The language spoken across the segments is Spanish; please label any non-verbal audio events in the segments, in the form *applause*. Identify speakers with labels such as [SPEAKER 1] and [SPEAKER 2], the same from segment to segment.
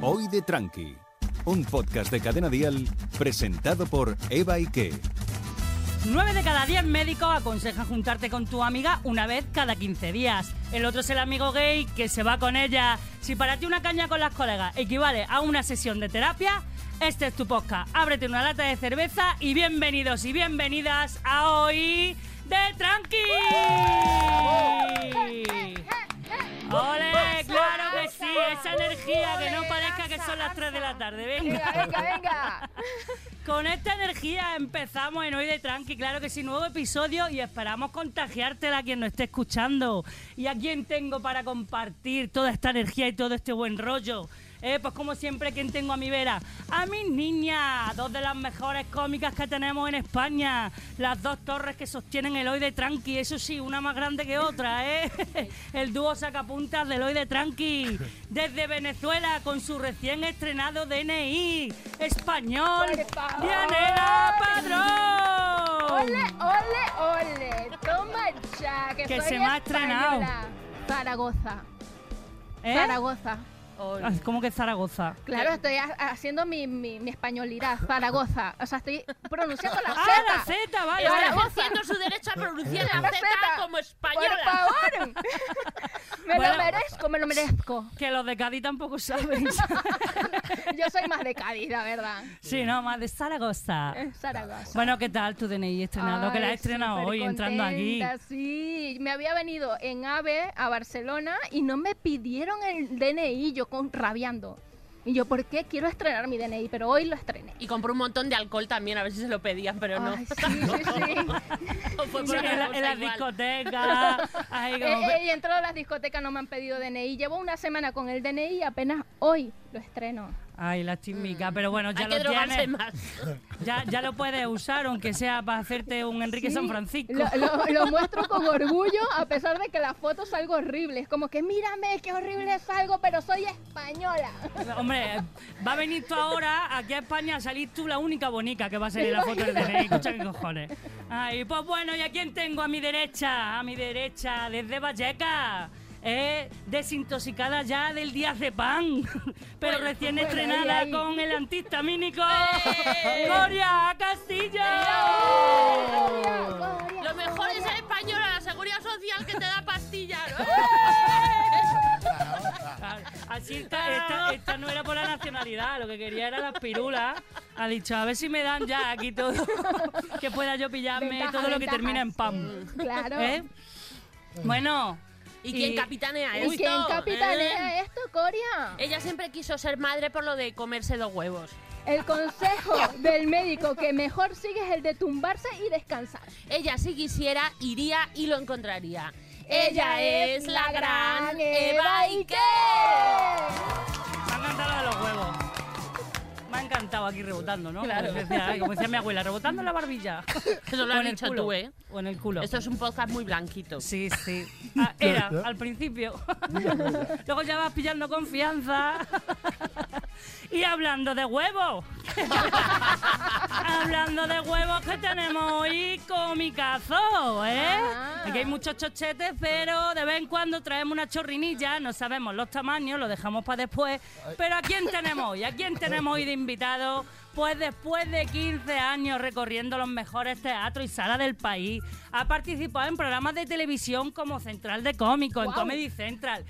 [SPEAKER 1] Hoy de Tranqui, un podcast de Cadena Dial presentado por Eva Ike.
[SPEAKER 2] 9 de cada 10 médicos aconsejan juntarte con tu amiga una vez cada 15 días. El otro es el amigo gay que se va con ella. Si para ti una caña con las colegas equivale a una sesión de terapia, este es tu podcast. Ábrete una lata de cerveza y bienvenidos y bienvenidas a hoy de Tranqui. ¡Ole! ¡Claro que sí! Esa energía que no parezca que son las 3 de la tarde.
[SPEAKER 3] Venga,
[SPEAKER 2] Venga.
[SPEAKER 3] venga, venga.
[SPEAKER 2] Con esta energía empezamos en Hoy de Tranqui, claro que sí, nuevo episodio y esperamos contagiártela a quien nos esté escuchando y a quien tengo para compartir toda esta energía y todo este buen rollo. Eh, pues como siempre, quien tengo a mi vera? A mis niñas, dos de las mejores cómicas que tenemos en España. Las dos torres que sostienen el Hoy de Tranqui, eso sí, una más grande que otra, ¿eh? *laughs* El dúo sacapuntas del Hoy de Tranqui. Desde Venezuela, con su recién estrenado DNI español.
[SPEAKER 3] Por favor.
[SPEAKER 2] Dianela Padrón.
[SPEAKER 3] Ole, ole, ole. Toma ya, que,
[SPEAKER 2] Que
[SPEAKER 3] soy
[SPEAKER 2] se me ha
[SPEAKER 3] española.
[SPEAKER 2] estrenado.
[SPEAKER 3] Zaragoza.
[SPEAKER 2] ¿Eh?
[SPEAKER 3] Zaragoza.
[SPEAKER 2] Ah, ¿Cómo que Zaragoza?
[SPEAKER 3] Claro, estoy ha- haciendo mi, mi, mi españolidad. Zaragoza. O sea, estoy pronunciando la
[SPEAKER 2] Ah, la
[SPEAKER 3] Z.
[SPEAKER 2] Z, vale.
[SPEAKER 3] Ahora
[SPEAKER 4] Está
[SPEAKER 2] vale.
[SPEAKER 3] goza.
[SPEAKER 4] ejerciendo su derecho a pronunciar la
[SPEAKER 3] La
[SPEAKER 4] Z
[SPEAKER 3] zeta.
[SPEAKER 4] como
[SPEAKER 3] Por
[SPEAKER 4] española.
[SPEAKER 3] favor. me
[SPEAKER 2] Bueno.
[SPEAKER 3] lo merezco, me lo merezco.
[SPEAKER 2] Que los de Cádiz tampoco
[SPEAKER 3] *laughs*
[SPEAKER 2] saben.
[SPEAKER 3] Yo soy más de Cádiz, la verdad.
[SPEAKER 2] sí, no, más de Zaragoza.
[SPEAKER 3] Eh, Zaragoza.
[SPEAKER 2] Bueno, ¿qué tal tu DNI estrenado? que la
[SPEAKER 3] Ay,
[SPEAKER 2] he estrenado hoy
[SPEAKER 3] supercontenta,
[SPEAKER 2] entrando aquí.
[SPEAKER 3] Sí, me había venido en AVE a Barcelona y no me pidieron el DNI, yo con, rabiando. Y yo, ¿por qué quiero estrenar mi DNI? Pero hoy lo estrené.
[SPEAKER 4] Y compró un montón de alcohol también, a ver si se lo pedían, pero no.
[SPEAKER 3] Ay, sí, sí,
[SPEAKER 2] *laughs*
[SPEAKER 3] sí.
[SPEAKER 4] O *laughs* fue
[SPEAKER 2] Sí,
[SPEAKER 4] por otra
[SPEAKER 2] en, la,
[SPEAKER 4] cosa
[SPEAKER 2] en las
[SPEAKER 4] igual.
[SPEAKER 2] discotecas.
[SPEAKER 3] *laughs*
[SPEAKER 2] Ay, como-
[SPEAKER 3] Eh, eh, y en todas las discotecas no me han pedido DNI. Llevo una semana con el DNI y apenas hoy lo estreno.
[SPEAKER 2] Ay, la
[SPEAKER 3] Mm.
[SPEAKER 2] chimica. Pero bueno, ya
[SPEAKER 4] Hay que
[SPEAKER 2] lo
[SPEAKER 4] drogarse
[SPEAKER 2] tienes.
[SPEAKER 4] más.
[SPEAKER 2] Ya, ya lo puedes usar, aunque sea para hacerte un Enrique
[SPEAKER 3] Sí,
[SPEAKER 2] San Francisco.
[SPEAKER 3] Lo, lo- lo muestro con orgullo, a pesar de que la foto salgo horrible. Es como que, mírame, qué horrible salgo, pero soy española.
[SPEAKER 2] Hombre, va a venir tú ahora aquí a España a salir tú la única bonica que va a salir en la foto del DNI. Escucha qué cojones. Ay, pues bueno, ¿y a quién tengo a mi derecha? A mi derecha, desde Vallecas. Eh, desintoxicada ya del diazepam, *laughs* pero recién
[SPEAKER 3] bueno,
[SPEAKER 2] estrenada
[SPEAKER 3] ahí, ¡Eh! ahí.
[SPEAKER 2] con el antihistamínico. ¡Gloria Castillo!
[SPEAKER 3] Gloria,
[SPEAKER 4] Lo mejor es
[SPEAKER 3] Gloria.
[SPEAKER 4] ser española, la seguridad social que te da pastillas.
[SPEAKER 2] Ah,
[SPEAKER 4] *laughs*
[SPEAKER 2] Así está, esta, esta no era por la nacionalidad, lo que quería era las pirulas. Ha dicho, a ver si me dan ya aquí todo, *laughs* que pueda yo pillarme
[SPEAKER 3] Ventajas,
[SPEAKER 2] todo lo que
[SPEAKER 3] ventajas.
[SPEAKER 2] termina en pam.
[SPEAKER 3] Claro.
[SPEAKER 2] ¿Eh? Bueno.
[SPEAKER 4] ¿Y quién capitanea ¿eh? esto?
[SPEAKER 3] ¿Y quién capitanea ¿eh? esto, Coria?
[SPEAKER 4] Ella siempre quiso ser madre por lo de comerse dos huevos.
[SPEAKER 3] El consejo del médico que mejor sigue es el de tumbarse y descansar.
[SPEAKER 4] Ella si quisiera, iría y lo encontraría. Ella es la gran Eva Ike.
[SPEAKER 2] Me ha encantado lo de los huevos. Me ha encantado aquí rebotando, ¿no?
[SPEAKER 4] Claro.
[SPEAKER 2] Como decía, como decía mi abuela, rebotando en la barbilla.
[SPEAKER 4] Eso lo
[SPEAKER 2] O
[SPEAKER 4] has
[SPEAKER 2] en el
[SPEAKER 4] dicho
[SPEAKER 2] culo.
[SPEAKER 4] tú, ¿eh?
[SPEAKER 2] O en el culo.
[SPEAKER 4] Esto es un podcast muy blanquito.
[SPEAKER 2] Sí, sí. *laughs* Ah, era, al principio. *laughs* Luego ya vas pillando confianza. *laughs* y hablando de huevos. hablando de huevos que tenemos hoy comicazo, ¿eh?
[SPEAKER 3] Ah.
[SPEAKER 2] Aquí hay muchos chochetes, pero de vez en cuando traemos una chorrinilla. No sabemos los tamaños, lo dejamos para después. Pero ¿a quién tenemos hoy? ¿A quién tenemos hoy de invitado? Pues después de 15 años recorriendo los mejores teatros y salas del país, ha participado en programas de televisión como Central de Cómicos, en
[SPEAKER 3] Guau.
[SPEAKER 2] Comedy Central,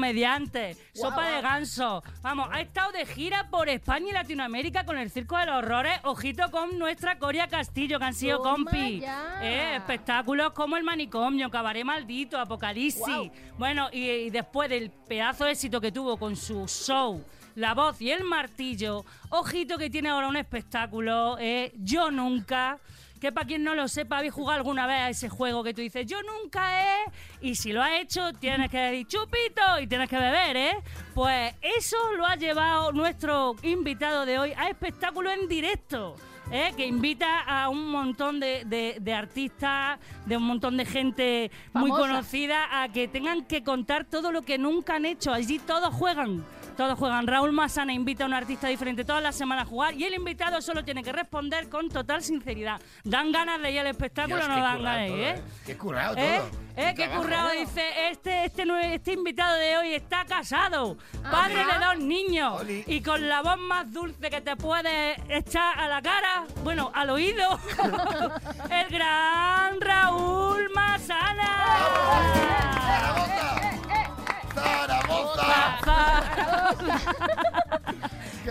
[SPEAKER 2] Comediante,
[SPEAKER 3] Guau,
[SPEAKER 2] Sopa de
[SPEAKER 3] guau.
[SPEAKER 2] Ganso. Vamos, ha estado de gira por España y Latinoamérica con el Circo de los Horrores. Ojito con nuestra Coria Castillo, que han sido
[SPEAKER 3] Toma
[SPEAKER 2] compi.
[SPEAKER 3] ya.
[SPEAKER 2] Eh, espectáculos como El Manicomio, Cabaret Maldito, Apocalipsis.
[SPEAKER 3] Guau.
[SPEAKER 2] Bueno, y, y después del pedazo de éxito que tuvo con su show. La voz y el martillo. Ojito que tiene ahora un espectáculo. eh, yo nunca. Que para quien no lo sepa, habéis jugado alguna vez a ese juego que tú dices, yo nunca he. Y si lo has hecho, tienes que decir chupito y tienes que beber, ¿eh? Pues eso lo ha llevado nuestro invitado de hoy a espectáculo en directo. ¿eh? que invita a un montón de, de- de artistas, de un montón de gente muy
[SPEAKER 3] Famosa.
[SPEAKER 2] conocida a que tengan que contar todo lo que nunca han hecho. Allí todos juegan, Todos juegan. Raúl Massana invita a un artista diferente todas las semanas a jugar y el invitado solo tiene que responder con total sinceridad. ¿Dan ganas de ir al espectáculo o no dan ganas de ir? ¿eh?
[SPEAKER 5] Qué currado todo.
[SPEAKER 2] ¿Eh? ¿Eh?
[SPEAKER 5] Qué
[SPEAKER 2] ¿Qué
[SPEAKER 5] trabajo.
[SPEAKER 2] currado? Dice, este, este, nue- este invitado de hoy está casado, padre de dos niños
[SPEAKER 5] Oli.
[SPEAKER 2] y con la voz más dulce que te puedes echar a la cara, bueno, al oído, *laughs* el gran Raúl Masana.
[SPEAKER 5] ¡Zaragoza!
[SPEAKER 3] Eh,
[SPEAKER 4] Otra.
[SPEAKER 5] ¡Zaragoza! Qué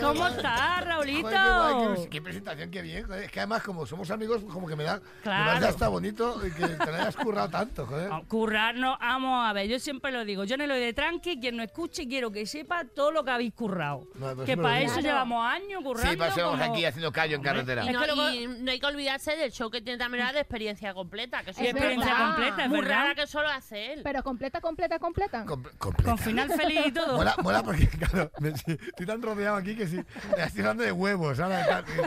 [SPEAKER 2] *laughs* ¿Cómo
[SPEAKER 5] guay.
[SPEAKER 2] estás,
[SPEAKER 5] Joder,
[SPEAKER 2] Raulito?
[SPEAKER 5] qué guay, qué- Qué presentación, qué bien. joder. Es que además, como somos amigos, como que me da. Me
[SPEAKER 2] Claro.
[SPEAKER 5] parece hasta bonito y que te lo hayas currado tanto, joder.
[SPEAKER 2] A Currar no amo a ver, yo siempre lo digo, yo en el oído de tranqui, quien no escuche, quiero que sepa todo lo que habéis currado.
[SPEAKER 5] No, pues
[SPEAKER 2] que
[SPEAKER 5] sí me lo
[SPEAKER 2] para
[SPEAKER 5] digo.
[SPEAKER 2] eso
[SPEAKER 3] Claro.
[SPEAKER 2] llevamos años currando.
[SPEAKER 5] Sí, pasamos
[SPEAKER 2] como-
[SPEAKER 5] pues aquí haciendo callo en carretera.
[SPEAKER 4] Y
[SPEAKER 2] Es
[SPEAKER 4] no,
[SPEAKER 2] que luego-
[SPEAKER 4] y no hay que olvidarse del show que tiene también la de experiencia completa, que es
[SPEAKER 3] Es
[SPEAKER 2] Y
[SPEAKER 4] una
[SPEAKER 2] experiencia
[SPEAKER 4] cosa
[SPEAKER 3] verdad.
[SPEAKER 2] completa, es
[SPEAKER 4] muy
[SPEAKER 2] verdad.
[SPEAKER 4] rara que solo hace él.
[SPEAKER 3] Pero completa, completa, completa.
[SPEAKER 5] Com- completa.
[SPEAKER 2] Con final feliz y todo.
[SPEAKER 5] Mola, mola porque, *laughs* claro, me, sí, estoy tan rodeado aquí que sí, me estoy hablando de huevos, ahora de,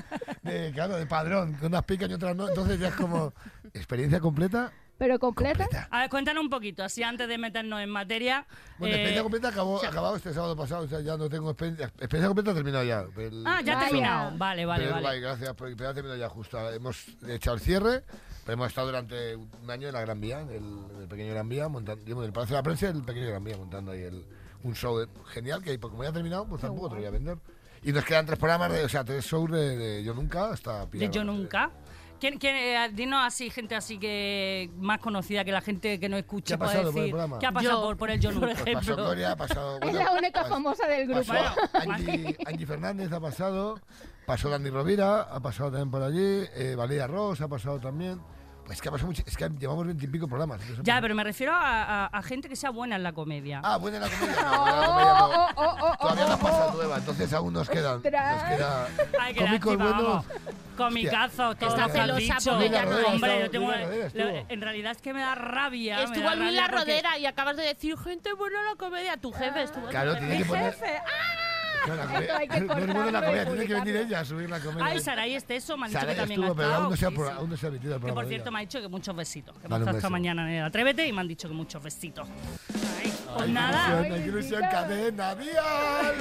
[SPEAKER 5] de- claro, de padrón, que unas pican y otras no, entonces ya es como, ¿experiencia completa?
[SPEAKER 3] Pero completa.
[SPEAKER 5] Completa.
[SPEAKER 2] A ver, cuéntanos un poquito, así antes de meternos en materia.
[SPEAKER 5] Bueno,
[SPEAKER 2] eh,
[SPEAKER 5] experiencia completa acabó, acabado este sábado pasado, o sea, ya no tengo experiencia, experiencia completa ha terminado ya. el-
[SPEAKER 2] Ah, ya ha
[SPEAKER 3] Vaya.
[SPEAKER 2] terminado. Vale, vale,
[SPEAKER 5] pero es
[SPEAKER 2] vale.
[SPEAKER 5] guay, gracias, por, pero ha terminado ya justo, ahora. hemos echado el cierre, pero hemos estado durante un año en la Gran Vía, en el, en el pequeño Gran Vía, montando, en el Palacio de la Prensa y en el pequeño Gran Vía, montando ahí el, un show de- genial, que pues, como ya ha terminado, pues tampoco te lo voy a vender. Y nos quedan tres programas, de- o sea, tres shows de, de Yo Nunca hasta
[SPEAKER 2] De
[SPEAKER 5] pillar
[SPEAKER 2] Yo
[SPEAKER 5] la-
[SPEAKER 2] Nunca. ¿Quién, quién, eh, dinos así, gente así que más conocida que la gente que no escucha
[SPEAKER 5] ¿Qué ha
[SPEAKER 2] puede
[SPEAKER 5] pasado por el
[SPEAKER 2] decir,
[SPEAKER 5] programa?
[SPEAKER 2] ¿Qué ha pasado
[SPEAKER 4] Yo.
[SPEAKER 2] por, por el
[SPEAKER 5] *laughs*
[SPEAKER 2] Yo Nunca? *laughs*
[SPEAKER 5] Pues pasó Gloria, ha pasado...
[SPEAKER 3] *laughs* Es
[SPEAKER 5] bueno, pues,
[SPEAKER 3] la única
[SPEAKER 5] pas-
[SPEAKER 3] famosa del Este grupo.
[SPEAKER 5] Pasó Angie, Angie Fernández ha pasado, pasó Dani Rovira, ha pasado también por allí, eh, Valeria Ross ha pasado también. Pues es que ha pasado mucho, es que llevamos veintipico programas. entonces-
[SPEAKER 2] Ya, pero me refiero a, a- a gente que sea buena en la comedia.
[SPEAKER 5] Ah, buena la
[SPEAKER 3] *laughs*
[SPEAKER 5] comedia. no, buena la comedia no.
[SPEAKER 3] Oh, oh, oh, oh, oh,
[SPEAKER 5] Todavía no
[SPEAKER 3] oh,
[SPEAKER 5] pasa
[SPEAKER 3] oh.
[SPEAKER 5] nueva, entonces aún nos quedan. Nos
[SPEAKER 3] Ostras.
[SPEAKER 5] queda
[SPEAKER 2] Ay, qué
[SPEAKER 5] cómicos
[SPEAKER 2] lástima,
[SPEAKER 5] buenos.
[SPEAKER 2] vamos. Comicazos, todo
[SPEAKER 5] está
[SPEAKER 2] lo que
[SPEAKER 4] celosa
[SPEAKER 2] han dicho.
[SPEAKER 4] porque ya no es.
[SPEAKER 2] Hombre, yo
[SPEAKER 5] Lila
[SPEAKER 2] tengo...
[SPEAKER 5] Rodera estuvo.
[SPEAKER 2] En realidad es que me da rabia. me
[SPEAKER 4] Estuvo
[SPEAKER 2] da
[SPEAKER 4] al Luis la
[SPEAKER 2] rabia porque- Ah.
[SPEAKER 4] rodera y acabas de decir, gente buena en la comedia, tu jefe estuvo.
[SPEAKER 5] Claro,
[SPEAKER 4] tu jefe.
[SPEAKER 5] tiene que poner.
[SPEAKER 3] Jefe, ah,
[SPEAKER 5] Claro, la
[SPEAKER 3] Esto hay que
[SPEAKER 5] comedia- *laughs* no es bueno la
[SPEAKER 3] cortarlo y
[SPEAKER 5] comedia, tiene que venir
[SPEAKER 3] publicarlo.
[SPEAKER 5] ella a subir la comedia.
[SPEAKER 2] Ay, Saray Esteso, me han dicho
[SPEAKER 5] Sara
[SPEAKER 2] que
[SPEAKER 5] ya
[SPEAKER 2] también
[SPEAKER 5] estuvo,
[SPEAKER 2] ha
[SPEAKER 5] pero
[SPEAKER 2] estado.
[SPEAKER 5] aún no se ha,
[SPEAKER 2] Sí,
[SPEAKER 5] pro-
[SPEAKER 2] sí.
[SPEAKER 5] aún no se ha emitido
[SPEAKER 2] Que
[SPEAKER 5] el programa.
[SPEAKER 2] por
[SPEAKER 5] de ella.
[SPEAKER 2] cierto me ha dicho que muchos besitos. Que
[SPEAKER 5] Dale un
[SPEAKER 2] hemos estado esta
[SPEAKER 5] beso.
[SPEAKER 2] mañana en el Atrévete y me han dicho que muchos besitos. Ay, pues
[SPEAKER 5] Ay, qué
[SPEAKER 2] nada.
[SPEAKER 5] ilusión, ay, qué ilusión, cadena, Díaz.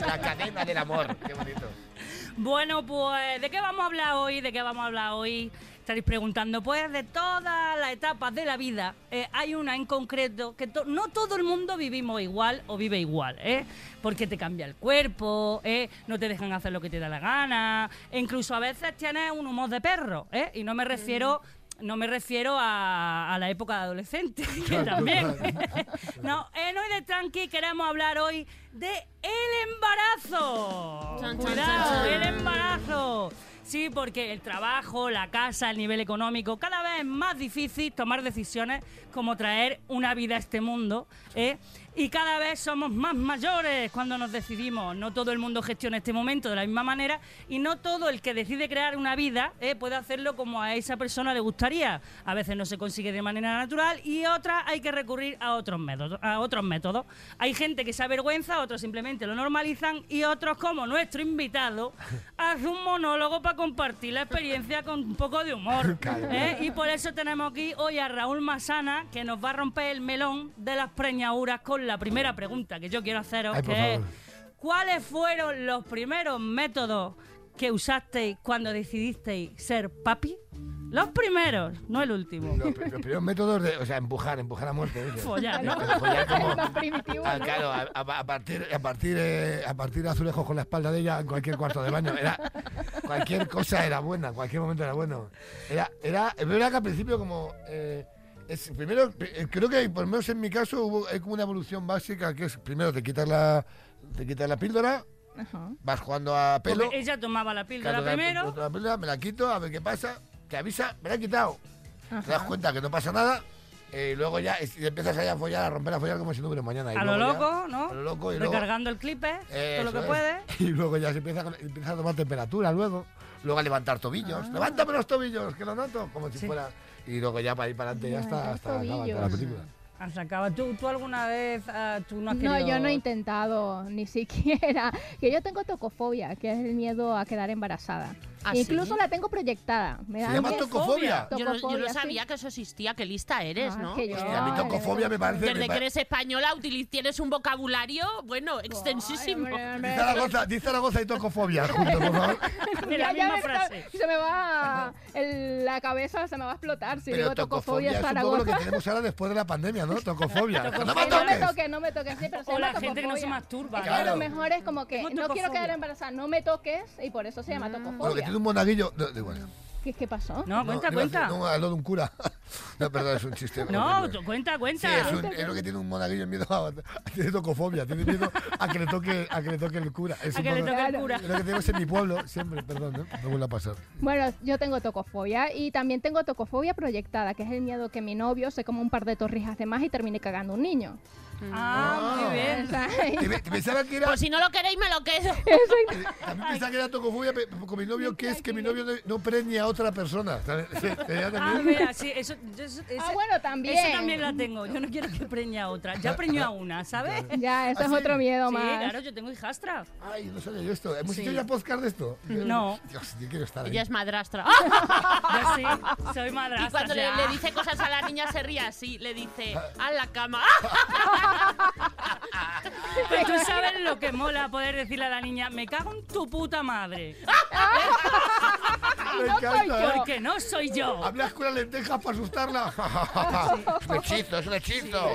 [SPEAKER 5] La cadena del amor. Qué bonito.
[SPEAKER 2] Bueno, pues, ¿de qué vamos a hablar hoy? ¿De qué vamos a hablar hoy? Estaréis preguntando, pues, de todas las etapas de la vida, eh, hay una en concreto que to- no todo el mundo vivimos igual o vive igual, ¿eh? Porque te cambia el cuerpo, ¿eh? No te dejan hacer lo que te da la gana, e incluso a veces tienes un humor de perro, ¿eh? Y no me refiero... No me refiero a, a la época de adolescente, *laughs* que también. no, en Hoy de Tranqui queremos hablar hoy de el embarazo.
[SPEAKER 4] Chan, chan,
[SPEAKER 2] Cuidado,
[SPEAKER 4] chan, chan.
[SPEAKER 2] el embarazo. Sí, porque el trabajo, la casa, el nivel económico, cada vez es más difícil tomar decisiones como traer una vida a este mundo. ¿eh? Y cada vez somos más mayores cuando nos decidimos. No todo el mundo gestiona este momento de la misma manera y no todo el que decide crear una vida ¿eh? puede hacerlo como a esa persona le gustaría. A veces no se consigue de manera natural y otras hay que recurrir a otros métodos. A otros métodos. Hay gente que se avergüenza, otros simplemente lo normalizan y otros, como nuestro
[SPEAKER 5] *laughs*
[SPEAKER 2] invitado, hace un monólogo para compartir la experiencia con un poco de
[SPEAKER 5] *laughs*
[SPEAKER 2] humor. ¿eh? Y por eso tenemos aquí hoy a Raúl Masana, que nos va a romper el melón de las preñaduras con la primera pregunta que yo quiero haceros,
[SPEAKER 5] Ay, por
[SPEAKER 2] que es,
[SPEAKER 5] favor.
[SPEAKER 2] ¿cuáles fueron los primeros métodos que usasteis cuando decidisteis ser papi? Los primeros, no el último.
[SPEAKER 5] Los, pri- los primeros métodos de, o sea, empujar, empujar a muerte. dices.
[SPEAKER 2] Follar, ¿no?
[SPEAKER 3] *laughs*
[SPEAKER 5] Follar como-
[SPEAKER 3] El más primitivo,
[SPEAKER 5] Ah,
[SPEAKER 3] ¿no?
[SPEAKER 5] claro, a, a- a partir, a partir, eh, a partir azulejos con la espalda de ella en cualquier cuarto de baño. Era, cualquier cosa era buena, cualquier momento era bueno. Era, era, es verdad que al principio como, eh, es, primero, eh, creo que por lo menos en mi caso hubo hay como una evolución básica que es, primero te quitas la, te quitas la píldora,
[SPEAKER 3] Ajá.
[SPEAKER 5] vas jugando a pelo.
[SPEAKER 2] Porque ella tomaba la píldora
[SPEAKER 5] Claro, la-
[SPEAKER 2] primero.
[SPEAKER 5] la píldora, me la quito, a ver qué pasa. Te avisa, me la he quitado. Te das cuenta que no pasa nada. eh, y luego ya es- y empiezas ahí a follar, a romper a follar como si no hubiera mañana. y
[SPEAKER 2] A lo
[SPEAKER 5] luego ya-
[SPEAKER 2] loco, ¿no?
[SPEAKER 5] A lo loco y luego,
[SPEAKER 2] Recargando el clipe, todo lo
[SPEAKER 5] Eso
[SPEAKER 2] que
[SPEAKER 5] es.
[SPEAKER 2] puede.
[SPEAKER 5] *laughs* Y luego ya se empieza, con- empieza a tomar temperatura luego. Luego a levantar
[SPEAKER 2] Ah.
[SPEAKER 5] tobillos. Levántame los tobillos, que lo noto. Como si fuera... Y luego ya para ir para adelante ya está,
[SPEAKER 3] Levantar
[SPEAKER 5] hasta acaba
[SPEAKER 3] tobillos.
[SPEAKER 5] la película.
[SPEAKER 2] Hasta acaba. ¿Tú, tú alguna vez ah, tú no has
[SPEAKER 3] No,
[SPEAKER 2] querido-
[SPEAKER 3] yo no he *laughs* intentado, ni siquiera. Que yo tengo tocofobia, que es el miedo a quedar embarazada.
[SPEAKER 4] ¿Ah, sí?
[SPEAKER 3] Incluso la tengo proyectada. Me
[SPEAKER 2] Eh,
[SPEAKER 5] Se
[SPEAKER 3] da
[SPEAKER 5] llama
[SPEAKER 3] miedo.
[SPEAKER 5] tocofobia.
[SPEAKER 4] Yo, no- yo
[SPEAKER 3] Tocofobia,
[SPEAKER 4] no
[SPEAKER 3] sí.
[SPEAKER 4] sabía que eso existía, qué lista eres,
[SPEAKER 3] Ah,
[SPEAKER 4] ¿no?
[SPEAKER 3] que yo-
[SPEAKER 5] Hostia, a mí tocofobia me parece... me
[SPEAKER 4] Desde que
[SPEAKER 5] pa-
[SPEAKER 4] eres española utili- tienes un vocabulario, bueno, extensísimo.
[SPEAKER 3] Ay, hombre, hombre.
[SPEAKER 5] *laughs* Dice Zaragoza, dice Zaragoza y tocofobia *laughs* junto, por favor.
[SPEAKER 2] De la
[SPEAKER 3] Ya, ya
[SPEAKER 2] misma
[SPEAKER 3] me
[SPEAKER 2] frase.
[SPEAKER 3] está- *laughs* se me va el- la cabeza, se me va a explotar si
[SPEAKER 5] Pero
[SPEAKER 3] digo tocofobia
[SPEAKER 5] tocofobia es un poco lo
[SPEAKER 3] *laughs*
[SPEAKER 5] que
[SPEAKER 3] Zaragoza.
[SPEAKER 5] tenemos ahora después de la pandemia, ¿no? Tocofobia. ¡No me
[SPEAKER 3] Que No me
[SPEAKER 5] toques!
[SPEAKER 3] toques, no me toques. sí, pero se
[SPEAKER 2] O
[SPEAKER 3] llama
[SPEAKER 2] la gente que no se
[SPEAKER 3] tocofobia.
[SPEAKER 2] masturba.
[SPEAKER 3] Es que
[SPEAKER 5] Claro.
[SPEAKER 3] lo mejor es como que
[SPEAKER 2] Tengo
[SPEAKER 3] no quiero
[SPEAKER 2] tocofobia. Ah.
[SPEAKER 3] quedar embarazada, no me toques y por eso se llama
[SPEAKER 5] Bueno, que
[SPEAKER 3] tocofobia.
[SPEAKER 5] tiene un monaguillo... No, da igual.
[SPEAKER 3] ¿Qué, qué pasó?
[SPEAKER 2] No,
[SPEAKER 5] No,
[SPEAKER 2] cuenta,
[SPEAKER 5] iba a decir-
[SPEAKER 2] cuenta.
[SPEAKER 5] No, lo de un cura. *laughs* No, perdón, es un chiste.
[SPEAKER 2] No,
[SPEAKER 5] horrible.
[SPEAKER 2] tú cuenta,
[SPEAKER 5] Sí,
[SPEAKER 2] cuenta.
[SPEAKER 5] es, un- es lo que tiene un monaguillo miedo a, *laughs* tiene tocofobia, tiene miedo a que le toque, a que le toque el cura. Es
[SPEAKER 2] A
[SPEAKER 5] un
[SPEAKER 2] que le
[SPEAKER 5] poco-
[SPEAKER 2] toque el
[SPEAKER 3] Claro.
[SPEAKER 2] cura.
[SPEAKER 5] es lo que tenemos en mi pueblo, siempre, perdón, ¿eh? me vuelve a pasar.
[SPEAKER 3] Bueno, yo tengo tocofobia y también tengo tocofobia proyectada, que es el miedo que mi novio se coma un par de torrijas de más y termine cagando un niño.
[SPEAKER 2] Ah, muy
[SPEAKER 3] O
[SPEAKER 2] bien.
[SPEAKER 3] *laughs* sea,
[SPEAKER 5] Y me- Pensaba que era,
[SPEAKER 4] Pues si no lo queréis, me lo
[SPEAKER 5] *laughs*
[SPEAKER 4] quedo.
[SPEAKER 5] también pensaba que era tocofobia pe- con mi novio, que es que mi novio no, no preñe a otra persona. ¿sabes? *laughs* Sí, tenía
[SPEAKER 2] Ah,
[SPEAKER 5] también-
[SPEAKER 2] mira, sí, eso, yo- eso- esa-
[SPEAKER 3] ah, bueno, también.
[SPEAKER 2] Eso también la tengo. Yo no quiero que preñe a otra. Ya preñó a una, ¿sabes? Sí,
[SPEAKER 3] Ya, eso
[SPEAKER 5] ¿Ah,
[SPEAKER 3] es
[SPEAKER 5] sí?
[SPEAKER 3] otro miedo más.
[SPEAKER 2] claro, yo tengo hijastra.
[SPEAKER 5] Ay, no sabía yo esto. ¿Hemos
[SPEAKER 2] Sí.
[SPEAKER 5] hecho ya podcast de esto?
[SPEAKER 2] No.
[SPEAKER 5] Dios, yo quiero estar ahí.
[SPEAKER 4] Ella es madrastra.
[SPEAKER 2] Yo sí, soy madrastra.
[SPEAKER 4] Y cuando le,
[SPEAKER 2] ya.
[SPEAKER 4] le dice cosas a la niña se ríe así, le dice, a la cama.
[SPEAKER 2] Pero tú sabes lo que mola poder decirle a la niña, me cago en tu puta madre.
[SPEAKER 3] ¡Ah!
[SPEAKER 5] Me
[SPEAKER 3] no soy
[SPEAKER 5] encanta,
[SPEAKER 3] yo.
[SPEAKER 5] ¿eh?
[SPEAKER 2] Porque no soy yo.
[SPEAKER 5] Hablas con las lentejas para asustarla. es un hechizo, es un hechizo.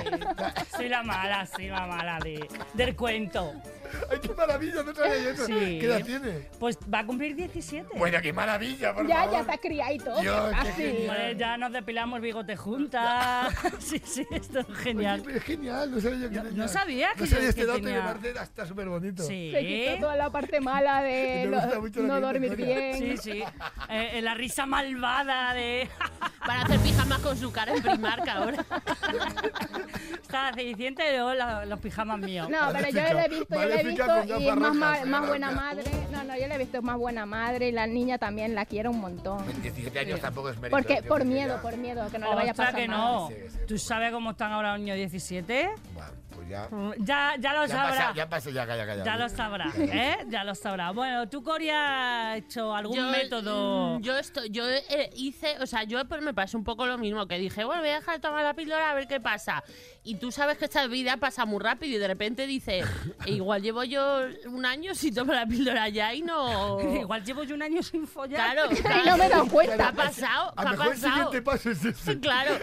[SPEAKER 2] Soy la mala, soy la mala de, del cuento.
[SPEAKER 5] *laughs* Ay, qué maravilla, no sabía yo eso.
[SPEAKER 2] Sí.
[SPEAKER 5] ¿Qué edad tiene?
[SPEAKER 2] Pues va a cumplir 17.
[SPEAKER 5] Bueno, qué maravilla, por
[SPEAKER 3] Ya,
[SPEAKER 5] favor.
[SPEAKER 3] ya está criada y todo.
[SPEAKER 5] Dios, qué
[SPEAKER 3] así.
[SPEAKER 5] genial.
[SPEAKER 2] Pues ya nos depilamos bigote
[SPEAKER 3] *laughs*
[SPEAKER 2] juntas. Sí, sí, esto es
[SPEAKER 5] Oye,
[SPEAKER 2] genial.
[SPEAKER 5] pero es genial, no sabía yo que
[SPEAKER 2] No-
[SPEAKER 5] tenía.
[SPEAKER 2] no sabía que
[SPEAKER 5] No
[SPEAKER 2] yo-
[SPEAKER 5] sabía este
[SPEAKER 2] que
[SPEAKER 5] dato y
[SPEAKER 2] tenía.
[SPEAKER 5] me parece está súper bonito.
[SPEAKER 2] Sí.
[SPEAKER 3] Se quitó toda la parte mala
[SPEAKER 5] *laughs* Y
[SPEAKER 3] de
[SPEAKER 5] me
[SPEAKER 3] lo-
[SPEAKER 5] gusta mucho la
[SPEAKER 3] no
[SPEAKER 5] que
[SPEAKER 3] dormir
[SPEAKER 5] dice Sonia.
[SPEAKER 3] bien.
[SPEAKER 2] Sí, sí. Eh, eh, la risa malvada de. *laughs*
[SPEAKER 4] Para hacer pijamas con su cara en Primark
[SPEAKER 3] *laughs*
[SPEAKER 4] ahora.
[SPEAKER 2] Estaba sediciente y luego la- los pijamas míos.
[SPEAKER 3] No, pero yo
[SPEAKER 5] Maléfica,
[SPEAKER 3] la he visto, yo la he
[SPEAKER 5] maléfica
[SPEAKER 3] visto
[SPEAKER 5] con
[SPEAKER 3] y es
[SPEAKER 5] gafas
[SPEAKER 3] más, ma-
[SPEAKER 5] rojas,
[SPEAKER 3] más
[SPEAKER 5] claro,
[SPEAKER 3] buena
[SPEAKER 5] claro.
[SPEAKER 3] madre. No, no, yo la he visto más buena madre y la niña también la quiero un montón.
[SPEAKER 5] 17 años tampoco es mérito.
[SPEAKER 3] Porque
[SPEAKER 5] tío,
[SPEAKER 3] por
[SPEAKER 5] que
[SPEAKER 3] miedo,
[SPEAKER 5] ya-
[SPEAKER 3] por miedo, que no le vaya a
[SPEAKER 2] Ostras,
[SPEAKER 3] pasar
[SPEAKER 2] que
[SPEAKER 3] nada.
[SPEAKER 2] no.
[SPEAKER 5] Sí, sí, sí.
[SPEAKER 2] ¿Tú sabes cómo están ahora los niños 17?
[SPEAKER 5] Bueno, pues ya.
[SPEAKER 2] Ya, ya lo
[SPEAKER 5] Ya
[SPEAKER 2] sabrá.
[SPEAKER 5] pasa, ya pasa, ya calla, calla.
[SPEAKER 2] Pues Ya lo
[SPEAKER 5] *laughs*
[SPEAKER 2] sabrá, ¿eh? Ya lo sabrá. Bueno, ¿tú, Coria, has hecho algún método?
[SPEAKER 4] mm, Yo esto, yo eh, hice, o sea, yo pues, me pasó un poco lo mismo, que dije, bueno, voy a dejar de tomar la píldora a ver qué pasa. Y tú sabes que esta vida pasa muy rápido y de repente dices, "E igual llevo yo un año sin tomar la píldora ya y
[SPEAKER 3] *laughs*
[SPEAKER 4] no.
[SPEAKER 2] *laughs* Igual llevo yo un año sin follar.
[SPEAKER 4] Claro,
[SPEAKER 3] Y no me he dado
[SPEAKER 4] ¿Qué
[SPEAKER 3] cuenta.
[SPEAKER 4] ha pasado?
[SPEAKER 5] A
[SPEAKER 4] ¿Qué
[SPEAKER 5] lo
[SPEAKER 4] ha
[SPEAKER 5] mejor el
[SPEAKER 4] pasado?
[SPEAKER 5] siguiente paso es este.
[SPEAKER 4] *laughs*
[SPEAKER 5] ese.
[SPEAKER 4] Claro.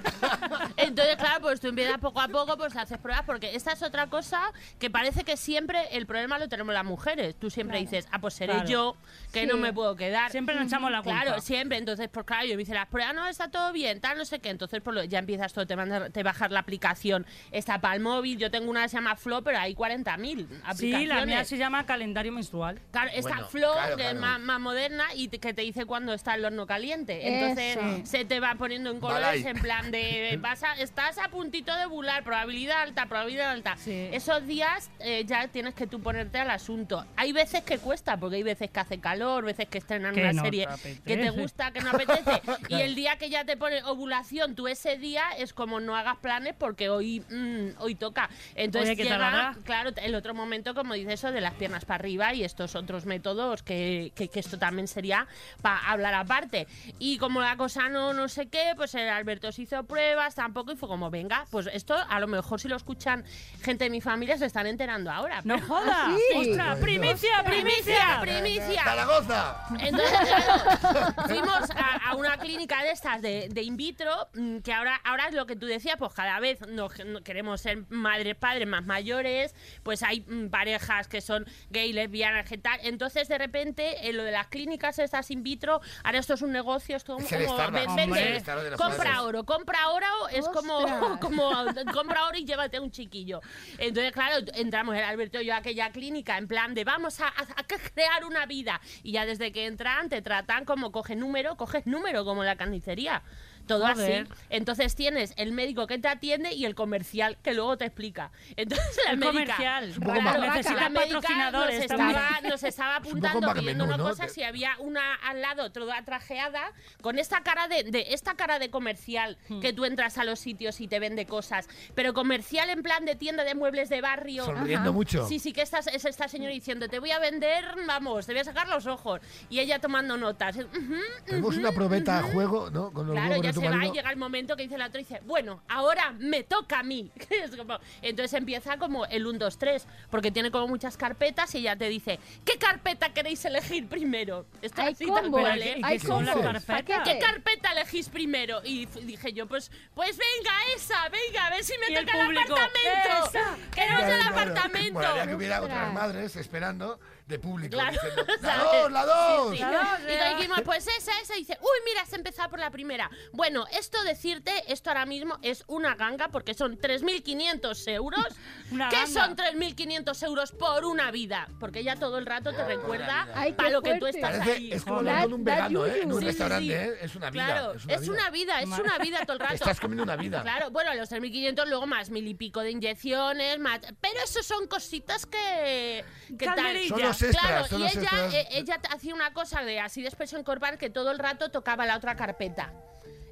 [SPEAKER 4] Entonces, claro, pues tú empiezas poco a poco, pues haces pruebas, porque esta es otra cosa que parece que siempre el problema lo tenemos las mujeres. Tú siempre dices, ah, pues seré
[SPEAKER 2] Claro.
[SPEAKER 4] yo, que
[SPEAKER 3] Sí.
[SPEAKER 4] no me puedo quedar.
[SPEAKER 2] Siempre nos echamos la culpa.
[SPEAKER 4] Claro, siempre. Entonces, pues claro, yo me hice las pruebas, no, está todo bien, tal, no sé qué. Entonces, pues lo- ya empiezas todo, te, mandas, te bajas la aplicación, está para el móvil. Yo tengo una que se llama Flow, pero hay 40.000 aplicaciones. Ah,
[SPEAKER 2] Sí, la mía se llama
[SPEAKER 4] *laughs*
[SPEAKER 2] calendario menstrual.
[SPEAKER 4] Claro, esta
[SPEAKER 5] Bueno,
[SPEAKER 4] flor
[SPEAKER 5] claro,
[SPEAKER 4] que es
[SPEAKER 5] claro.
[SPEAKER 4] más, más moderna y te- que te dice cuando está el horno caliente. Entonces
[SPEAKER 3] Eso.
[SPEAKER 4] se te va poniendo en colores
[SPEAKER 5] Balay.
[SPEAKER 4] en plan de
[SPEAKER 5] *laughs*
[SPEAKER 4] vas a- estás a puntito de bular, probabilidad alta, probabilidad alta.
[SPEAKER 2] Sí.
[SPEAKER 4] Esos días eh, ya tienes que tú ponerte al asunto. Hay veces que cuesta, porque hay veces que hace calor, veces que estrenan
[SPEAKER 2] Que
[SPEAKER 4] una
[SPEAKER 2] no te
[SPEAKER 4] serie que te
[SPEAKER 2] apetece.
[SPEAKER 4] gusta, que no
[SPEAKER 2] *laughs*
[SPEAKER 4] apetece. Y el día que ya te pone ovulación, tú ese día es como no hagas planes porque hoy, mm, hoy toca. Entonces
[SPEAKER 2] Oye, ¿qué tal
[SPEAKER 4] llega,
[SPEAKER 2] habrá?
[SPEAKER 4] Claro, el otro momento, como dice eso, de las piernas para arriba y estos otros métodos, que, que- que esto también sería para hablar aparte. Y como la cosa no, no sé qué, pues el Alberto se hizo pruebas tampoco y fue como, venga, pues esto a lo mejor si lo escuchan gente de mi familia se están enterando ahora.
[SPEAKER 2] ¡No
[SPEAKER 4] pero-
[SPEAKER 2] jodas!
[SPEAKER 3] sí?
[SPEAKER 2] ¡Ostras! ¡Primicia,
[SPEAKER 4] ¡Primicia!
[SPEAKER 2] primicia!
[SPEAKER 4] ¡Primicia!
[SPEAKER 5] ¡Zaragoza!
[SPEAKER 4] Entonces, claro, fuimos a, a una clínica de estas de, de in vitro, mm, que ahora, ahora es lo que tú decías, pues cada vez nos, no- queremos ser madres, padres más mayores, pues hay mm, parejas que son gay, lesbianas, que tal. Entonces, de repente, en lo de las clínicas estas in vitro, ahora esto es un negocio, esto
[SPEAKER 5] Es el
[SPEAKER 4] como...
[SPEAKER 5] Starbucks,
[SPEAKER 4] ven-
[SPEAKER 5] hombre,
[SPEAKER 4] vende,
[SPEAKER 5] el Starbucks de los padres.
[SPEAKER 4] compra oro, compra oro, es como,
[SPEAKER 3] Ostras.
[SPEAKER 4] como compra oro y llévate un chiquillo. Entonces, claro, entramos el Alberto y yo a aquella clínica en plan de vamos a, a- a crear una vida. Y ya desde que entran te tratan como coge número, coges número como en la carnicería. todo
[SPEAKER 2] Joder.
[SPEAKER 4] así. Entonces tienes el médico que te atiende y el comercial que luego te explica. Entonces la
[SPEAKER 2] El
[SPEAKER 4] médica-
[SPEAKER 2] comercial.
[SPEAKER 5] un poco más-
[SPEAKER 2] Necesita
[SPEAKER 4] la médica
[SPEAKER 2] patrocinadores
[SPEAKER 4] nos
[SPEAKER 2] también.
[SPEAKER 4] estaba, nos estaba
[SPEAKER 5] un poco
[SPEAKER 4] apuntando
[SPEAKER 5] más
[SPEAKER 4] pidiendo
[SPEAKER 5] menú,
[SPEAKER 4] una
[SPEAKER 5] ¿no?
[SPEAKER 4] cosa
[SPEAKER 5] Que-
[SPEAKER 4] si había una al lado toda trajeada con esta cara de, de- esta cara de comercial que tú entras a los sitios y te vende cosas pero comercial en plan de tienda de muebles de barrio
[SPEAKER 5] Sonriendo mucho.
[SPEAKER 4] Sí, sí, que esta, es esta señora diciendo, te voy a vender, vamos, te voy a sacar los ojos. Y ella tomando notas. Ujú.
[SPEAKER 5] Tenemos una probeta a juego, ¿no? Con los
[SPEAKER 4] Claro,
[SPEAKER 5] huevos
[SPEAKER 4] ya
[SPEAKER 5] de
[SPEAKER 4] se
[SPEAKER 5] tu
[SPEAKER 4] va y
[SPEAKER 5] marido.
[SPEAKER 4] llega el momento que dice la otra y dice, bueno, ahora me toca a mí. *laughs* Es como- entonces empieza como el 1, 2, 3, porque tiene como muchas carpetas y ella te dice, ¿qué carpeta queréis elegir primero? Está
[SPEAKER 3] Hay
[SPEAKER 4] así tal
[SPEAKER 3] combo,
[SPEAKER 4] cual,
[SPEAKER 2] ¿Y
[SPEAKER 4] ¿eh?
[SPEAKER 2] qué- y
[SPEAKER 3] hay
[SPEAKER 2] qué son las
[SPEAKER 3] combo.
[SPEAKER 2] carpetas?
[SPEAKER 4] ¿Qué
[SPEAKER 3] Paquete.
[SPEAKER 4] carpeta elegís primero? Y f- dije yo, pues, pues venga, esa, venga, a ver si
[SPEAKER 2] Y
[SPEAKER 4] me
[SPEAKER 2] el
[SPEAKER 4] toca el,
[SPEAKER 2] público,
[SPEAKER 4] apartamento.
[SPEAKER 2] "Esa".
[SPEAKER 4] Queremos el
[SPEAKER 5] Claro, claro.
[SPEAKER 4] apartamento.
[SPEAKER 5] Molaría que hubiera
[SPEAKER 3] Ostras.
[SPEAKER 5] otras madres esperando de público.
[SPEAKER 4] Claro,
[SPEAKER 5] diciendo,
[SPEAKER 4] *laughs*
[SPEAKER 5] ¡La
[SPEAKER 4] ¿sabes?
[SPEAKER 5] dos, la dos!
[SPEAKER 4] Sí.
[SPEAKER 2] Claro,
[SPEAKER 4] Y
[SPEAKER 2] o sea.
[SPEAKER 4] le dijimos, pues esa, esa. Y dice, uy, mira, has empezado por la primera. Bueno, esto decirte, esto ahora mismo es una ganga porque son 3.500 euros.
[SPEAKER 2] *laughs* Una
[SPEAKER 4] ¿Qué
[SPEAKER 2] ganga.
[SPEAKER 4] son 3.500 euros por una vida? Porque ya todo el rato te recuerda
[SPEAKER 5] vida.
[SPEAKER 3] Ay,
[SPEAKER 4] para
[SPEAKER 3] qué
[SPEAKER 4] lo que tú
[SPEAKER 3] fuerte.
[SPEAKER 4] estás
[SPEAKER 5] Parece-
[SPEAKER 4] ahí.
[SPEAKER 5] es como
[SPEAKER 3] joder.
[SPEAKER 5] hablar con un
[SPEAKER 3] Da- da
[SPEAKER 5] vegano, ¿eh? En
[SPEAKER 3] yuyu.
[SPEAKER 5] un
[SPEAKER 4] Sí, sí,
[SPEAKER 5] restaurante,
[SPEAKER 4] sí.
[SPEAKER 5] ¿eh? Es una vida.
[SPEAKER 4] Claro,
[SPEAKER 5] es una vida.
[SPEAKER 4] vida, es
[SPEAKER 2] Madre.
[SPEAKER 4] una vida todo el rato.
[SPEAKER 5] Estás comiendo una vida.
[SPEAKER 4] Claro, bueno, los 3.500, luego más mil y pico de inyecciones, más... Pero eso son cositas que... que tal.
[SPEAKER 2] Calderilla.
[SPEAKER 5] Son los extras,
[SPEAKER 4] claro,
[SPEAKER 5] son
[SPEAKER 4] y
[SPEAKER 5] los
[SPEAKER 4] ella,
[SPEAKER 5] extras.
[SPEAKER 4] eh, ella t- hacía una cosa de así de expresión corporal que todo el rato tocaba la otra carpeta.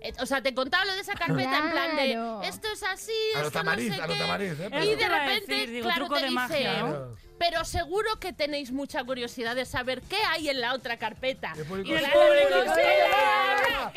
[SPEAKER 4] Eh, O sea, te contaba lo de esa carpeta en plan
[SPEAKER 3] Claro.
[SPEAKER 4] de esto es así,
[SPEAKER 5] A lo
[SPEAKER 4] esto
[SPEAKER 5] tamariz,
[SPEAKER 4] no sé
[SPEAKER 5] a lo
[SPEAKER 4] qué.
[SPEAKER 5] tamariz, ¿eh?
[SPEAKER 4] Y
[SPEAKER 5] Pero-
[SPEAKER 2] Eso te
[SPEAKER 4] de
[SPEAKER 2] iba a
[SPEAKER 4] repente,
[SPEAKER 2] decir, digo,
[SPEAKER 4] claro,
[SPEAKER 2] truco
[SPEAKER 4] te
[SPEAKER 2] de
[SPEAKER 4] dice,
[SPEAKER 2] magia,
[SPEAKER 5] ¿no?
[SPEAKER 4] pero seguro que tenéis mucha curiosidad de saber qué hay en la otra carpeta.
[SPEAKER 5] Y el público,
[SPEAKER 4] Y el
[SPEAKER 5] "Sí,
[SPEAKER 4] público,
[SPEAKER 5] sí,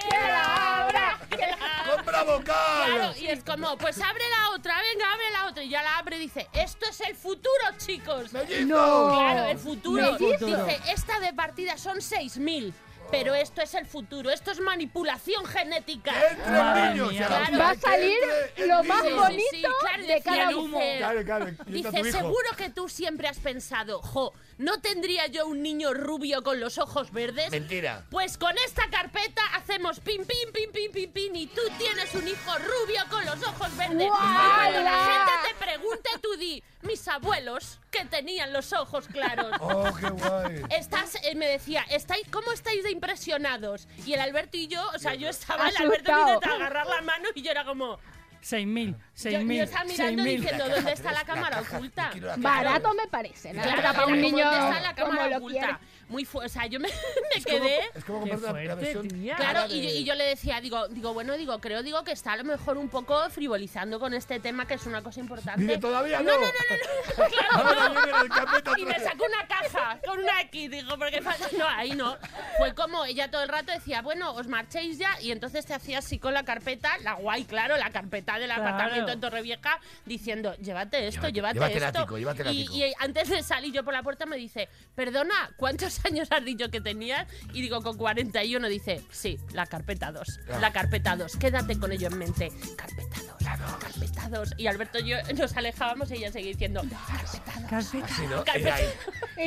[SPEAKER 4] "¡Que
[SPEAKER 5] la
[SPEAKER 4] la
[SPEAKER 5] abra,
[SPEAKER 4] abra, que la abra, que la abra".
[SPEAKER 5] ¡Compra vocal!
[SPEAKER 4] Claro, y es como, pues abre la otra, venga, abre la otra. Y ya la abre y dice, esto es el futuro, chicos.
[SPEAKER 5] ¡Mellizos!
[SPEAKER 4] Claro, el futuro.
[SPEAKER 3] Mellizos.
[SPEAKER 4] Dice, esta de partida son 6.000, pero esto es el futuro, esto es manipulación genética.
[SPEAKER 5] ¡Que entre
[SPEAKER 2] Madre
[SPEAKER 5] el niño!
[SPEAKER 2] mía.
[SPEAKER 5] si a la
[SPEAKER 4] Claro.
[SPEAKER 5] hora
[SPEAKER 3] Va a
[SPEAKER 5] que
[SPEAKER 3] salir
[SPEAKER 5] entre el
[SPEAKER 3] lo
[SPEAKER 5] niño.
[SPEAKER 3] más
[SPEAKER 4] Sí, sí,
[SPEAKER 3] bonito
[SPEAKER 4] sí, claro,
[SPEAKER 3] de
[SPEAKER 4] decía
[SPEAKER 3] cada
[SPEAKER 4] el humo.
[SPEAKER 3] mujer.
[SPEAKER 5] Claro, claro. y entra tu
[SPEAKER 4] Dice,
[SPEAKER 5] hijo.
[SPEAKER 4] seguro que tú siempre has pensado, jo, ¿no tendría yo un niño rubio con los ojos verdes?
[SPEAKER 5] Mentira.
[SPEAKER 4] Pues con esta carpeta hacemos pim, pim, pim, pim, pim, pim, y tú tienes un hijo rubio con los ojos verdes.
[SPEAKER 3] ¡Guala!
[SPEAKER 4] Y cuando la gente te pregunte, tú di, mis abuelos que tenían los ojos claros.
[SPEAKER 5] ¡Oh, qué guay!
[SPEAKER 4] Estás, eh, me decía, ¿estáis, ¿cómo estáis de impresionados? Y el Alberto y yo, o sea, yo estaba, el Alberto
[SPEAKER 3] Asustado.
[SPEAKER 4] intentaba agarrar la mano y yo era como,
[SPEAKER 2] 6.000,
[SPEAKER 4] yo, yo
[SPEAKER 2] 6.000,
[SPEAKER 4] estaba mirando
[SPEAKER 2] 6.000.
[SPEAKER 4] diciendo,
[SPEAKER 5] La
[SPEAKER 4] ¿dónde
[SPEAKER 5] caja,
[SPEAKER 4] está la
[SPEAKER 5] la
[SPEAKER 4] cámara
[SPEAKER 5] caja,
[SPEAKER 4] oculta?
[SPEAKER 5] yo quiero la caja.
[SPEAKER 3] Barato me parece, la
[SPEAKER 5] Claro,
[SPEAKER 3] verdad, para un
[SPEAKER 5] claro,
[SPEAKER 3] niño
[SPEAKER 4] ¿Dónde está la
[SPEAKER 3] como
[SPEAKER 4] cámara
[SPEAKER 3] lo quiere.
[SPEAKER 4] oculta? Muy fuerte, o sea, yo me,
[SPEAKER 5] *laughs*
[SPEAKER 4] me quedé...
[SPEAKER 5] Es como
[SPEAKER 2] Qué
[SPEAKER 5] comprar una- la
[SPEAKER 2] fuerte,
[SPEAKER 5] versión...
[SPEAKER 2] tía.
[SPEAKER 4] Claro,
[SPEAKER 5] cara
[SPEAKER 4] y,
[SPEAKER 5] de-
[SPEAKER 4] yo- y yo le decía, digo, digo, bueno, digo, creo, digo que está a lo mejor un poco frivolizando con este tema, que es una cosa importante.
[SPEAKER 5] Dice, todavía
[SPEAKER 4] No, no,
[SPEAKER 5] no. *laughs*
[SPEAKER 4] no, no, no, claro,
[SPEAKER 5] Ahora
[SPEAKER 4] no.
[SPEAKER 5] viene el carpeta
[SPEAKER 4] Y
[SPEAKER 5] otra
[SPEAKER 4] me
[SPEAKER 5] vez.
[SPEAKER 4] sacó una caja con una X, digo, porque falta. No, ahí no. Fue como ella todo el rato decía, bueno, os marchéis ya, y entonces te hacía así con la carpeta, la guay, claro, la carpeta del
[SPEAKER 2] Claro.
[SPEAKER 4] apartamento en Torrevieja, diciendo, llévate esto,
[SPEAKER 5] Llévate-
[SPEAKER 4] llévate,
[SPEAKER 5] llévate el
[SPEAKER 4] esto.
[SPEAKER 5] ático, llévate el
[SPEAKER 4] Y-
[SPEAKER 5] ático.
[SPEAKER 4] y eh, antes de salir yo por la puerta me dice, perdona, ¿cuántos *laughs* años has dicho que tenías? Y digo, con 41 dice, sí, la carpeta 2,
[SPEAKER 5] Claro.
[SPEAKER 4] la carpeta 2, quédate con ello en mente, carpeta 2, carpeta 2. Y Alberto y yo nos alejábamos y ella seguía diciendo, carpeta 2.
[SPEAKER 2] Carpeta.
[SPEAKER 5] Sí, ¿no?
[SPEAKER 4] Carpeta.
[SPEAKER 5] Ella ahí.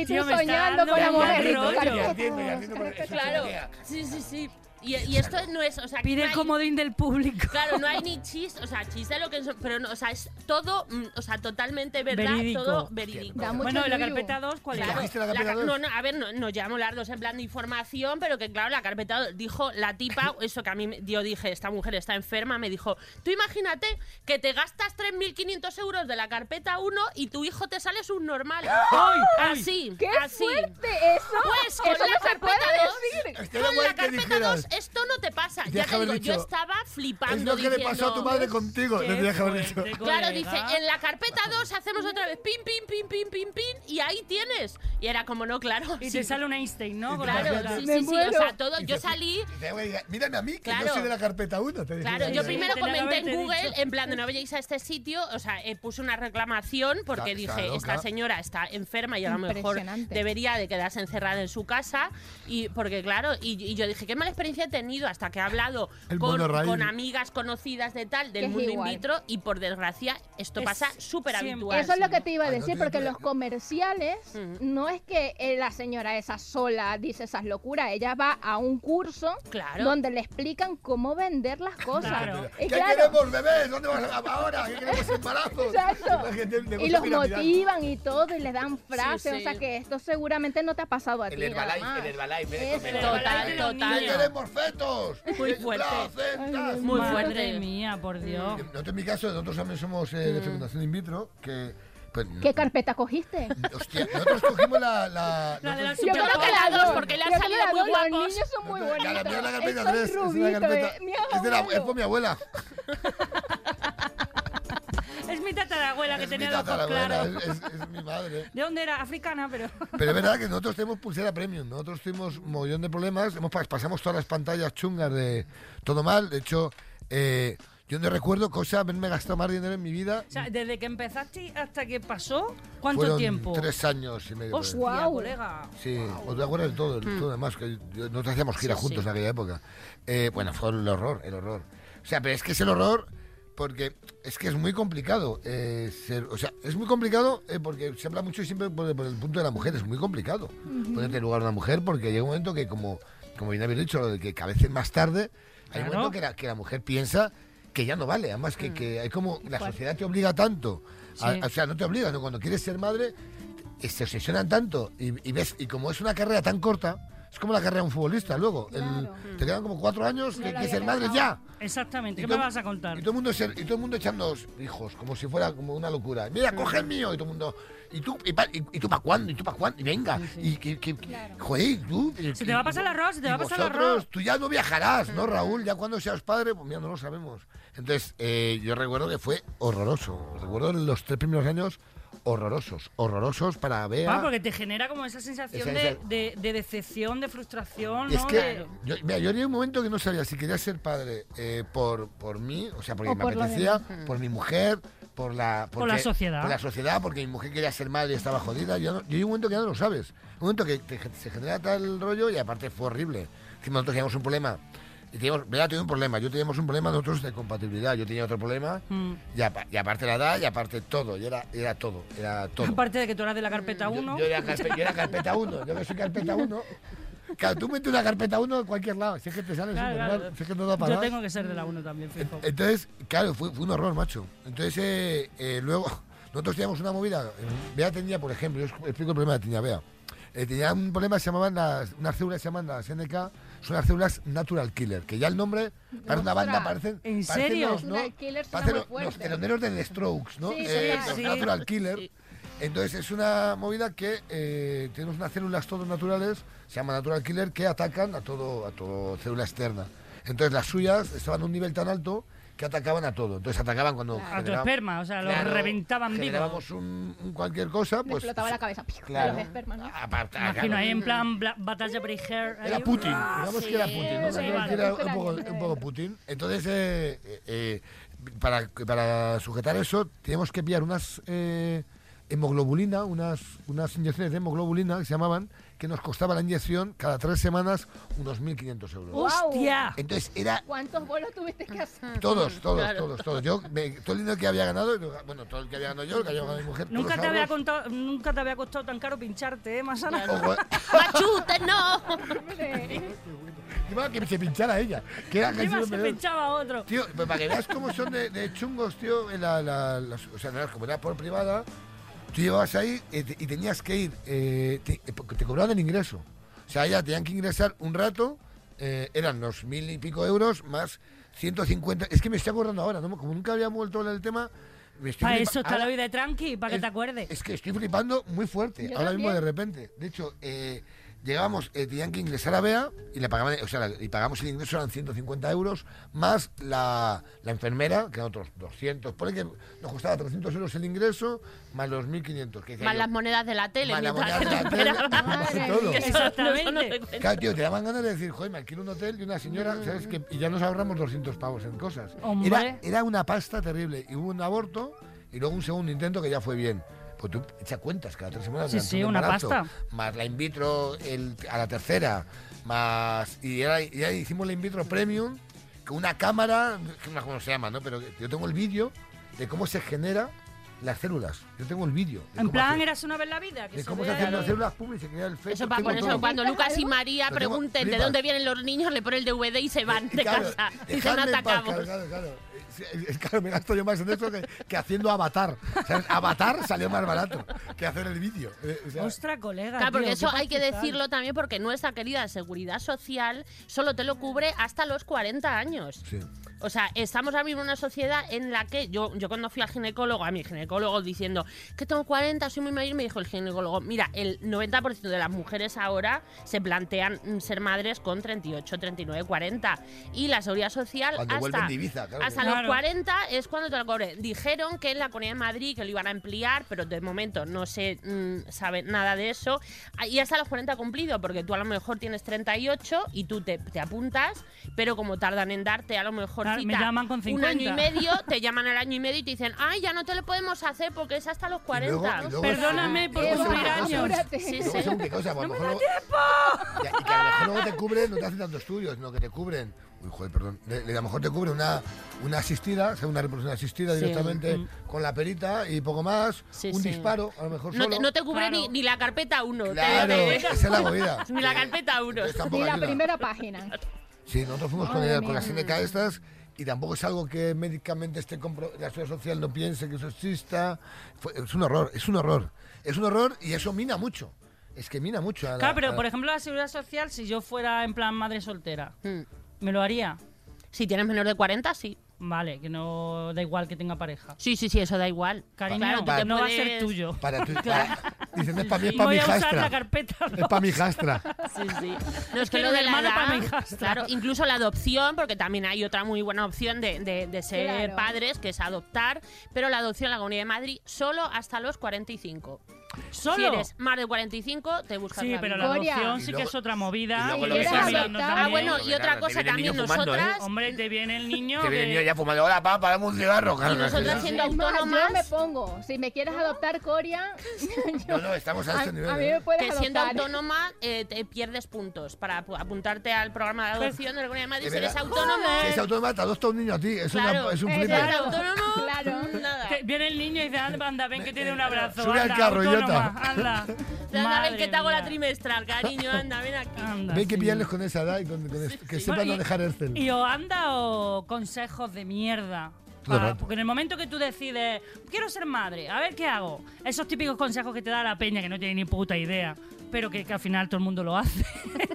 [SPEAKER 3] Y tú
[SPEAKER 2] Tío, me está
[SPEAKER 3] soñando
[SPEAKER 2] dando
[SPEAKER 3] con la
[SPEAKER 2] un
[SPEAKER 3] mujer.
[SPEAKER 2] mal
[SPEAKER 3] y tú,
[SPEAKER 2] rollo.
[SPEAKER 5] Y
[SPEAKER 3] carpetas,
[SPEAKER 5] atiendo, y atiendo con-
[SPEAKER 3] carpetas.
[SPEAKER 4] Claro,
[SPEAKER 5] idea.
[SPEAKER 4] sí, sí, sí. Y, y esto no es, o sea, que
[SPEAKER 2] Pide
[SPEAKER 4] no
[SPEAKER 2] el
[SPEAKER 4] hay-
[SPEAKER 2] comodín del público.
[SPEAKER 4] *laughs* Claro,
[SPEAKER 2] *laughs*
[SPEAKER 4] no hay ni chiste, o sea, chiste lo que es, pero no, o sea, es todo, mm, o sea, totalmente verdad,
[SPEAKER 2] Verídico.
[SPEAKER 4] todo verídico.
[SPEAKER 3] Da mucho
[SPEAKER 2] Bueno, ¿y la
[SPEAKER 3] yuyu.
[SPEAKER 2] carpeta 2 cuál
[SPEAKER 4] Claro,
[SPEAKER 2] era?
[SPEAKER 5] ¿Cogiste la carpeta
[SPEAKER 4] ca-
[SPEAKER 5] dos?
[SPEAKER 4] no, no, a ver, no, nos llevamos las dos en plan de información, pero que claro, la carpeta dos- dijo la tipa, eso que a mí me- yo dije, esta mujer está enferma, me dijo, tú imagínate que te gastas 3.500 euros de la carpeta 1 y tu hijo te sale subnormal.
[SPEAKER 2] ¡Ay, ay!
[SPEAKER 4] Así,
[SPEAKER 3] ¡Qué
[SPEAKER 4] así.
[SPEAKER 3] fuerte eso!
[SPEAKER 4] Pues con
[SPEAKER 3] eso
[SPEAKER 4] la
[SPEAKER 3] no se
[SPEAKER 4] carpeta
[SPEAKER 3] puede decir.
[SPEAKER 5] Estaría
[SPEAKER 4] Con
[SPEAKER 5] guay
[SPEAKER 4] la
[SPEAKER 5] Este, que
[SPEAKER 4] carpeta eh,
[SPEAKER 5] dijeras,
[SPEAKER 4] 2, esto no te pasa. Ya
[SPEAKER 5] Deja
[SPEAKER 4] te
[SPEAKER 5] haber
[SPEAKER 4] digo, yo
[SPEAKER 5] dicho,
[SPEAKER 4] estaba flipando.
[SPEAKER 5] Es lo que le pasó a tu
[SPEAKER 4] diciendo,
[SPEAKER 5] madre contigo. Le tendrías que haber dicho.
[SPEAKER 2] Qué fuerte,
[SPEAKER 4] Claro,
[SPEAKER 2] colega.
[SPEAKER 4] dice, en la carpeta 2 hacemos otra vez pin, pin, pin, pin, pin, pin, y ahí tienes. Y era como, no, claro.
[SPEAKER 2] Y
[SPEAKER 4] sí.
[SPEAKER 2] te sale un Einstein, ¿no? Con la
[SPEAKER 4] Claro,
[SPEAKER 2] carpeta.
[SPEAKER 4] sí,
[SPEAKER 3] Me
[SPEAKER 4] sí, sí. O
[SPEAKER 3] muero.
[SPEAKER 4] sea, todo.
[SPEAKER 5] Y
[SPEAKER 4] Yo
[SPEAKER 5] te-
[SPEAKER 4] salí.
[SPEAKER 5] y te voy a decir, Mírame a mí, que
[SPEAKER 4] Claro.
[SPEAKER 5] yo soy de la carpeta 1.
[SPEAKER 4] Claro,
[SPEAKER 2] Sí,
[SPEAKER 4] yo
[SPEAKER 2] sí.
[SPEAKER 4] primero
[SPEAKER 2] Te lo
[SPEAKER 4] comenté en
[SPEAKER 2] haberte
[SPEAKER 4] Google,
[SPEAKER 2] dicho.
[SPEAKER 4] en plan de no vayáis a este sitio, o sea, eh, puse una reclamación porque
[SPEAKER 5] Está-
[SPEAKER 4] dije,
[SPEAKER 5] está loca.
[SPEAKER 4] esta señora está enferma y a lo mejor
[SPEAKER 3] Impresionante.
[SPEAKER 4] debería de quedarse encerrada en su casa, y porque claro, y, y yo dije, qué mala experiencia he tenido hasta que he hablado
[SPEAKER 5] El
[SPEAKER 4] con,
[SPEAKER 5] monorraíl.
[SPEAKER 4] con amigas conocidas de tal,
[SPEAKER 3] Que
[SPEAKER 4] del
[SPEAKER 3] es
[SPEAKER 4] mundo in
[SPEAKER 3] igual.
[SPEAKER 4] vitro, y por desgracia esto
[SPEAKER 2] Es
[SPEAKER 4] pasa súper
[SPEAKER 2] siempre.
[SPEAKER 4] habitual.
[SPEAKER 3] Eso es lo que te iba a
[SPEAKER 5] Ay, no
[SPEAKER 3] decir,
[SPEAKER 5] tiene
[SPEAKER 3] porque
[SPEAKER 5] duda.
[SPEAKER 3] los comerciales
[SPEAKER 4] Mm.
[SPEAKER 3] no es que eh, la señora esa sola dice esas locuras. Ella va a un curso
[SPEAKER 4] Claro.
[SPEAKER 3] donde le explican cómo vender las cosas.
[SPEAKER 2] Claro.
[SPEAKER 3] Y
[SPEAKER 5] ¿Qué
[SPEAKER 3] claro,
[SPEAKER 5] queremos, bebés? ¿Dónde vas a- ahora? ¿Qué queremos embarazos?
[SPEAKER 3] Exacto.
[SPEAKER 5] La gente de
[SPEAKER 3] Y los
[SPEAKER 5] piramidal.
[SPEAKER 3] motivan y todo, y les dan frases.
[SPEAKER 4] sí.
[SPEAKER 3] O sea que esto seguramente no te ha pasado a
[SPEAKER 5] El
[SPEAKER 3] ti. nada
[SPEAKER 5] Herbalife,
[SPEAKER 3] más.
[SPEAKER 5] el Herbalife. ven a
[SPEAKER 3] Eso.
[SPEAKER 5] comer.
[SPEAKER 4] Total,
[SPEAKER 2] Ay,
[SPEAKER 5] ¿Qué
[SPEAKER 4] total.
[SPEAKER 5] queremos, fetos?
[SPEAKER 4] Muy fuerte.
[SPEAKER 5] Placentas.
[SPEAKER 4] Muy
[SPEAKER 2] Madre
[SPEAKER 4] fuerte.
[SPEAKER 2] mía, por
[SPEAKER 5] Mm.
[SPEAKER 2] Dios.
[SPEAKER 5] Nosotros en mi caso, nosotros también somos eh,
[SPEAKER 4] Mm.
[SPEAKER 5] de fecundación in vitro, que... Pues,
[SPEAKER 3] ¿Qué carpeta cogiste?
[SPEAKER 5] Hostia, nosotros cogimos la... la,
[SPEAKER 2] La de la
[SPEAKER 5] nosotros-
[SPEAKER 4] Yo creo que la dos, porque le
[SPEAKER 3] Yo
[SPEAKER 4] han
[SPEAKER 3] creo
[SPEAKER 4] salido
[SPEAKER 3] que la
[SPEAKER 4] muy
[SPEAKER 3] dos,
[SPEAKER 4] guapos.
[SPEAKER 3] Los niños son muy
[SPEAKER 5] Ya,
[SPEAKER 3] bonitos.
[SPEAKER 5] la mía es la carpeta
[SPEAKER 3] Son
[SPEAKER 5] 3, es la
[SPEAKER 3] rubitos,
[SPEAKER 5] carpeta...
[SPEAKER 3] eh. Mi
[SPEAKER 5] es, de la, es
[SPEAKER 3] abuelo.
[SPEAKER 5] por mi abuela.
[SPEAKER 2] Es mi tatarabuela que
[SPEAKER 5] Es mi
[SPEAKER 2] tenía los ojos
[SPEAKER 5] tatarabuela, eh.
[SPEAKER 2] claros.
[SPEAKER 5] es- es- es mi madre.
[SPEAKER 2] ¿De dónde era? Africana, pero.
[SPEAKER 5] Pero es verdad que nosotros tenemos pulsera premium, nosotros tuvimos un mogollón de problemas, hemos, pas- pasamos todas las pantallas chungas de todo mal, de hecho, eh, yo no recuerdo cosa haberme gastado más dinero en mi vida.
[SPEAKER 2] O sea, desde que empezaste hasta que pasó, ¿cuánto
[SPEAKER 5] Fueron
[SPEAKER 2] tiempo?
[SPEAKER 5] Tres años y medio. por ahí.
[SPEAKER 2] Hostia,
[SPEAKER 3] Guau.
[SPEAKER 2] colega.
[SPEAKER 5] Sí, os voy a de todo,
[SPEAKER 2] Mm.
[SPEAKER 5] el- todo además, que yo- nosotros hacíamos gira juntos en aquella época. Eh, bueno, fue el horror, el horror. O sea, pero es que es el horror porque es que es muy complicado. eh, ser- o sea, es muy complicado eh, porque se habla mucho y siempre por, por el punto de la mujer, es muy complicado ponerte en lugar de una mujer porque llega un momento que, como, como bien habéis dicho, lo de que cabecen más tarde, hay un
[SPEAKER 2] Claro. Mm.
[SPEAKER 5] momento que la, que la mujer piensa que ya no vale, además que, que hay como la sociedad te obliga tanto, a-
[SPEAKER 2] Sí.
[SPEAKER 5] o sea, no te obliga, ¿no? cuando quieres ser madre eh, se obsesionan tanto y, y ves y como es una carrera tan corta es como la carrera de un futbolista luego el-
[SPEAKER 3] Claro.
[SPEAKER 5] te quedan como cuatro años que
[SPEAKER 3] lo
[SPEAKER 5] que
[SPEAKER 3] había
[SPEAKER 5] ser madre ya
[SPEAKER 3] pensado.
[SPEAKER 2] Exactamente,
[SPEAKER 5] Y
[SPEAKER 2] ¿qué
[SPEAKER 5] todo-
[SPEAKER 2] me vas a contar?
[SPEAKER 5] y todo el mundo ser- y todo el mundo echando hijos como si fuera como una locura mira
[SPEAKER 3] Mm.
[SPEAKER 5] coge el mío y todo el mundo y tú y, pa- y- y tú para cuándo y tú para cuándo y venga y que, que- joder y tú y-
[SPEAKER 2] Se te va a pasar
[SPEAKER 5] y-
[SPEAKER 2] el arroz, se te
[SPEAKER 5] y
[SPEAKER 2] va a pasar el
[SPEAKER 5] vosotros,
[SPEAKER 2] arroz.
[SPEAKER 5] tú ya no viajarás
[SPEAKER 3] Mm.
[SPEAKER 5] no Raúl ya cuando seas padre pues mira no lo sabemos entonces eh, yo recuerdo que fue horroroso recuerdo los tres primeros años horrorosos horrorosos para ver
[SPEAKER 2] Ah, porque te genera como esa sensación
[SPEAKER 5] Esa-
[SPEAKER 2] de,
[SPEAKER 5] esa-
[SPEAKER 2] de- de decepción, de frustración,
[SPEAKER 5] Y
[SPEAKER 2] ¿no?
[SPEAKER 5] es que
[SPEAKER 2] De-
[SPEAKER 5] yo, mira, yo llegué a un momento que no sabía si quería ser padre eh, por, por mí, o sea, porque
[SPEAKER 3] O
[SPEAKER 5] me
[SPEAKER 3] por los
[SPEAKER 5] apetecía, por mi mujer, por la,
[SPEAKER 2] Por la
[SPEAKER 5] porque-
[SPEAKER 2] sociedad.
[SPEAKER 5] Por la sociedad, porque mi mujer quería ser madre y estaba jodida. Yo, no- yo llegué a un momento que ya no lo sabes. Un momento que te- se genera tal rollo y aparte fue horrible. Que nosotros teníamos un problema. Y teníamos, Bea tenía un problema, yo teníamos un problema nosotros de compatibilidad, yo tenía otro problema,
[SPEAKER 2] Mm.
[SPEAKER 5] y, apa- y aparte la edad, y aparte todo, y era, era todo, era todo.
[SPEAKER 2] Aparte de que tú eras de la carpeta
[SPEAKER 5] Yo-
[SPEAKER 2] 1.
[SPEAKER 5] Yo, era carpe- yo era carpeta 1, yo que soy carpeta 1. Claro, tú metes una carpeta 1 en cualquier lado, si es que te sale
[SPEAKER 2] Claro,
[SPEAKER 5] sin normal,
[SPEAKER 2] claro.
[SPEAKER 5] si es que no da para
[SPEAKER 2] Yo
[SPEAKER 5] nada.
[SPEAKER 2] tengo que ser de la 1 también, fijo.
[SPEAKER 5] Entonces, claro, fue, fue un horror, macho. Entonces, eh, eh, luego, *laughs* nosotros teníamos una movida. Bea tenía, por ejemplo, yo os explico el problema que tenía Bea. Eh, tenía un problema, se llamaban las, unas células, se llaman las NK, son las células Natural Killer, que ya el nombre para una banda
[SPEAKER 3] Ostras,
[SPEAKER 5] parecen...
[SPEAKER 2] ¿en
[SPEAKER 5] parecen
[SPEAKER 2] serio?
[SPEAKER 5] Los, ¿no?
[SPEAKER 3] Natural Killer suena
[SPEAKER 5] Parecen
[SPEAKER 3] muy
[SPEAKER 5] los- los
[SPEAKER 3] fuerte.
[SPEAKER 5] teloneros de The Strokes, ¿no? Eh,
[SPEAKER 3] Sí, total.
[SPEAKER 5] los
[SPEAKER 2] Sí.
[SPEAKER 5] Natural Killer. Entonces es una movida que eh, tenemos unas células todos naturales, se llama natural killer, que atacan a todo, a todo célula externa. Entonces las suyas estaban a un nivel tan alto que atacaban a todo. Entonces atacaban cuando
[SPEAKER 2] A tu esperma, o sea, lo
[SPEAKER 5] Claro,
[SPEAKER 2] reventaban vivo.
[SPEAKER 5] generábamos un, un cualquier cosa,
[SPEAKER 3] Me
[SPEAKER 5] pues.
[SPEAKER 3] explotaba la cabeza. piu, de
[SPEAKER 5] Claro.
[SPEAKER 3] los espermas, ¿no?
[SPEAKER 5] Aparte,
[SPEAKER 2] Imagino
[SPEAKER 5] claro.
[SPEAKER 2] ahí en plan bla- batalla ¿eh? por
[SPEAKER 5] Era Putin, digamos que era Putin, ¿no?
[SPEAKER 2] Ah, sí,
[SPEAKER 5] Era-
[SPEAKER 2] vale.
[SPEAKER 5] era
[SPEAKER 3] Era
[SPEAKER 5] un poco,
[SPEAKER 3] Putin.
[SPEAKER 5] un poco Putin. Entonces, eh, eh, eh, para, para sujetar eso, teníamos que pillar unas eh, hemoglobulina, unas, unas inyecciones de hemoglobulina que se llamaban, que nos costaba la inyección cada tres semanas unos 1.500 euros.
[SPEAKER 2] ¡Hostia!
[SPEAKER 5] Entonces, era
[SPEAKER 3] ¿Cuántos bolos tuviste que hacer?
[SPEAKER 2] *laughs*
[SPEAKER 5] todos, todos,
[SPEAKER 4] Claro.
[SPEAKER 5] todos, todos. Yo, me- todo el dinero que había ganado, bueno, todo el que había ganado yo, el que había ganado mi mujer. todos
[SPEAKER 2] Nunca
[SPEAKER 5] los
[SPEAKER 2] te, había
[SPEAKER 5] ahorros,
[SPEAKER 2] contado, nunca te había costado tan caro pincharte, ¿eh, Masana?
[SPEAKER 5] ojo, eh.
[SPEAKER 4] ¡Machute, no!
[SPEAKER 3] Hombre.
[SPEAKER 5] *laughs* Encima que se pinchara ella. Que era casi
[SPEAKER 2] *laughs* Encima
[SPEAKER 5] lo
[SPEAKER 2] se
[SPEAKER 5] peor.
[SPEAKER 2] pinchaba otro.
[SPEAKER 5] Tío, pues para que veas cómo son de, de chungos, tío, en la, la- las- o sea, no, como era por privada, tú llevabas ahí eh, te- y tenías que ir, eh, te, eh, porque te cobraban el ingreso. O sea, ya tenían que ingresar un rato, eh, eran los mil y pico euros más 150. Es que me estoy acordando ahora, ¿no? como nunca había vuelto en el tema, me estoy
[SPEAKER 2] Para
[SPEAKER 5] flipa-
[SPEAKER 2] eso está
[SPEAKER 5] ahora-
[SPEAKER 2] la vida de tranqui, para que
[SPEAKER 5] es-
[SPEAKER 2] te acuerdes.
[SPEAKER 5] Es que estoy flipando muy fuerte.
[SPEAKER 3] Yo
[SPEAKER 5] ahora mismo de
[SPEAKER 3] también.
[SPEAKER 5] repente. De hecho, eh, llegamos, eh, tenían que ingresar a BEA y le pagaban, o sea, la- y pagamos el ingreso eran 150 euros, más la, la enfermera, que eran otros 200. Por que nos costaba 300 euros el ingreso, más los 1.500. Que decía
[SPEAKER 4] Más
[SPEAKER 5] yo,
[SPEAKER 4] las monedas de la tele.
[SPEAKER 5] más la
[SPEAKER 4] mientras
[SPEAKER 5] moneda de la
[SPEAKER 4] que
[SPEAKER 5] tele,
[SPEAKER 4] espera.
[SPEAKER 5] más todo.
[SPEAKER 4] Que eso-
[SPEAKER 2] Exactamente.
[SPEAKER 4] eso no se cuenta.
[SPEAKER 5] Claro, tío, te daban ganas de decir, joder, me alquilo un hotel y una señora, ¿sabes? Que, y ya nos ahorramos 200 pavos en cosas.
[SPEAKER 2] Mm. Hombre.
[SPEAKER 5] Era, era una pasta terrible. Y hubo un aborto y luego un segundo intento que ya fue bien. Pues tú echa cuentas cada tres semanas.
[SPEAKER 2] Sí,
[SPEAKER 5] durante
[SPEAKER 2] sí,
[SPEAKER 5] un
[SPEAKER 2] una
[SPEAKER 5] embarazo,
[SPEAKER 2] pasta.
[SPEAKER 5] Más la in vitro el- a la tercera, más... Y ya, ya hicimos la in vitro premium con una cámara, que no sé cómo se llama, ¿no? Pero yo tengo el vídeo de cómo se genera las células. Yo tengo el vídeo. de
[SPEAKER 2] En
[SPEAKER 5] cómo
[SPEAKER 2] plan,
[SPEAKER 5] hacer-
[SPEAKER 2] eras una vez la vida. Que
[SPEAKER 5] de
[SPEAKER 2] se
[SPEAKER 5] cómo se
[SPEAKER 2] ve
[SPEAKER 5] hacen
[SPEAKER 2] ahí.
[SPEAKER 5] las células públicas y se crea el Facebook.
[SPEAKER 4] Eso para
[SPEAKER 5] tengo
[SPEAKER 4] ponerse
[SPEAKER 5] todo.
[SPEAKER 4] cuando Lucas y María
[SPEAKER 5] Lo tengo-
[SPEAKER 4] pregunten de
[SPEAKER 5] flipas.
[SPEAKER 4] dónde vienen los niños, le ponen el DVD y se van
[SPEAKER 5] Y
[SPEAKER 4] de
[SPEAKER 5] claro,
[SPEAKER 4] casa. Y se han
[SPEAKER 5] dejadme en paz,
[SPEAKER 4] atacado.
[SPEAKER 5] Claro, claro, claro. Sí, es- claro, me gasto yo más en esto que, que haciendo avatar. ¿Sabes? Avatar salió más barato que hacer el vídeo. Eh, o sea,
[SPEAKER 2] Ostras, colega.
[SPEAKER 4] Claro, porque
[SPEAKER 2] tío,
[SPEAKER 4] eso
[SPEAKER 2] qué
[SPEAKER 4] hay que
[SPEAKER 2] pastizal.
[SPEAKER 4] decirlo también porque nuestra querida seguridad social solo te lo cubre hasta los 40 años.
[SPEAKER 5] sí.
[SPEAKER 4] O sea, estamos ahora mismo en una sociedad en la que yo, yo cuando fui al ginecólogo, a mi ginecólogo diciendo que tengo 40, soy muy mayor, me dijo el ginecólogo, mira, el 90% de las mujeres ahora se plantean mm, ser madres con 38, 39, 40. Y la seguridad social
[SPEAKER 5] Cuando
[SPEAKER 4] hasta,
[SPEAKER 5] vuelven de Ibiza, claro.
[SPEAKER 4] hasta
[SPEAKER 2] Claro.
[SPEAKER 4] los 40 es cuando te lo cobre. Dijeron que en la Comunidad de Madrid que lo iban a ampliar, pero de momento no se mm, sabe nada de eso. Ah, Y hasta los 40 cumplido, porque tú a lo mejor tienes 38 y tú te, te apuntas, pero como tardan en darte a lo mejor
[SPEAKER 2] Claro, me
[SPEAKER 4] cita
[SPEAKER 2] llaman con
[SPEAKER 4] un año y
[SPEAKER 2] 50.
[SPEAKER 4] medio, te llaman al año y medio y te dicen, ay, ya no te lo podemos hacer porque es hasta los 40.
[SPEAKER 5] y luego-
[SPEAKER 2] Perdóname por
[SPEAKER 5] Eva,
[SPEAKER 2] cumplir años.
[SPEAKER 3] apúrate.
[SPEAKER 4] Sí,
[SPEAKER 5] Luego según qué cosa, a lo mejor luego- Ya, Y que a lo mejor luego te cubren, no te hacen tantos estudios, sino que te cubren. Uy, joder, perdón. Le- le- a lo mejor te cubre una, una asistida, o sea, una reproducción asistida
[SPEAKER 4] Sí. Mm.
[SPEAKER 5] directamente con la perita y poco más.
[SPEAKER 4] Sí,
[SPEAKER 5] un
[SPEAKER 4] sí.
[SPEAKER 5] disparo, a lo mejor
[SPEAKER 4] no,
[SPEAKER 5] solo.
[SPEAKER 4] te, no te cubre
[SPEAKER 2] Claro.
[SPEAKER 4] ni, ni la carpeta 1.
[SPEAKER 5] Claro, esa es la movida.
[SPEAKER 4] *laughs* Ni la
[SPEAKER 5] Eh,
[SPEAKER 4] carpeta uno.
[SPEAKER 5] entonces tampoco
[SPEAKER 3] Ni la
[SPEAKER 5] ayuda.
[SPEAKER 3] primera página.
[SPEAKER 5] Sí, nosotros fuimos con,
[SPEAKER 3] Madre
[SPEAKER 5] el- con
[SPEAKER 3] mía.
[SPEAKER 5] las NK estas y tampoco es algo que médicamente esté compro la sociedad social no piense que eso exista. Fue- es un horror, es un horror. Es un horror y eso mina mucho. Es que mina mucho. a la-
[SPEAKER 2] Claro,
[SPEAKER 5] a
[SPEAKER 2] pero
[SPEAKER 5] la-
[SPEAKER 2] por ejemplo la seguridad social, si yo fuera en plan madre soltera, ¿me lo haría?
[SPEAKER 4] Mm. Si tienes menor de 40, sí.
[SPEAKER 2] Vale, que no da igual que tenga pareja.
[SPEAKER 4] Sí, sí, sí, eso da igual.
[SPEAKER 2] Cariño,
[SPEAKER 4] Claro, tú te
[SPEAKER 2] no va a ser
[SPEAKER 4] puedes-
[SPEAKER 2] tuyo.
[SPEAKER 5] Para
[SPEAKER 2] *laughs*
[SPEAKER 5] tu, para- dicen, es para mí, es
[SPEAKER 2] Y
[SPEAKER 5] para mi
[SPEAKER 2] voy a usar
[SPEAKER 5] hijastra.
[SPEAKER 2] la carpeta.
[SPEAKER 5] Es para
[SPEAKER 2] *laughs*
[SPEAKER 5] mi hijastra.
[SPEAKER 4] Sí, *laughs* sí. No, es que
[SPEAKER 2] Pero
[SPEAKER 4] lo de
[SPEAKER 2] del
[SPEAKER 4] la
[SPEAKER 2] malo para
[SPEAKER 4] edad,
[SPEAKER 2] mi hijastra.
[SPEAKER 4] claro, incluso la adopción, porque también hay otra muy buena opción de, de- de ser
[SPEAKER 3] Claro.
[SPEAKER 4] padres, que es adoptar, pero la adopción en la Comunidad de Madrid solo hasta los 45. Si
[SPEAKER 2] Solo.
[SPEAKER 4] eres más de 45, te buscas
[SPEAKER 2] Sí,
[SPEAKER 4] la
[SPEAKER 2] pero
[SPEAKER 4] vida.
[SPEAKER 2] la Pues
[SPEAKER 3] Gloria.
[SPEAKER 2] adopción
[SPEAKER 5] Y
[SPEAKER 2] sí que
[SPEAKER 5] luego-
[SPEAKER 2] es otra movida.
[SPEAKER 6] y luego
[SPEAKER 2] que
[SPEAKER 6] lo
[SPEAKER 2] hay que
[SPEAKER 3] quieres
[SPEAKER 2] mirarlo
[SPEAKER 3] adoptar.
[SPEAKER 4] Ah,
[SPEAKER 2] también.
[SPEAKER 4] bueno, y
[SPEAKER 6] Porque,
[SPEAKER 4] otra
[SPEAKER 6] claro, te
[SPEAKER 4] cosa
[SPEAKER 6] viene el
[SPEAKER 4] también
[SPEAKER 6] niño fumando, ¿eh?
[SPEAKER 4] nosotras...
[SPEAKER 2] Hombre, te viene el niño.
[SPEAKER 6] Que viene
[SPEAKER 2] que-
[SPEAKER 6] el niño ya fumando. Hola, papá, dame un cigarro. claro.
[SPEAKER 4] Y nosotras siendo
[SPEAKER 3] Es más,
[SPEAKER 4] autónomas,
[SPEAKER 3] yo me pongo. Si me quieres adoptar, Coria,
[SPEAKER 5] No, no, estamos
[SPEAKER 3] a,
[SPEAKER 5] a este nivel.
[SPEAKER 3] a mí
[SPEAKER 5] ¿eh?
[SPEAKER 3] me puedes
[SPEAKER 4] que siendo
[SPEAKER 3] adoptar.
[SPEAKER 4] autónoma eh, te pierdes puntos para apu- apuntarte al programa de adopción de la Comunidad de Madrid.
[SPEAKER 5] De
[SPEAKER 4] Si eres
[SPEAKER 5] verdad.
[SPEAKER 4] autónoma,
[SPEAKER 2] eh.
[SPEAKER 5] Si es autónoma, te adopta un niño a ti. Es,
[SPEAKER 4] Claro,
[SPEAKER 5] una, es un
[SPEAKER 3] Eh,
[SPEAKER 5] flipe.
[SPEAKER 4] eres
[SPEAKER 3] claro.
[SPEAKER 4] autónomo,
[SPEAKER 3] Claro.
[SPEAKER 4] nada.
[SPEAKER 2] que viene el niño y dice, anda, anda, ven que te dé un abrazo.
[SPEAKER 5] Eh, Sube al
[SPEAKER 2] anda,
[SPEAKER 5] carro,
[SPEAKER 2] autónoma,
[SPEAKER 5] idiota. *laughs*
[SPEAKER 2] Anda.
[SPEAKER 4] Anda, ven
[SPEAKER 2] Madre
[SPEAKER 4] que te hago la
[SPEAKER 2] mía.
[SPEAKER 4] trimestral, cariño, anda, ven aquí.
[SPEAKER 2] Anda,
[SPEAKER 5] Ve que
[SPEAKER 2] sí.
[SPEAKER 5] pillarles con esa edad y con, con esto, que sepan
[SPEAKER 2] Bueno,
[SPEAKER 5] no
[SPEAKER 2] y-
[SPEAKER 5] dejar el cel.
[SPEAKER 2] Y os han dado consejos de mierda.
[SPEAKER 5] Todo el
[SPEAKER 2] Pa-
[SPEAKER 5] rato.
[SPEAKER 2] porque en el momento que tú decides, quiero ser madre, a ver qué hago. Esos típicos consejos que te da la peña que no tiene ni puta idea, pero que, que al final todo el mundo lo hace. *laughs*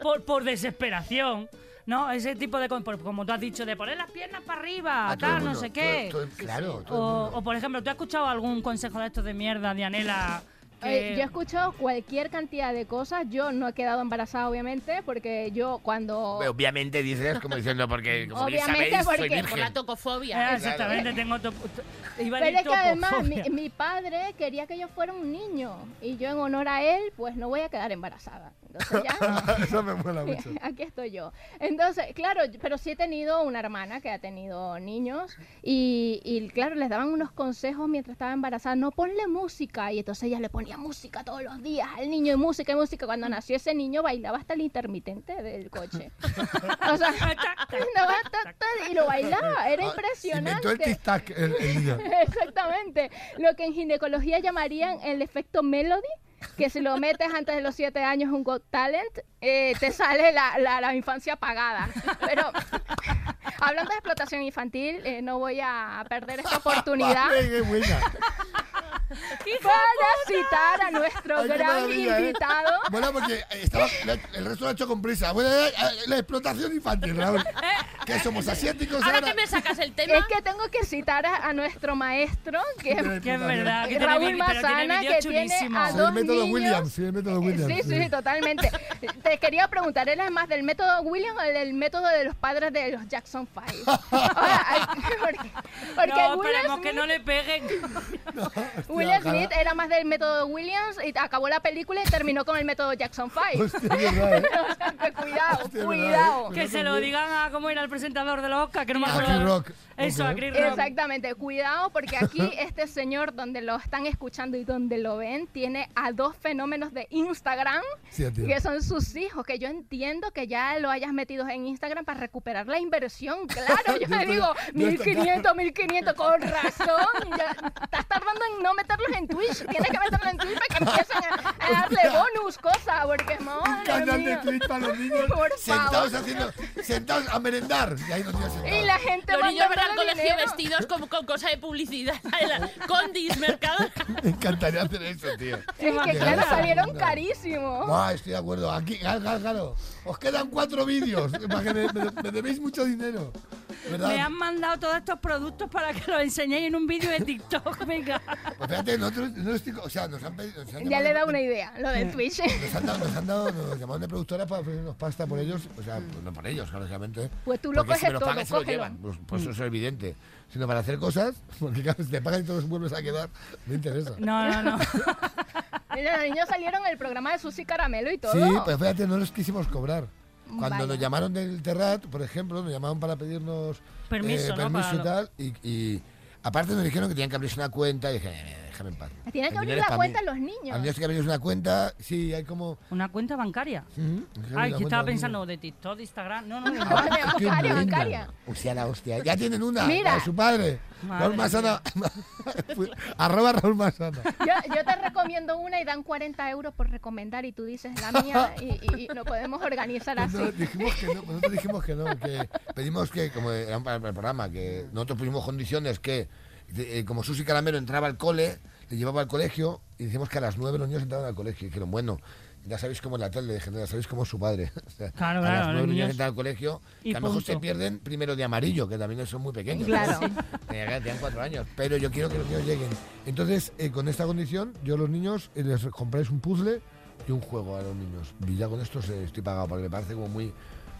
[SPEAKER 2] por, por desesperación. ¿No? Ese tipo de. con- por- Como tú has dicho, de poner las piernas para arriba,
[SPEAKER 5] A todo el
[SPEAKER 2] tal, no
[SPEAKER 5] mundo,
[SPEAKER 2] sé qué.
[SPEAKER 5] todo- todo- claro, todo el
[SPEAKER 2] o,
[SPEAKER 5] mundo.
[SPEAKER 2] o, por ejemplo, ¿tú has escuchado algún consejo de estos de mierda, Dianela? que-
[SPEAKER 3] Eh, yo he escuchado cualquier cantidad de cosas. Yo no he quedado embarazada, obviamente, porque yo cuando...
[SPEAKER 6] Obviamente dices, como diciendo, porque como bien
[SPEAKER 3] Obviamente,
[SPEAKER 6] sabéis, soy
[SPEAKER 3] porque-
[SPEAKER 4] Por la
[SPEAKER 6] virgen.
[SPEAKER 4] tocofobia.
[SPEAKER 2] Ah, exactamente, tengo. to- to- iba a
[SPEAKER 3] Pero
[SPEAKER 2] decir
[SPEAKER 3] es que además
[SPEAKER 2] *laughs*
[SPEAKER 3] mi,
[SPEAKER 2] topofobia.
[SPEAKER 3] mi padre quería que yo fuera un niño y yo en honor a él pues no voy a quedar embarazada. Entonces
[SPEAKER 5] *laughs*
[SPEAKER 3] ya
[SPEAKER 5] Eso me mola mucho.
[SPEAKER 3] aquí estoy yo. Entonces, claro, yo- pero sí he tenido una hermana que ha tenido niños y, y, claro, les daban unos consejos mientras estaba embarazada, no ponle música y entonces ella le ponía música todos los días al niño y música y música.
[SPEAKER 5] Mm.
[SPEAKER 3] Cuando nació ese niño bailaba hasta el intermitente del coche. o sea,
[SPEAKER 5] *laughs*
[SPEAKER 3] no, hasta- hasta- y lo bailaba, era
[SPEAKER 5] Ah,
[SPEAKER 3] impresionante.
[SPEAKER 5] Inventó el tic-tac el, el niño.
[SPEAKER 3] *laughs* Exactamente. Lo que en ginecología llamarían el efecto Melody, que si lo metes antes de los 7 años un Got Talent, eh, te sale la, la- la infancia apagada. Pero hablando de explotación infantil, eh, no voy a perder esta oportunidad
[SPEAKER 5] Vale, qué
[SPEAKER 3] *laughs*
[SPEAKER 5] buena.
[SPEAKER 3] para citar a nuestro
[SPEAKER 5] Ay, qué
[SPEAKER 3] gran
[SPEAKER 5] maravilla, ¿eh?
[SPEAKER 3] invitado.
[SPEAKER 5] Bueno, porque estaba, la- el resto lo ha hecho con prisa. Bueno, eh, eh, la explotación infantil, Raúl.
[SPEAKER 3] *laughs*
[SPEAKER 5] Que somos asiáticos
[SPEAKER 4] Ahora
[SPEAKER 5] ahora.
[SPEAKER 4] que me sacas el tema,
[SPEAKER 3] Es que tengo que citar a, a nuestro maestro, que
[SPEAKER 2] Que es verdad, que tiene,
[SPEAKER 3] Raúl
[SPEAKER 2] vi- pero tiene vídeos
[SPEAKER 3] Massana, que tiene
[SPEAKER 2] chulísimos.
[SPEAKER 3] a
[SPEAKER 5] Soy el
[SPEAKER 3] dos
[SPEAKER 5] método
[SPEAKER 3] niños.
[SPEAKER 5] Williams, soy el método Williams.
[SPEAKER 3] Eh, Sí, sí, sí,
[SPEAKER 5] *laughs*
[SPEAKER 3] totalmente. Te quería preguntar, ¿eres más del método William o del método de los padres de los Jackson
[SPEAKER 5] *laughs*
[SPEAKER 3] Five? Ahora, *laughs* hay- porque porque
[SPEAKER 2] no,
[SPEAKER 3] Will,
[SPEAKER 2] esperemos
[SPEAKER 3] Smith,
[SPEAKER 2] que no le
[SPEAKER 3] *laughs*
[SPEAKER 2] peguen.
[SPEAKER 3] Will
[SPEAKER 5] Hostia,
[SPEAKER 3] Smith
[SPEAKER 5] ojalá.
[SPEAKER 3] era más del método Williams y acabó la película y terminó con el método Jackson Five.
[SPEAKER 5] Hostia, es verdad, ¿eh?
[SPEAKER 3] *laughs* O sea, que cuidado,
[SPEAKER 5] Hostia, es verdad,
[SPEAKER 3] cuidado.
[SPEAKER 5] ¿eh?
[SPEAKER 2] Que se lo digan a cómo era el presentador de los Oscars, que no me
[SPEAKER 5] A
[SPEAKER 2] acuerdo.
[SPEAKER 5] Chris Rock.
[SPEAKER 2] Eso,
[SPEAKER 5] Ok.
[SPEAKER 2] a Chris Rock.
[SPEAKER 3] Exactamente, cuidado porque
[SPEAKER 5] *laughs*
[SPEAKER 3] aquí este señor donde lo están escuchando y donde lo ven tiene a dos fenómenos de Instagram
[SPEAKER 5] Sí, tío.
[SPEAKER 3] que son sus hijos, que yo entiendo que ya lo hayas metido en Instagram para recuperar la inversión,
[SPEAKER 5] *laughs*
[SPEAKER 3] claro, yo
[SPEAKER 5] Yo
[SPEAKER 3] le
[SPEAKER 5] estoy-
[SPEAKER 3] digo
[SPEAKER 5] yo estoy-
[SPEAKER 3] 1500, 1500, con razón, ya estás tardando en no meterlos en Twitch, tienes que meterlos en Twitch para que empiecen a, a darle bonus, cosa, porque
[SPEAKER 5] Un
[SPEAKER 3] madre
[SPEAKER 5] canal de
[SPEAKER 3] mía.
[SPEAKER 5] Twitch para los niños
[SPEAKER 3] Por favor.
[SPEAKER 5] sentados haciendo sentados a merendar y ahí los niños
[SPEAKER 3] Y
[SPEAKER 5] sentados.
[SPEAKER 3] la gente
[SPEAKER 4] Los niños van al
[SPEAKER 3] mandándole
[SPEAKER 4] colegio
[SPEAKER 3] dinero.
[SPEAKER 4] vestidos con, con cosa de publicidad. *laughs* con dismercado.
[SPEAKER 5] Me encantaría hacer eso, tío.
[SPEAKER 3] Es que
[SPEAKER 5] Qué
[SPEAKER 3] claro,
[SPEAKER 5] maravilla.
[SPEAKER 3] salieron carísimos.
[SPEAKER 5] Buah, estoy de acuerdo. Aquí, claro, claro, claro. Os quedan cuatro vídeos. Para que me, me- me debéis mucho dinero. ¿Verdad?
[SPEAKER 2] Me han mandado todos estos productos para que los enseñéis en un vídeo de TikTok, *laughs* venga.
[SPEAKER 5] Pues fíjate, nosotros no estoy. O sea, nos han pedido. Nos han
[SPEAKER 3] Ya
[SPEAKER 5] llamado-
[SPEAKER 3] le da una idea, lo
[SPEAKER 5] *laughs*
[SPEAKER 3] de Twitch. *laughs*
[SPEAKER 5] Nos han dado, nos han dado, nos llamaron de productora para ofrecernos pasta por ellos. O sea, pues no por ellos, lógicamente.
[SPEAKER 3] Pues tú lo
[SPEAKER 5] Porque si
[SPEAKER 3] coges
[SPEAKER 5] me lo
[SPEAKER 3] todo,
[SPEAKER 5] pagan, se lo
[SPEAKER 3] cógelo. Mm.
[SPEAKER 5] llevan. Pues, pues eso es evidente. Sino para hacer cosas, *laughs* porque claro, si te pagan y todos vuelves a quedar, me interesa.
[SPEAKER 2] No, no, no.
[SPEAKER 3] Mira, los niños salieron en el programa de Susi Caramelo y todo.
[SPEAKER 5] Sí, pues. pero fíjate, no los quisimos cobrar. Cuando
[SPEAKER 3] Vaya.
[SPEAKER 5] nos llamaron del Terrat, por ejemplo, nos llamaron para pedirnos eh,
[SPEAKER 2] Permiso, ¿no?
[SPEAKER 5] permiso
[SPEAKER 2] Para
[SPEAKER 5] y
[SPEAKER 2] lo-
[SPEAKER 5] tal. Y, y aparte nos dijeron que tenían que abrirse una cuenta. Y dije, "Eh, déjame en paz.
[SPEAKER 3] Tienen que
[SPEAKER 5] El
[SPEAKER 3] abrir
[SPEAKER 5] dinero es
[SPEAKER 3] la
[SPEAKER 5] pa'
[SPEAKER 3] cuenta
[SPEAKER 5] mí.
[SPEAKER 3] a los
[SPEAKER 5] A mí
[SPEAKER 3] niños.
[SPEAKER 5] tienes que abrirse una cuenta. Sí, hay como.
[SPEAKER 2] *laughs* Una cuenta bancaria.
[SPEAKER 5] Ujú, hay que abrir
[SPEAKER 2] Ay,
[SPEAKER 5] una
[SPEAKER 2] yo
[SPEAKER 5] cuenta
[SPEAKER 2] estaba
[SPEAKER 5] de
[SPEAKER 2] pensando de TikTok, de Instagram. No, no, no.
[SPEAKER 5] Ah,
[SPEAKER 3] Bancaria,
[SPEAKER 5] qué
[SPEAKER 3] bancaria,
[SPEAKER 5] linda.
[SPEAKER 3] bancaria.
[SPEAKER 5] O sea, la hostia. Ya tienen una.
[SPEAKER 3] Mira.
[SPEAKER 5] la de su padre.
[SPEAKER 2] Madre
[SPEAKER 5] Raúl Masana. *laughs* Arroba Raúl Masana.
[SPEAKER 3] Yo, yo te recomiendo una y dan 40 euros por recomendar y tú dices la mía y, y- y no podemos organizar así.
[SPEAKER 5] No, dijimos que no, nosotros dijimos que no, que pedimos que, como era para para el programa, que nosotros pusimos condiciones que, de- eh, como Susi Caramelo entraba al cole, le llevaba al colegio, y decimos que a las nueve los niños entraban al colegio, y dijeron, bueno, ya sabéis cómo es la tele, dije, "No, ya sabéis cómo es su padre. *laughs* O sea,
[SPEAKER 2] Claro, claro,
[SPEAKER 5] a las nueve
[SPEAKER 2] los
[SPEAKER 5] los niños
[SPEAKER 2] niños-
[SPEAKER 5] entran al colegio,
[SPEAKER 2] Y
[SPEAKER 5] que a lo mejor
[SPEAKER 2] punto.
[SPEAKER 5] se pierden primero de amarillo, que también son muy pequeños.
[SPEAKER 3] Claro.
[SPEAKER 5] Tenían tenían cuatro años, pero yo quiero que los niños lleguen. Entonces, eh, con esta condición, yo a los niños eh, les compráis un puzzle y un juego a los niños. Y ya con esto se- estoy pagado, porque me parece como muy...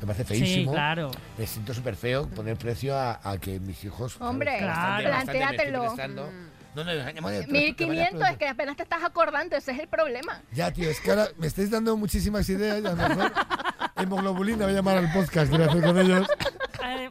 [SPEAKER 5] Me parece
[SPEAKER 2] Sí,
[SPEAKER 3] *laughs*
[SPEAKER 5] feísimo.
[SPEAKER 2] claro.
[SPEAKER 5] Me siento súper feo poner precio a, a que mis hijos...
[SPEAKER 3] Hombre,
[SPEAKER 2] Claro.
[SPEAKER 6] me estoy
[SPEAKER 3] plantéatelo. Mm.
[SPEAKER 6] prestando.
[SPEAKER 5] No, no, bueno, te- te
[SPEAKER 3] 1500
[SPEAKER 5] vayas
[SPEAKER 3] es que apenas te estás acordando, ese es el problema.
[SPEAKER 5] Ya, tío, es que ahora me estáis dando muchísimas ideas. y A lo mejor hemoglobulina voy a llamar al podcast que voy a hacer con ellos. *laughs*
[SPEAKER 2] Eh,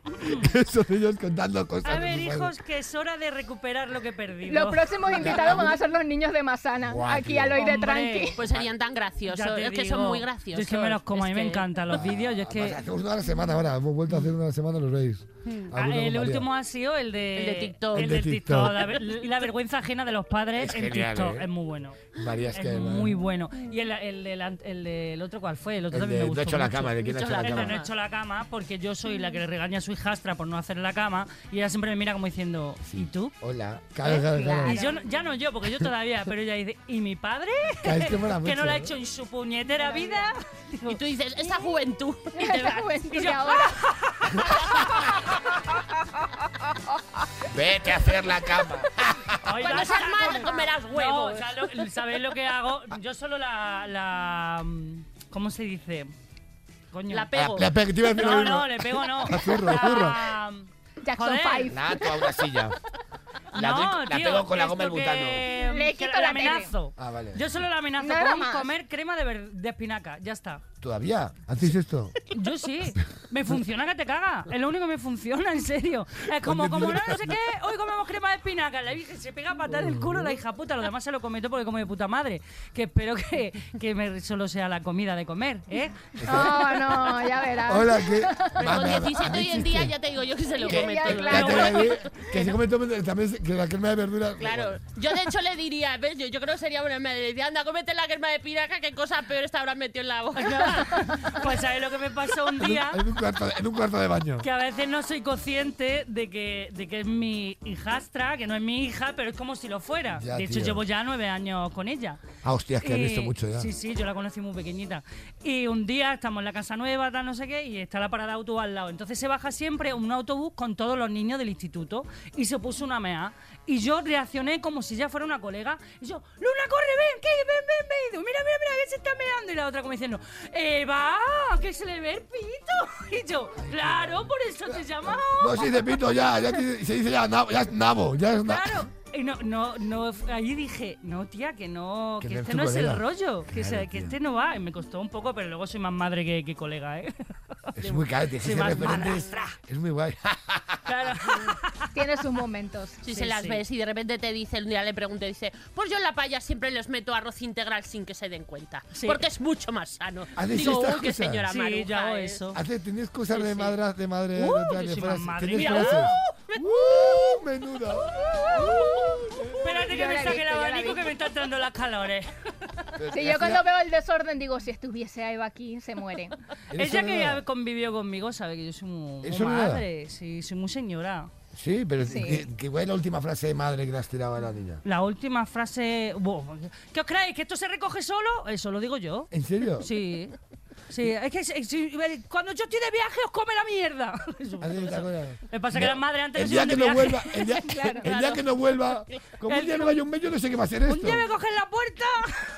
[SPEAKER 5] Que son ellos contando cosas.
[SPEAKER 2] A
[SPEAKER 5] de
[SPEAKER 2] ver,
[SPEAKER 5] sus
[SPEAKER 2] hijos,
[SPEAKER 5] padres.
[SPEAKER 2] que es hora de recuperar lo que
[SPEAKER 3] Los
[SPEAKER 2] perdido.
[SPEAKER 3] próximos invitados van a ser los niños de Masana,
[SPEAKER 5] Guau,
[SPEAKER 3] aquí
[SPEAKER 5] tío.
[SPEAKER 3] a lo de
[SPEAKER 2] Hombre,
[SPEAKER 3] Tranqui.
[SPEAKER 4] Pues serían tan graciosos.
[SPEAKER 2] Ya te
[SPEAKER 4] Es que son
[SPEAKER 2] digo.
[SPEAKER 4] muy
[SPEAKER 2] Yo
[SPEAKER 4] graciosos.
[SPEAKER 2] es que me los como, a mí
[SPEAKER 4] Es
[SPEAKER 2] me
[SPEAKER 4] que-
[SPEAKER 2] encantan los vídeos. Yo es
[SPEAKER 5] *laughs* Vamos,
[SPEAKER 2] que.
[SPEAKER 5] hacemos una a la semana ahora. Hemos vuelto a hacer una a la semana, los veis.
[SPEAKER 2] Ah,
[SPEAKER 5] Alguno
[SPEAKER 2] el
[SPEAKER 5] con María.
[SPEAKER 2] último ha sido el de,
[SPEAKER 4] El de TikTok.
[SPEAKER 2] El,
[SPEAKER 5] El de
[SPEAKER 2] de TikTok.
[SPEAKER 5] TikTok.
[SPEAKER 2] La, ver- la vergüenza ajena de los padres
[SPEAKER 6] Es
[SPEAKER 2] en
[SPEAKER 6] genial,
[SPEAKER 2] TikTok.
[SPEAKER 6] ¿eh?
[SPEAKER 2] Es muy bueno.
[SPEAKER 5] María es
[SPEAKER 2] Es,
[SPEAKER 5] que.
[SPEAKER 2] muy bueno. Y el, el, del an- el del otro, ¿cuál fue? El otro
[SPEAKER 5] El
[SPEAKER 2] también
[SPEAKER 5] de
[SPEAKER 2] me
[SPEAKER 5] no
[SPEAKER 2] gustó.
[SPEAKER 5] ha hecho la
[SPEAKER 2] mucho.
[SPEAKER 5] cama, de quién ha hecho la
[SPEAKER 2] El de no he
[SPEAKER 5] cama.
[SPEAKER 2] hecho la cama, porque yo soy la que le regaña a su hijastra por no hacer la cama. Y ella siempre me mira como diciendo, ¿y tú?
[SPEAKER 5] Hola. Claro, claro, claro.
[SPEAKER 2] Y yo, no- ya no yo, porque yo todavía, pero ella dice, ¿y mi padre?
[SPEAKER 5] Claro, Ah, es que
[SPEAKER 2] *laughs*
[SPEAKER 5] mola
[SPEAKER 2] que
[SPEAKER 5] mucho, ¿eh?
[SPEAKER 2] no lo ha
[SPEAKER 5] ¿no?
[SPEAKER 2] hecho en su puñetera vida. Digo,
[SPEAKER 4] Y tú dices, esa
[SPEAKER 2] *laughs*
[SPEAKER 4] juventud.
[SPEAKER 3] *laughs*
[SPEAKER 4] Y te
[SPEAKER 3] Esa
[SPEAKER 4] vas.
[SPEAKER 3] juventud
[SPEAKER 2] y
[SPEAKER 3] de
[SPEAKER 2] yo-
[SPEAKER 3] ahora.
[SPEAKER 6] Vete a hacer la cama.
[SPEAKER 2] Ay,
[SPEAKER 4] Cuando
[SPEAKER 2] basta
[SPEAKER 4] seas madre
[SPEAKER 2] con-
[SPEAKER 4] comerás
[SPEAKER 2] No, o
[SPEAKER 4] huevos.
[SPEAKER 2] sea, lo- ¿sabéis lo que hago? Yo solo la, la mm, ¿cómo se dice? Coño.
[SPEAKER 4] La pego.
[SPEAKER 5] La pe- que te iba a decir lo
[SPEAKER 2] no,
[SPEAKER 5] mismo.
[SPEAKER 2] no, le pego no.
[SPEAKER 5] *laughs* La zurro, la zurro.
[SPEAKER 2] La- mm,
[SPEAKER 3] Jackson
[SPEAKER 2] Joder.
[SPEAKER 3] 5.
[SPEAKER 6] Nato a una silla. La,
[SPEAKER 2] no,
[SPEAKER 6] doy- la
[SPEAKER 2] tío,
[SPEAKER 6] pego con la goma del
[SPEAKER 2] esto
[SPEAKER 6] butano.
[SPEAKER 2] que- mm,
[SPEAKER 3] Le
[SPEAKER 2] que
[SPEAKER 3] quito
[SPEAKER 2] la
[SPEAKER 3] la
[SPEAKER 2] amenazo.
[SPEAKER 5] tele. Ah, vale.
[SPEAKER 2] Yo solo la amenazo
[SPEAKER 3] Nada
[SPEAKER 2] con
[SPEAKER 3] más.
[SPEAKER 2] comer crema de, ver- de espinaca, ya está.
[SPEAKER 5] ¿Todavía? ¿Hacéis esto?
[SPEAKER 2] Yo sí. Me funciona que te caga. Es lo único que me funciona, en serio. Es como, como no, no sé qué, hoy comemos crema de espinaca. La hija se pega a patar el culo, la hija puta. Lo demás se lo cometo porque como de puta madre. Que espero que, que me- solo sea la comida de comer, ¿eh?
[SPEAKER 3] No, no, ya verás.
[SPEAKER 5] Hola, que.
[SPEAKER 4] Pero con
[SPEAKER 5] Vale,
[SPEAKER 4] 17 hoy en
[SPEAKER 5] hiciste.
[SPEAKER 4] día ya te digo yo que se lo
[SPEAKER 5] Que-
[SPEAKER 4] come
[SPEAKER 3] Ya,
[SPEAKER 4] todo.
[SPEAKER 5] Ya
[SPEAKER 3] claro.
[SPEAKER 5] te la di, Que se come todo- también se- que la crema de verdura.
[SPEAKER 4] Claro, yo de hecho le diría, ¿ves? Yo, yo creo que sería buena idea. Le diría, anda, cómete la crema de piraja, qué cosa peor te habrás metido en la *laughs* boca.
[SPEAKER 2] Pues sabes lo que me pasó un día.
[SPEAKER 5] En un cuarto, de- en un cuarto de baño.
[SPEAKER 2] Que a veces no soy consciente de que, de que es mi hijastra, que no es mi hija, pero es como si lo fuera.
[SPEAKER 5] Ya,
[SPEAKER 2] de hecho,
[SPEAKER 5] tío.
[SPEAKER 2] llevo ya nueve años con ella.
[SPEAKER 5] Ah, hostia, es que has
[SPEAKER 2] Y-
[SPEAKER 5] visto mucho ya.
[SPEAKER 2] Eh, Sí, sí, yo la conocí muy pequeñita. Y un día estamos en la casa nueva, tal, no sé qué, y está la parada de autobús al lado. Entonces se baja siempre un autobús con todos los niños del instituto y se puso una mea. Y yo reaccioné como si ya fuera una colega. Y yo, Luna, corre, ven, que ven, ven, ven. Y digo, mira, mira, mira, que se está meando. Y la otra como diciendo, Eva, que se le ve el pito. *laughs* Y yo, claro, por eso te llamaba.
[SPEAKER 5] No se dice pito ya, ya te- se dice ya nabo, ya es nabo, ya es na-
[SPEAKER 2] Claro. *laughs* Y no, no, no, ahí dije, no, tía, que no,
[SPEAKER 5] Que
[SPEAKER 2] que,
[SPEAKER 5] no es
[SPEAKER 2] este
[SPEAKER 5] tu
[SPEAKER 2] no es el
[SPEAKER 5] colega.
[SPEAKER 2] rollo, que,
[SPEAKER 5] Claro,
[SPEAKER 2] se- que
[SPEAKER 5] tía. *laughs*
[SPEAKER 2] este no va. Y me costó un poco, pero luego soy más madre que, que colega, ¿eh?
[SPEAKER 5] Es Es muy caro, tienes
[SPEAKER 4] Sí,
[SPEAKER 5] ese
[SPEAKER 4] más
[SPEAKER 5] referente. Es, es muy guay. *laughs*
[SPEAKER 2] *laughs* Claro.
[SPEAKER 3] Tiene sus momentos.
[SPEAKER 4] Si
[SPEAKER 2] Sí,
[SPEAKER 4] se las
[SPEAKER 2] sí.
[SPEAKER 4] ves y de repente te dice, un día le pregunto, dice, pues yo en la paella siempre les meto arroz integral sin que se den cuenta.
[SPEAKER 2] Sí.
[SPEAKER 4] Porque es mucho más sano.
[SPEAKER 5] ¿Haces
[SPEAKER 4] Digo, uy,
[SPEAKER 5] estas
[SPEAKER 4] qué
[SPEAKER 5] cosas?
[SPEAKER 4] señora
[SPEAKER 2] Sí,
[SPEAKER 4] maruja,
[SPEAKER 2] yo hago
[SPEAKER 4] ¿eh?".
[SPEAKER 2] eso.
[SPEAKER 3] Ah,
[SPEAKER 5] Hace, ¿Tienes cosas
[SPEAKER 4] Sí,
[SPEAKER 5] de
[SPEAKER 4] sí.
[SPEAKER 5] madre? De madre
[SPEAKER 2] Uh,
[SPEAKER 5] no te
[SPEAKER 2] yo
[SPEAKER 5] hables
[SPEAKER 2] soy
[SPEAKER 5] frases.
[SPEAKER 2] más madre,
[SPEAKER 5] ¿Tienes
[SPEAKER 2] mira,
[SPEAKER 5] frases? ¡Uh! ¡Menuda!
[SPEAKER 2] Espérate que
[SPEAKER 3] Yo la
[SPEAKER 2] me
[SPEAKER 3] he
[SPEAKER 2] saque el
[SPEAKER 3] visto, yo la he
[SPEAKER 2] abanico que
[SPEAKER 3] visto.
[SPEAKER 2] me está entrando las
[SPEAKER 5] *laughs*
[SPEAKER 2] calores.
[SPEAKER 3] Si yo cuando veo el desorden digo, si estuviese Eva aquí, se muere. Eh,
[SPEAKER 5] ¿Eres
[SPEAKER 2] Ella que
[SPEAKER 5] sorda?
[SPEAKER 2] ya convivió conmigo sabe que yo soy muy,
[SPEAKER 5] ¿Es
[SPEAKER 2] muy
[SPEAKER 5] sorda?
[SPEAKER 2] madre, sí, soy muy señora.
[SPEAKER 5] Sí, pero
[SPEAKER 3] Sí.
[SPEAKER 5] Que, que fue la última frase de madre que le has tirado a la niña.
[SPEAKER 2] La última frase... Buah, ¿Qué os creéis? ¿Que esto se recoge solo? Eso lo digo yo.
[SPEAKER 5] ¿En serio?
[SPEAKER 2] Sí. Sí, es que si- si- cuando yo estoy de viaje os come la mierda. *laughs* Eso,
[SPEAKER 5] ¿Has dicho
[SPEAKER 2] eso.
[SPEAKER 5] alguna vez?
[SPEAKER 2] Me pasa que las madres antes
[SPEAKER 5] el
[SPEAKER 2] se
[SPEAKER 5] día
[SPEAKER 2] iban
[SPEAKER 5] que
[SPEAKER 2] de
[SPEAKER 5] no
[SPEAKER 2] viaje.
[SPEAKER 5] vuelva, el día, el día que no
[SPEAKER 2] *laughs*
[SPEAKER 5] vuelva, como
[SPEAKER 2] El-
[SPEAKER 5] un día no vaya un mes, yo no sé qué va a ser esto.
[SPEAKER 2] *laughs* Un día me cogen la puerta.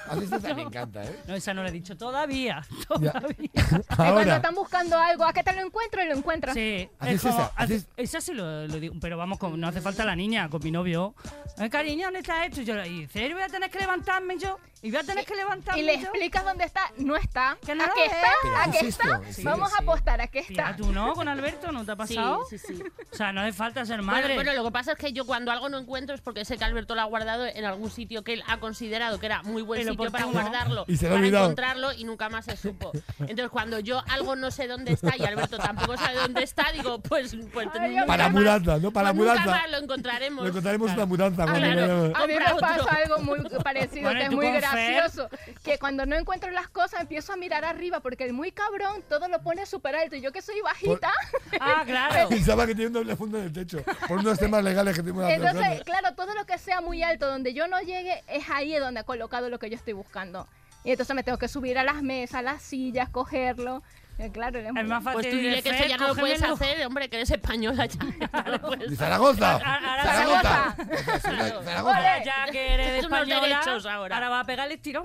[SPEAKER 5] A mí esta me encanta,
[SPEAKER 2] *laughs*
[SPEAKER 5] ¿eh?
[SPEAKER 2] No, esa no la he dicho todavía. *laughs*
[SPEAKER 5] Ya.
[SPEAKER 2] Todavía.
[SPEAKER 3] Que cuando están buscando algo, ¿a qué te lo encuentro? Y lo encuentras.
[SPEAKER 2] Sí,
[SPEAKER 5] ¿Haces
[SPEAKER 2] es como-
[SPEAKER 5] esa?
[SPEAKER 2] hace-
[SPEAKER 5] ¿Haces-
[SPEAKER 2] esa sí lo, lo digo, pero vamos, con- no hace falta la niña, con mi novio. Ay, cariño, ¿dónde está esto? Y yo, y dice, "Yo voy a tener que levantarme yo, y voy a tener que levantarme
[SPEAKER 3] Y le
[SPEAKER 2] yo.
[SPEAKER 3] explicas dónde está, no está.
[SPEAKER 2] Que no
[SPEAKER 3] ¿A
[SPEAKER 2] lo
[SPEAKER 3] qué
[SPEAKER 2] ve.
[SPEAKER 3] está?
[SPEAKER 5] Pero
[SPEAKER 3] ¿A
[SPEAKER 5] ¿qué
[SPEAKER 3] qué
[SPEAKER 5] es
[SPEAKER 3] está?
[SPEAKER 5] esto? Sí,
[SPEAKER 3] Vamos a
[SPEAKER 2] sí.
[SPEAKER 3] apostar, ¿a qué
[SPEAKER 2] Tía,
[SPEAKER 3] está?
[SPEAKER 2] ¿tú no? ¿Con Alberto no te ha
[SPEAKER 4] Sí,
[SPEAKER 2] pasado?
[SPEAKER 4] sí, sí.
[SPEAKER 2] O sea, no hace falta ser
[SPEAKER 4] Bueno,
[SPEAKER 2] madre.
[SPEAKER 4] Bueno, lo que pasa es que yo cuando algo no encuentro es porque sé que Alberto lo ha guardado en algún sitio que él ha considerado que era muy buen
[SPEAKER 2] Pero
[SPEAKER 4] sitio
[SPEAKER 2] ¿por
[SPEAKER 4] para
[SPEAKER 2] qué no?
[SPEAKER 4] guardarlo,
[SPEAKER 5] Y se lo ha
[SPEAKER 4] para
[SPEAKER 5] olvidado.
[SPEAKER 4] encontrarlo y nunca más se supo. Entonces cuando yo algo no sé dónde está y Alberto tampoco sabe dónde está, digo, pues, pues
[SPEAKER 3] Ay,
[SPEAKER 4] nunca
[SPEAKER 5] Para
[SPEAKER 4] más-
[SPEAKER 5] mudanza, ¿no? Para
[SPEAKER 4] pues nunca
[SPEAKER 5] mudanza.
[SPEAKER 4] más lo encontraremos.
[SPEAKER 5] Le contaremos una
[SPEAKER 2] Ah,
[SPEAKER 5] mudanza cuando
[SPEAKER 4] claro.
[SPEAKER 5] vayamos.
[SPEAKER 3] A mí me
[SPEAKER 4] Compra otro.
[SPEAKER 3] pasa algo
[SPEAKER 2] *laughs*
[SPEAKER 3] muy parecido,
[SPEAKER 2] Bueno, ¿y
[SPEAKER 3] que es
[SPEAKER 2] tú
[SPEAKER 3] muy
[SPEAKER 2] con Fer?
[SPEAKER 3] gracioso. Que cuando no encuentro las cosas empiezo a mirar arriba, porque el muy cabrón todo lo pone súper alto. Y yo que soy bajita,
[SPEAKER 2] Ah,
[SPEAKER 4] *laughs*
[SPEAKER 2] claro.
[SPEAKER 5] *laughs* Pensaba que tenía un doble fondo en el techo. Por unos temas legales que tengo en la
[SPEAKER 3] entonces, claro, todo lo que sea muy alto, donde yo no llegue, es ahí donde ha colocado lo que yo estoy buscando. Y entonces me tengo que subir a las mesas, a las sillas, cogerlo. Y claro, es muy-
[SPEAKER 2] Es más fácil
[SPEAKER 4] Pues tú dile que
[SPEAKER 2] decir,
[SPEAKER 4] eso ya no lo puedes
[SPEAKER 2] "Cógemelo".
[SPEAKER 4] hacer, hombre, que eres española ya. *laughs* pues. No lo puedes
[SPEAKER 5] ¡De
[SPEAKER 2] *laughs*
[SPEAKER 5] Zaragoza!
[SPEAKER 2] Ahora- ahora
[SPEAKER 5] ¡Zaragoza!
[SPEAKER 4] Zaragoza.
[SPEAKER 5] ¡Zaragoza!
[SPEAKER 2] Ahora ya que eres
[SPEAKER 4] Tienes unos
[SPEAKER 2] española,
[SPEAKER 4] derechos ahora.
[SPEAKER 2] va a pegar el estirón.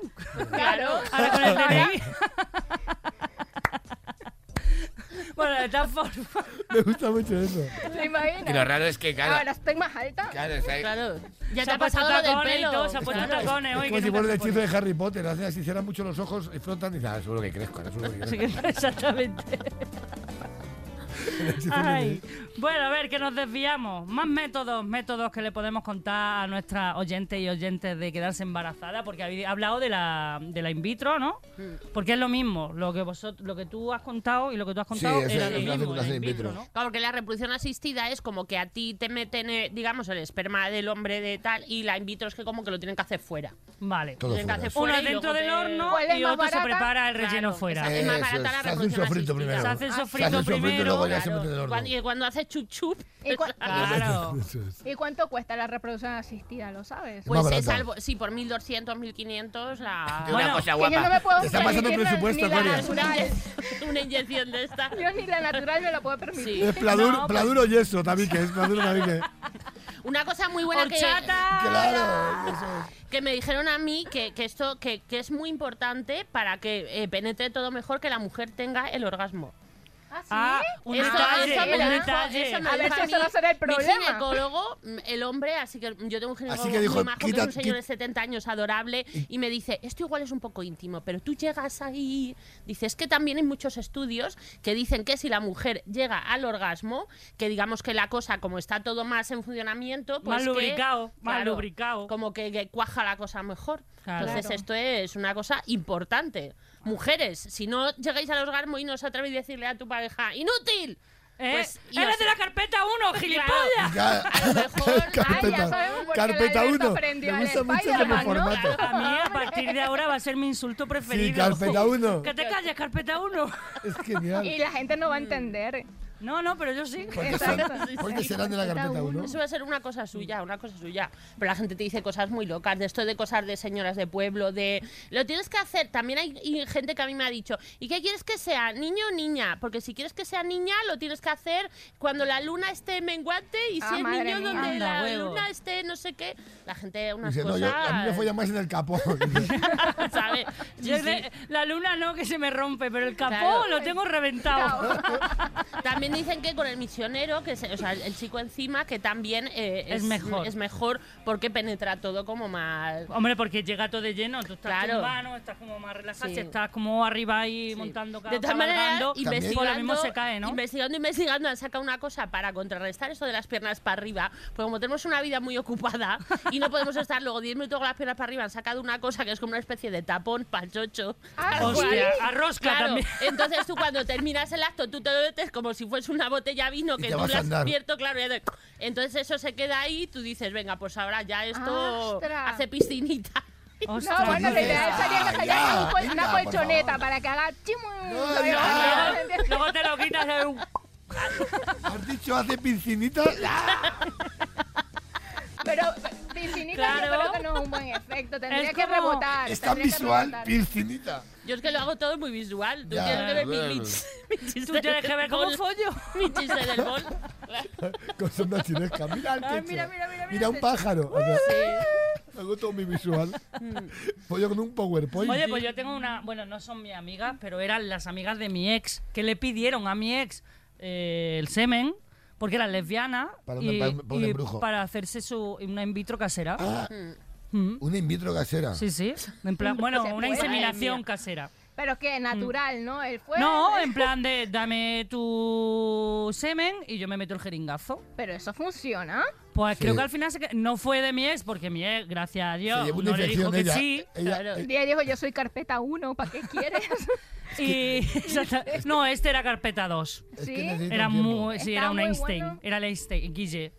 [SPEAKER 3] Claro.
[SPEAKER 2] Ahora
[SPEAKER 5] *laughs*
[SPEAKER 2] con el DNI. *laughs* bueno, de tal forma...
[SPEAKER 5] Me gusta mucho eso.
[SPEAKER 3] ¿Te imaginas?
[SPEAKER 6] Y lo raro es que, claro,
[SPEAKER 3] Ahora estoy más alta.
[SPEAKER 6] claro, está ahí-
[SPEAKER 4] Claro. Ya
[SPEAKER 2] Se
[SPEAKER 4] te
[SPEAKER 2] ha
[SPEAKER 4] ha
[SPEAKER 2] puesto
[SPEAKER 4] pasado lo del
[SPEAKER 2] tacones y
[SPEAKER 4] pelo.
[SPEAKER 2] todo, se ha puesto
[SPEAKER 4] Claro.
[SPEAKER 2] tacones
[SPEAKER 5] Es
[SPEAKER 2] hoy.
[SPEAKER 5] como
[SPEAKER 2] que
[SPEAKER 5] si
[SPEAKER 2] nunca
[SPEAKER 5] fuera el
[SPEAKER 2] se
[SPEAKER 5] hechizo de Harry Potter. Hacen así, cierran mucho los ojos y frotan y dicen, ah, eso es lo que crezco, ahora eso es lo
[SPEAKER 2] *laughs*
[SPEAKER 5] que
[SPEAKER 2] Así
[SPEAKER 5] crezco.
[SPEAKER 2] que-
[SPEAKER 5] *laughs*
[SPEAKER 2] Exactamente. Ay. Bueno, a ver, que nos desviamos. Más métodos, métodos que le podemos contar a nuestras oyentes y oyentes de quedarse embarazada, porque habéis hablado de la, de la in vitro, ¿no?
[SPEAKER 4] Mm.
[SPEAKER 2] Porque es lo mismo, lo que vosotros, lo que tú has contado y lo que tú has contado
[SPEAKER 5] ese-
[SPEAKER 2] era
[SPEAKER 5] ese
[SPEAKER 2] lo
[SPEAKER 5] hace
[SPEAKER 2] mismo,
[SPEAKER 5] una
[SPEAKER 2] la in
[SPEAKER 5] in
[SPEAKER 2] vitro,
[SPEAKER 5] vitro.
[SPEAKER 2] ¿no?
[SPEAKER 4] Claro, porque la reproducción asistida es como que a ti te meten, eh, digamos, el esperma del hombre de tal y la in vitro es que como que lo tienen que hacer fuera.
[SPEAKER 2] Vale.
[SPEAKER 5] Todo
[SPEAKER 4] Lo tienen que
[SPEAKER 5] fuera.
[SPEAKER 4] hacer
[SPEAKER 2] Uno
[SPEAKER 4] fuera
[SPEAKER 2] es
[SPEAKER 4] y
[SPEAKER 2] dentro
[SPEAKER 4] luego
[SPEAKER 2] del
[SPEAKER 4] te-
[SPEAKER 2] horno
[SPEAKER 3] ¿Cuál es
[SPEAKER 2] y
[SPEAKER 3] más
[SPEAKER 2] otro se
[SPEAKER 3] barata?
[SPEAKER 2] prepara el
[SPEAKER 4] Claro,
[SPEAKER 2] relleno fuera.
[SPEAKER 4] exacto. Es más barata
[SPEAKER 5] Eso,
[SPEAKER 4] la
[SPEAKER 5] se hace un
[SPEAKER 4] reproducción
[SPEAKER 5] sofrito
[SPEAKER 4] asistida.
[SPEAKER 5] primero.
[SPEAKER 2] Se hace el
[SPEAKER 5] Se hace el
[SPEAKER 2] sofrito
[SPEAKER 5] sofrito y
[SPEAKER 2] primero.
[SPEAKER 5] luego ya se
[SPEAKER 4] Claro.
[SPEAKER 5] mete en el horno.
[SPEAKER 4] Cuando- y cuando hace chup chup,
[SPEAKER 3] ¿Y,
[SPEAKER 4] *laughs*
[SPEAKER 3] cua-
[SPEAKER 2] Claro.
[SPEAKER 5] *laughs* Eso
[SPEAKER 3] *laughs*
[SPEAKER 5] es.
[SPEAKER 3] ¿Y cuánto cuesta la reproducción asistida? ¿Lo sabes?
[SPEAKER 4] pues
[SPEAKER 5] más
[SPEAKER 4] es
[SPEAKER 5] barato.
[SPEAKER 4] algo, sí, por 1200, 1500 la...
[SPEAKER 6] de una
[SPEAKER 2] Bueno,
[SPEAKER 6] cosa
[SPEAKER 3] Que yo no me
[SPEAKER 6] guapa.
[SPEAKER 3] puedo
[SPEAKER 5] Te está pasando
[SPEAKER 3] permitir
[SPEAKER 5] presupuesto,
[SPEAKER 3] ni la
[SPEAKER 5] Gloria.
[SPEAKER 3] natural.
[SPEAKER 4] una inyección de esta.
[SPEAKER 3] Yo ni la natural me la puedo permitir.
[SPEAKER 4] Sí.
[SPEAKER 5] Es pladur,
[SPEAKER 2] No,
[SPEAKER 5] pladuro y eso, tabique. Es pladuro, tabique.
[SPEAKER 4] Una cosa muy buena que...
[SPEAKER 2] Horchata.
[SPEAKER 5] Eh, Claro, eso es.
[SPEAKER 4] que me dijeron a mí que, que esto que, que es muy importante para que eh, penetre todo mejor que la mujer tenga el orgasmo.
[SPEAKER 3] ¿Ah, sí?
[SPEAKER 2] Ah, un
[SPEAKER 4] Eso-
[SPEAKER 2] detalle,
[SPEAKER 4] eso me
[SPEAKER 2] un
[SPEAKER 4] lo dijo-
[SPEAKER 2] detalle.
[SPEAKER 4] eso me
[SPEAKER 3] A
[SPEAKER 4] lo
[SPEAKER 3] ver
[SPEAKER 4] dijo
[SPEAKER 3] si eso
[SPEAKER 4] mí
[SPEAKER 3] no será el
[SPEAKER 4] mi
[SPEAKER 3] problema.
[SPEAKER 4] ginecólogo, mm, el hombre, así que yo tengo un ginecólogo
[SPEAKER 5] Así que dijo,
[SPEAKER 4] muy majo, que es un
[SPEAKER 5] quita-
[SPEAKER 4] señor de
[SPEAKER 5] quit-
[SPEAKER 4] 70 años adorable, y me dice, esto igual es un poco íntimo, pero tú llegas ahí, dice, es que también hay muchos estudios que dicen que si la mujer llega al orgasmo, que digamos que la cosa, como está todo más en funcionamiento, pues
[SPEAKER 2] Más
[SPEAKER 4] que-
[SPEAKER 2] lubricado, más lubricado.
[SPEAKER 4] Como que, que cuaja la cosa mejor.
[SPEAKER 2] Claro.
[SPEAKER 4] Entonces
[SPEAKER 3] Claro.
[SPEAKER 4] esto es una cosa importante. Mujeres, si no llegáis al orgasmo y no os atrevéis a decirle a tu pareja, ¡inútil!
[SPEAKER 2] ¿Eh?
[SPEAKER 4] Pues, y Pues,
[SPEAKER 2] ¡Eres
[SPEAKER 4] os-
[SPEAKER 2] de la carpeta 1, gilipollas!
[SPEAKER 5] Ya-
[SPEAKER 4] A lo mejor-
[SPEAKER 5] *laughs*
[SPEAKER 3] Ah, ya sabemos por qué
[SPEAKER 5] carpeta
[SPEAKER 3] Alberto
[SPEAKER 5] 1.
[SPEAKER 3] aprendió
[SPEAKER 5] Me
[SPEAKER 3] al
[SPEAKER 5] gusta mucho
[SPEAKER 3] Spider-Man,
[SPEAKER 5] como
[SPEAKER 3] ¿no?
[SPEAKER 5] formato.
[SPEAKER 2] A mí, a partir de ahora, va a ser mi insulto preferido.
[SPEAKER 5] Sí, carpeta 1.
[SPEAKER 2] Que te calles, carpeta 1.
[SPEAKER 5] Es
[SPEAKER 3] *laughs*
[SPEAKER 5] genial.
[SPEAKER 3] Y la gente no
[SPEAKER 2] Mm.
[SPEAKER 3] va a entender.
[SPEAKER 2] No, no, pero yo sí.
[SPEAKER 5] Porque,
[SPEAKER 3] Exacto, sí,
[SPEAKER 5] son, porque
[SPEAKER 3] sí.
[SPEAKER 5] serán de la carpeta
[SPEAKER 3] Carpeta
[SPEAKER 5] 1.
[SPEAKER 3] uno.
[SPEAKER 4] Eso va a ser una cosa suya, una cosa suya. Pero la gente te dice cosas muy locas, de esto de cosas de señoras de pueblo, de... Lo tienes que hacer. También hay y gente que a mí me ha dicho, ¿y qué quieres que sea, niño o niña? Porque si quieres que sea niña, lo tienes que hacer cuando la luna esté menguante y si
[SPEAKER 3] Ah,
[SPEAKER 4] es
[SPEAKER 3] madre
[SPEAKER 4] niño,
[SPEAKER 3] mía.
[SPEAKER 4] donde
[SPEAKER 2] Anda,
[SPEAKER 4] la
[SPEAKER 2] huevo.
[SPEAKER 4] luna esté no sé qué. La gente, unas
[SPEAKER 5] Dice, no,
[SPEAKER 4] cosas...
[SPEAKER 5] yo, a
[SPEAKER 4] *laughs*
[SPEAKER 5] mí me follan más en el capón. *laughs*
[SPEAKER 4] ¿sabes? Sí,
[SPEAKER 2] Yo
[SPEAKER 4] sí.
[SPEAKER 2] de- la luna no, que se me rompe, pero el capó
[SPEAKER 4] Claro.
[SPEAKER 2] lo tengo reventado.
[SPEAKER 3] Chao.
[SPEAKER 4] También También dicen que con el misionero, que se- o sea, el, el chico encima, que también eh,
[SPEAKER 2] Es mejor.
[SPEAKER 4] es mejor porque penetra todo como más.
[SPEAKER 2] Hombre, porque llega todo de lleno, tú estás
[SPEAKER 4] Claro.
[SPEAKER 2] tumbado, ¿no? estás como más relajado,
[SPEAKER 4] Sí.
[SPEAKER 2] si estás como arriba ahí
[SPEAKER 4] Sí.
[SPEAKER 2] montando
[SPEAKER 4] de tal manera,
[SPEAKER 2] cabalgando,
[SPEAKER 4] investigando,
[SPEAKER 2] por lo mismo se cae, ¿no?
[SPEAKER 4] investigando, investigando, han sacado una cosa para contrarrestar esto de las piernas para arriba. Porque como tenemos una vida muy ocupada y no podemos estar luego 10 minutos con las piernas para arriba, han sacado una cosa que es como una especie de tapón pachocho.
[SPEAKER 3] Ah,
[SPEAKER 4] Tal
[SPEAKER 2] Hostia,
[SPEAKER 4] cual.
[SPEAKER 2] a rosca
[SPEAKER 4] Claro, *laughs*
[SPEAKER 2] también.
[SPEAKER 4] Entonces tú cuando terminas el acto, tú te lo metes como si fuese una botella de vino
[SPEAKER 5] Y
[SPEAKER 4] que
[SPEAKER 5] te
[SPEAKER 4] tú
[SPEAKER 5] vas
[SPEAKER 4] la
[SPEAKER 5] a
[SPEAKER 4] has
[SPEAKER 5] andar.
[SPEAKER 4] abierto, claro. ya te- Entonces eso se queda ahí y tú dices, venga, pues ahora ya esto
[SPEAKER 3] ¡Ostras!
[SPEAKER 4] hace piscinita.
[SPEAKER 2] Ostras,
[SPEAKER 3] No, bueno, la
[SPEAKER 5] dices,
[SPEAKER 3] idea sería que
[SPEAKER 5] "Ah,
[SPEAKER 3] haya
[SPEAKER 5] ya,
[SPEAKER 3] un cue-
[SPEAKER 5] venga,
[SPEAKER 3] pues, una
[SPEAKER 5] por
[SPEAKER 3] colchoneta
[SPEAKER 5] favor".
[SPEAKER 3] para que haga chim.
[SPEAKER 5] No,
[SPEAKER 3] ¿sabes?
[SPEAKER 5] ya.
[SPEAKER 2] luego, luego te lo quitas de un...
[SPEAKER 5] ¿Has dicho hace piscinita? *laughs* ¡Ah!
[SPEAKER 3] Pero piscinita yo
[SPEAKER 2] Claro.
[SPEAKER 3] creo que no es un buen efecto. Tendría
[SPEAKER 2] Es
[SPEAKER 3] que
[SPEAKER 2] como-
[SPEAKER 3] rebotar.
[SPEAKER 5] Está
[SPEAKER 3] tendría que
[SPEAKER 5] visual,
[SPEAKER 3] rebotar.
[SPEAKER 5] piscinita.
[SPEAKER 4] Yo es que lo hago todo muy visual. Tú
[SPEAKER 5] Ya,
[SPEAKER 4] tienes que ver mi,
[SPEAKER 5] claro.
[SPEAKER 4] glitch- mi chiste.
[SPEAKER 2] Tú tienes que
[SPEAKER 4] del
[SPEAKER 2] ver cómo
[SPEAKER 4] bol.
[SPEAKER 2] follo.
[SPEAKER 4] Mi chiste del bol.
[SPEAKER 5] Con sonda chinesca. Mira el
[SPEAKER 3] Ay,
[SPEAKER 5] techo.
[SPEAKER 3] mira, mira, mira,
[SPEAKER 5] Mira un
[SPEAKER 3] ese-
[SPEAKER 5] pájaro. O sea, Hago todo mi visual. Pollo con un PowerPoint.
[SPEAKER 2] Oye, pues yo tengo una. Bueno, no son mis amigas, pero eran las amigas de mi ex que le pidieron a mi ex eh, el semen porque era lesbiana
[SPEAKER 5] Para un-
[SPEAKER 2] y,
[SPEAKER 5] para un- para
[SPEAKER 2] y
[SPEAKER 5] un embrujo.
[SPEAKER 2] para hacerse su una in vitro casera.
[SPEAKER 5] Ah,
[SPEAKER 2] Mm.
[SPEAKER 5] una in vitro casera.
[SPEAKER 2] Sí, sí. En plan, bueno,
[SPEAKER 3] Se
[SPEAKER 2] una
[SPEAKER 3] puede.
[SPEAKER 2] inseminación
[SPEAKER 4] Madre mía.
[SPEAKER 2] casera.
[SPEAKER 3] Pero que natural, ¿no? El fuego.
[SPEAKER 2] Mm.
[SPEAKER 3] ¿eh?
[SPEAKER 2] No, em- en plan de dame tu semen y yo me meto el jeringazo.
[SPEAKER 3] Pero eso funciona.
[SPEAKER 2] Pues
[SPEAKER 5] Sí.
[SPEAKER 2] creo que al final se que- no fue de mi ex, porque mi ex, gracias a
[SPEAKER 5] Se
[SPEAKER 2] Dios,
[SPEAKER 5] llevó una
[SPEAKER 2] no le dijo
[SPEAKER 5] infección
[SPEAKER 2] que
[SPEAKER 5] ella.
[SPEAKER 2] sí.
[SPEAKER 5] Ella-
[SPEAKER 4] Claro.
[SPEAKER 5] eh,
[SPEAKER 3] Y ella dijo, yo soy carpeta 1, ¿para qué
[SPEAKER 2] *laughs*
[SPEAKER 3] quieres?
[SPEAKER 2] Y, *laughs* exacta- no, este era carpeta 2.
[SPEAKER 5] es que
[SPEAKER 3] Sí.
[SPEAKER 5] necesita
[SPEAKER 2] Era
[SPEAKER 5] un tiempo.
[SPEAKER 2] muy, sí,
[SPEAKER 3] Estaba
[SPEAKER 2] era un
[SPEAKER 3] muy
[SPEAKER 2] Einstein.
[SPEAKER 3] bueno.
[SPEAKER 2] Era el Einstein, Guille.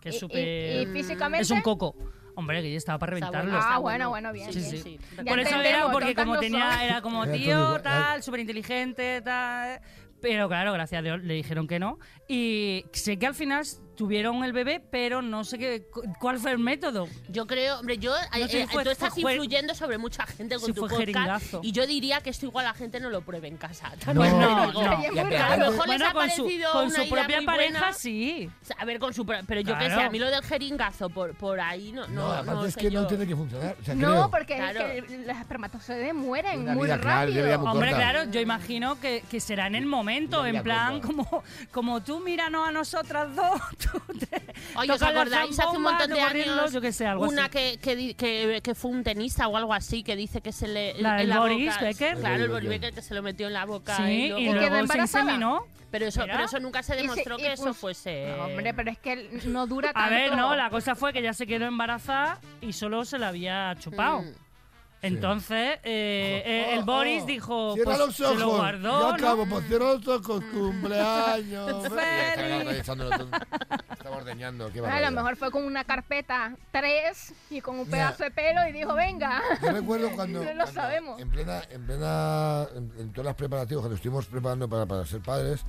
[SPEAKER 2] Que es
[SPEAKER 3] Y- y-
[SPEAKER 2] súper.
[SPEAKER 3] y físicamente.
[SPEAKER 2] Es un coco. Hombre, Guille estaba para
[SPEAKER 4] Está
[SPEAKER 2] reventarlo.
[SPEAKER 4] bueno.
[SPEAKER 3] Ah,
[SPEAKER 4] Está
[SPEAKER 3] bueno,
[SPEAKER 4] bueno.
[SPEAKER 3] bueno, bien.
[SPEAKER 2] Sí,
[SPEAKER 3] bien.
[SPEAKER 2] sí.
[SPEAKER 4] Ya
[SPEAKER 2] Por eso era,
[SPEAKER 3] entendemos,
[SPEAKER 2] porque
[SPEAKER 3] tontas
[SPEAKER 2] como
[SPEAKER 3] no son.
[SPEAKER 2] tenía, era como
[SPEAKER 5] Era todo
[SPEAKER 2] tío,
[SPEAKER 5] igual.
[SPEAKER 2] tal, súper inteligente, tal. Pero claro, gracias a Dios le dijeron que no. Y sé que al final tuvieron el bebé, pero no sé qué, cu- cuál fue el método.
[SPEAKER 4] Yo creo, hombre, yo eh,
[SPEAKER 2] sé si
[SPEAKER 4] eh,
[SPEAKER 2] fue-
[SPEAKER 4] tú estás
[SPEAKER 2] fue jue-
[SPEAKER 4] influyendo sobre mucha gente con
[SPEAKER 2] si
[SPEAKER 4] tu
[SPEAKER 2] fue
[SPEAKER 4] podcast
[SPEAKER 2] jeringazo.
[SPEAKER 4] y yo diría que esto igual la gente no lo pruebe en casa.
[SPEAKER 2] Pues
[SPEAKER 4] También
[SPEAKER 2] no,
[SPEAKER 4] te digo.
[SPEAKER 2] no.
[SPEAKER 3] Oye, es
[SPEAKER 6] Ya,
[SPEAKER 3] muy
[SPEAKER 6] pero-
[SPEAKER 3] raro.
[SPEAKER 4] lo mejor les
[SPEAKER 2] bueno,
[SPEAKER 4] ha
[SPEAKER 2] con su,
[SPEAKER 4] parecido
[SPEAKER 2] con
[SPEAKER 4] una
[SPEAKER 2] su
[SPEAKER 4] idea
[SPEAKER 2] propia
[SPEAKER 4] muy
[SPEAKER 2] pareja
[SPEAKER 4] buena.
[SPEAKER 2] sí.
[SPEAKER 4] O sea, A ver, con su. pro- Pero yo qué sé,
[SPEAKER 2] Claro.
[SPEAKER 4] a mí lo del jeringazo por, por ahí no.
[SPEAKER 5] No,
[SPEAKER 4] No,
[SPEAKER 5] aparte
[SPEAKER 4] no
[SPEAKER 5] es
[SPEAKER 4] sé
[SPEAKER 5] que
[SPEAKER 4] yo.
[SPEAKER 5] no tiene que funcionar. O sea, creo.
[SPEAKER 3] No, porque
[SPEAKER 4] Claro.
[SPEAKER 3] es que los espermatozoides mueren
[SPEAKER 5] Una
[SPEAKER 3] muy
[SPEAKER 5] vida, claro,
[SPEAKER 3] rápido.
[SPEAKER 5] yo voy a-
[SPEAKER 2] Hombre,
[SPEAKER 5] corta.
[SPEAKER 2] claro, yo imagino que, que será en el momento,
[SPEAKER 5] Ya,
[SPEAKER 2] en
[SPEAKER 5] ya,
[SPEAKER 2] plan,
[SPEAKER 5] corta.
[SPEAKER 2] como, como tú míranos a nosotras dos. *laughs* Tú te
[SPEAKER 4] Oye, ¿os
[SPEAKER 2] tocas la
[SPEAKER 4] acordáis hace un
[SPEAKER 2] zambomba,
[SPEAKER 4] montón de
[SPEAKER 2] tú corriendo,
[SPEAKER 4] años?
[SPEAKER 2] Yo que sé, algo
[SPEAKER 4] una
[SPEAKER 2] así.
[SPEAKER 4] que, que, di- que, que fue un tenista o algo así que dice que se le.
[SPEAKER 2] La
[SPEAKER 4] en
[SPEAKER 2] del
[SPEAKER 4] la
[SPEAKER 2] Boris
[SPEAKER 4] boca-
[SPEAKER 2] Becker.
[SPEAKER 4] Claro, el Boris
[SPEAKER 5] Becker.
[SPEAKER 4] Becker que se lo metió en la boca.
[SPEAKER 2] Sí,
[SPEAKER 4] y luego-
[SPEAKER 2] y
[SPEAKER 3] quedó
[SPEAKER 2] luego se
[SPEAKER 3] embarazada.
[SPEAKER 2] inseminó.
[SPEAKER 4] Pero eso,
[SPEAKER 2] Mira.
[SPEAKER 4] pero eso nunca se
[SPEAKER 3] Y se-
[SPEAKER 4] demostró
[SPEAKER 3] y
[SPEAKER 4] que eso
[SPEAKER 3] fun-
[SPEAKER 4] fuese.
[SPEAKER 3] No, hombre, pero
[SPEAKER 2] *laughs*
[SPEAKER 3] es que no dura tanto.
[SPEAKER 2] A ver, no, la cosa fue que ya se quedó embarazada y solo se la había chupado.
[SPEAKER 4] Mm.
[SPEAKER 2] Entonces, eh, eh, el
[SPEAKER 5] Oh,
[SPEAKER 2] Boris
[SPEAKER 5] oh.
[SPEAKER 2] dijo,
[SPEAKER 5] Cierra
[SPEAKER 2] pues,
[SPEAKER 5] los ojos.
[SPEAKER 2] se lo guardó,
[SPEAKER 5] Yo
[SPEAKER 2] ¿no?
[SPEAKER 5] acabo, pues cierra los ojos.
[SPEAKER 3] *laughs*
[SPEAKER 5] Cumpleaños.
[SPEAKER 2] Feliz.
[SPEAKER 5] Estaba Estaba ordeñando.
[SPEAKER 3] *laughs*
[SPEAKER 5] Qué
[SPEAKER 3] A
[SPEAKER 5] barbaridad.
[SPEAKER 3] lo mejor fue con una carpeta 3 y con un
[SPEAKER 5] Mira.
[SPEAKER 3] pedazo de pelo y dijo,
[SPEAKER 5] *laughs*
[SPEAKER 3] venga. *laughs*
[SPEAKER 5] Yo recuerdo cuando.
[SPEAKER 3] No lo
[SPEAKER 5] cuando
[SPEAKER 3] sabemos.
[SPEAKER 5] En plena. En, plena en, en todas las preparativas, cuando estuvimos preparando para, para ser padres,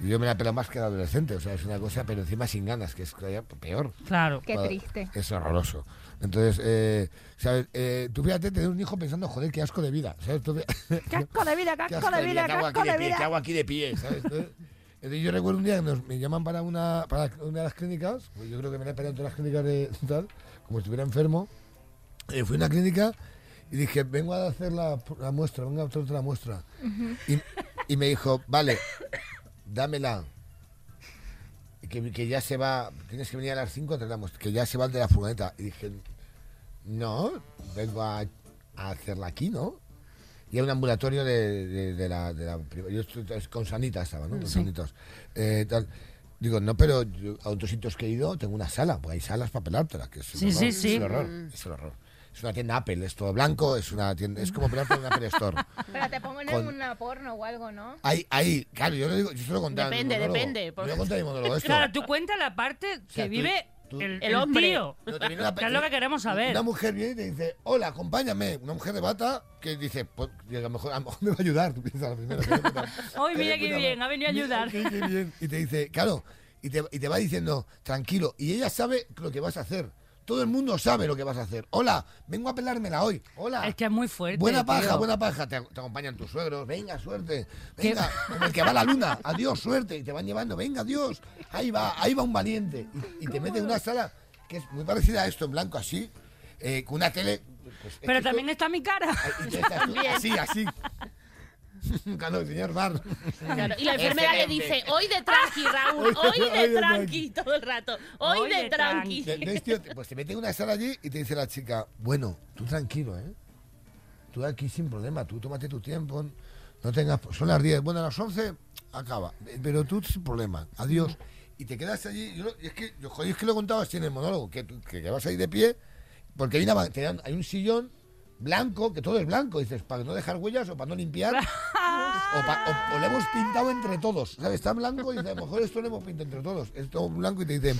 [SPEAKER 5] yo me la pela más que de adolescente. O sea, es una cosa, pero encima sin ganas, que es todavía peor.
[SPEAKER 2] Claro.
[SPEAKER 3] Qué
[SPEAKER 5] Vale,
[SPEAKER 3] triste.
[SPEAKER 5] Es horroroso. Entonces, eh, ¿sabes? Eh, tú fíjate tener un hijo pensando, joder, qué asco de vida. ¿Sabes? Tú *laughs* fí-
[SPEAKER 2] Casco de vida,
[SPEAKER 5] ¿Qué asco de vida? ¿Qué hago aquí de pie? ¿Qué hago aquí
[SPEAKER 3] *laughs*
[SPEAKER 5] de pie? ¿Sabes? Entonces, yo recuerdo un día que nos, me llaman para una, para una de las clínicas, pues yo creo que me la he peleado en todas las clínicas de tal, como si estuviera enfermo. Eh, fui a una clínica y dije, vengo a hacer la, la muestra, vengo a hacer la muestra. y, y me dijo, vale, dámela. Que, que ya se va, tienes que venir a las 5 a hacer la muestra, que ya se va el de la furgoneta. Y dije, no, vengo a, a hacerla aquí, ¿no? Y era un ambulatorio de, de- de la, de la pri- Yo estu- es- con Sanita estaba, ¿no? Con Sanitas. Eh, tal. Digo, no, pero yo a otros sitios que he ido tengo una sala, pues hay salas para pelártelas, que es, un
[SPEAKER 2] Sí,
[SPEAKER 5] horror,
[SPEAKER 2] sí,
[SPEAKER 5] es
[SPEAKER 2] sí. Mm.
[SPEAKER 5] el horror, es el horror. Es una tienda Apple, es todo blanco, es una tienda, es como pelarte en un
[SPEAKER 2] *laughs*
[SPEAKER 5] Apple Store.
[SPEAKER 3] Pero te ponen
[SPEAKER 5] Con-
[SPEAKER 3] una porno o algo, ¿no?
[SPEAKER 5] Ahí, ahí, claro, yo lo digo, yo se lo contaba. en mi
[SPEAKER 4] Depende,
[SPEAKER 5] monólogo.
[SPEAKER 4] depende,
[SPEAKER 5] Yo
[SPEAKER 4] porque-
[SPEAKER 5] lo contaba en
[SPEAKER 2] *laughs*
[SPEAKER 5] mi monólogo esto.
[SPEAKER 2] Claro, tú cuenta la parte que
[SPEAKER 5] sea, tú-
[SPEAKER 2] vive
[SPEAKER 5] tú-
[SPEAKER 2] el,
[SPEAKER 4] El
[SPEAKER 2] el
[SPEAKER 4] hombre.
[SPEAKER 2] tío.
[SPEAKER 5] No, te viene una
[SPEAKER 2] *laughs* que es lo que queremos saber.
[SPEAKER 5] Una mujer viene y te dice, hola, acompáñame. Una mujer de bata que dice, pues, y a, lo mejor, a lo mejor me va a ayudar. *laughs* Tú piensas la primera. que me va a ayudar.
[SPEAKER 2] *laughs* Ay, mira
[SPEAKER 5] Eres
[SPEAKER 2] qué
[SPEAKER 5] puta
[SPEAKER 2] bien,
[SPEAKER 5] madre.
[SPEAKER 2] ha venido a
[SPEAKER 5] Mira
[SPEAKER 2] ayudar.
[SPEAKER 5] qué- qué bien. Y te dice, claro, y te, y te va diciendo, tranquilo. Y ella sabe lo que vas a hacer. Todo el mundo sabe lo que vas a hacer. Hola, vengo a pelármela hoy. Hola.
[SPEAKER 2] Es que es muy fuerte.
[SPEAKER 5] Buena paja,
[SPEAKER 2] tío.
[SPEAKER 5] buena paja. Te, te acompañan tus suegros. Venga, suerte. Venga, como el que va a la luna. Adiós, suerte. Y te van llevando. Venga, adiós. Ahí va, ahí va un valiente. Y, y te meten en una sala que es muy parecida a esto, en blanco, así. eh, con una tele. pues, es que
[SPEAKER 2] Pero
[SPEAKER 5] esto-
[SPEAKER 2] también está mi cara.
[SPEAKER 5] *laughs* Ay, y te estás tú Así, así. Claro, señor Bar.
[SPEAKER 4] Claro, Y la enfermera le dice,
[SPEAKER 6] Excelente.
[SPEAKER 4] hoy de tranqui, Raúl,
[SPEAKER 5] Hoy
[SPEAKER 4] hoy
[SPEAKER 5] de- hoy
[SPEAKER 4] de
[SPEAKER 5] de
[SPEAKER 4] tranqui, todo el rato, hoy de tranqui.
[SPEAKER 5] De- de este- pues te mete en una sala allí y te dice la chica, bueno, tú tranquilo, ¿eh? Tú aquí sin problema, tú tómate tu tiempo, no tengas... Son las 10, bueno, a las 11 acaba, eh, pero tú sin problema, adiós. Y te quedas allí, yo, lo- y es que, yo, joder, es que lo he contado así en el monólogo, que, tú- que, que vas ahí de pie, porque hay, una, ba- te dan- hay un sillón blanco, que todo es blanco, dices, para no dejar huellas o para no limpiar, o, pa- o- o lo hemos pintado entre todos, ¿sabes? Está blanco y dices, a lo mejor esto lo hemos pintado entre todos, esto blanco y te dicen,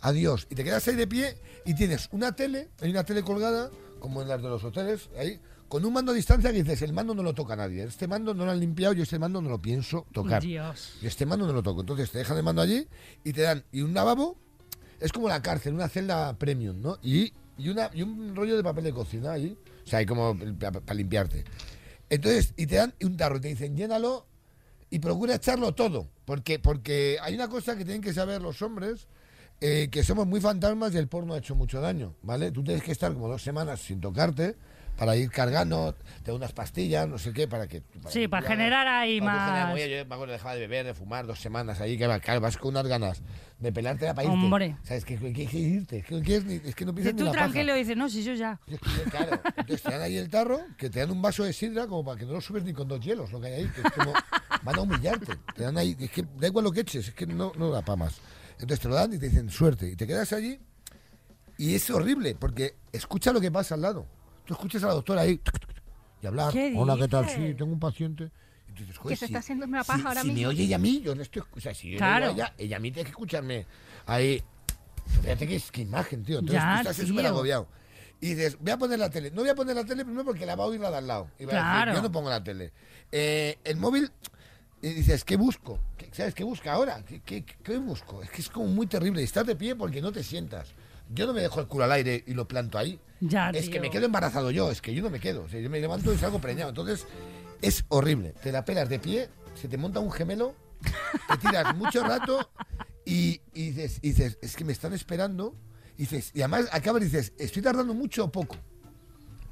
[SPEAKER 5] adiós, y te quedas ahí de pie y tienes una tele, hay una tele colgada, como en las de los hoteles, ahí, con un mando a distancia que dices, el mando no lo toca nadie, este mando no lo han limpiado, yo este mando no lo pienso tocar.
[SPEAKER 2] Dios.
[SPEAKER 5] Y este mando no lo toco. Entonces te dejan el mando allí y te dan. Y un lavabo es como la cárcel, una celda premium, ¿no? Y, y, una, y un rollo de papel de cocina ahí. O sea, hay como para limpiarte. Entonces, y te dan un tarro y te dicen, llénalo y procura echarlo todo. Porque, porque hay una cosa que tienen que saber los hombres. eh, que somos muy fantasmas y el porno ha hecho mucho daño, ¿vale? Tú tienes que estar como dos semanas sin tocarte para ir cargando, te da unas pastillas, no sé qué, para que... para
[SPEAKER 2] Sí,
[SPEAKER 5] que
[SPEAKER 2] para
[SPEAKER 5] tú hagas-
[SPEAKER 2] generar ahí
[SPEAKER 5] para que genere
[SPEAKER 2] más.
[SPEAKER 5] muy- yo me acuerdo, dejaba de beber, de fumar dos semanas ahí, que va- claro, vas con unas ganas de pelarte la país.
[SPEAKER 2] Hombre.
[SPEAKER 5] ¿Sabes? Que, que, que- que irte, es que, no quieres ni- es que no
[SPEAKER 2] Y
[SPEAKER 5] piensas ni
[SPEAKER 2] tú
[SPEAKER 5] la paja. Pues
[SPEAKER 2] tranquilo dices, no, si yo ya.
[SPEAKER 5] Es que, Claro, entonces te dan ahí el tarro, que te dan un vaso de sidra como para que no lo subes ni con dos hielos, lo que hay ahí, que es como, van a humillarte. Te dan ahí, es que da igual lo que eches, es que no, no da para más. Entonces te lo dan y te dicen suerte, y te quedas allí, y es horrible, porque escucha lo que pasa al lado. Tú escuchas a la doctora ahí y hablar,
[SPEAKER 2] ¿Qué
[SPEAKER 5] hola, ¿qué tal?
[SPEAKER 2] dices?
[SPEAKER 5] Sí, tengo un paciente. Y tú dices, "Joder,
[SPEAKER 3] Que se
[SPEAKER 5] si-
[SPEAKER 3] está haciendo una paja
[SPEAKER 5] si-
[SPEAKER 3] ahora
[SPEAKER 5] si me
[SPEAKER 3] mismo".
[SPEAKER 5] oye ella a mí, yo no estoy escu- o sea, si yo le
[SPEAKER 2] Claro.
[SPEAKER 5] digo a ella, ella a mí tiene que escucharme ahí. Fíjate que, qué imagen, tío. Entonces
[SPEAKER 2] Ya,
[SPEAKER 5] tú estás
[SPEAKER 2] tío.
[SPEAKER 5] súper agobiado. Y dices, voy a poner la tele. No voy a poner la tele primero porque la va a oír la de al lado. Y va a
[SPEAKER 2] Claro.
[SPEAKER 5] decir, yo no pongo la tele. Eh, el móvil, y dices, ¿qué busco? ¿Qué- ¿Sabes qué busca ahora? ¿Qué, qué, qué busco? Es que es como muy terrible. Y estás de pie porque no te sientas. Yo no me dejo el culo al aire y lo planto ahí.
[SPEAKER 2] Ya,
[SPEAKER 5] es que
[SPEAKER 2] tío.
[SPEAKER 5] me quedo embarazado yo, es que yo no me quedo. O sea, yo me levanto y salgo preñado. Entonces, es horrible. Te la pelas de pie, se te monta un gemelo, te tiras mucho rato y, y dices, y dices, es que me están esperando. Y, dices, y además acabas y dices, ¿estoy tardando mucho o poco?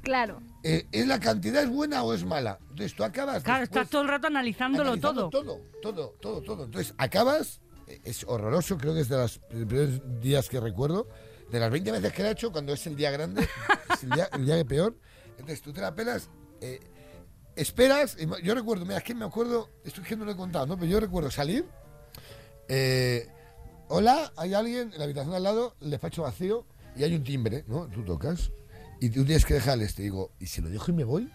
[SPEAKER 3] Claro.
[SPEAKER 5] Eh, ¿Es la cantidad es buena o es mala? Entonces tú acabas.
[SPEAKER 2] Claro,
[SPEAKER 5] después-
[SPEAKER 2] estás todo el rato analizándolo
[SPEAKER 5] analizando
[SPEAKER 2] todo.
[SPEAKER 5] Todo, todo, todo, todo. Entonces, acabas, eh, es horroroso, creo que es de los primeros días que recuerdo, de las 20 veces que la he hecho, cuando es el
[SPEAKER 2] *laughs*
[SPEAKER 5] día grande, es el día, el día que peor. Entonces, tú te la pelas, eh, esperas, y me- yo recuerdo, mira, es que me acuerdo, esto es que no lo he contado, ¿no? Pero yo recuerdo salir, eh, hola, hay alguien en la habitación al lado, el despacho vacío, y hay un timbre, ¿no? Tú tocas, y tú tienes que dejarles, te digo, ¿y si lo dejo y me voy?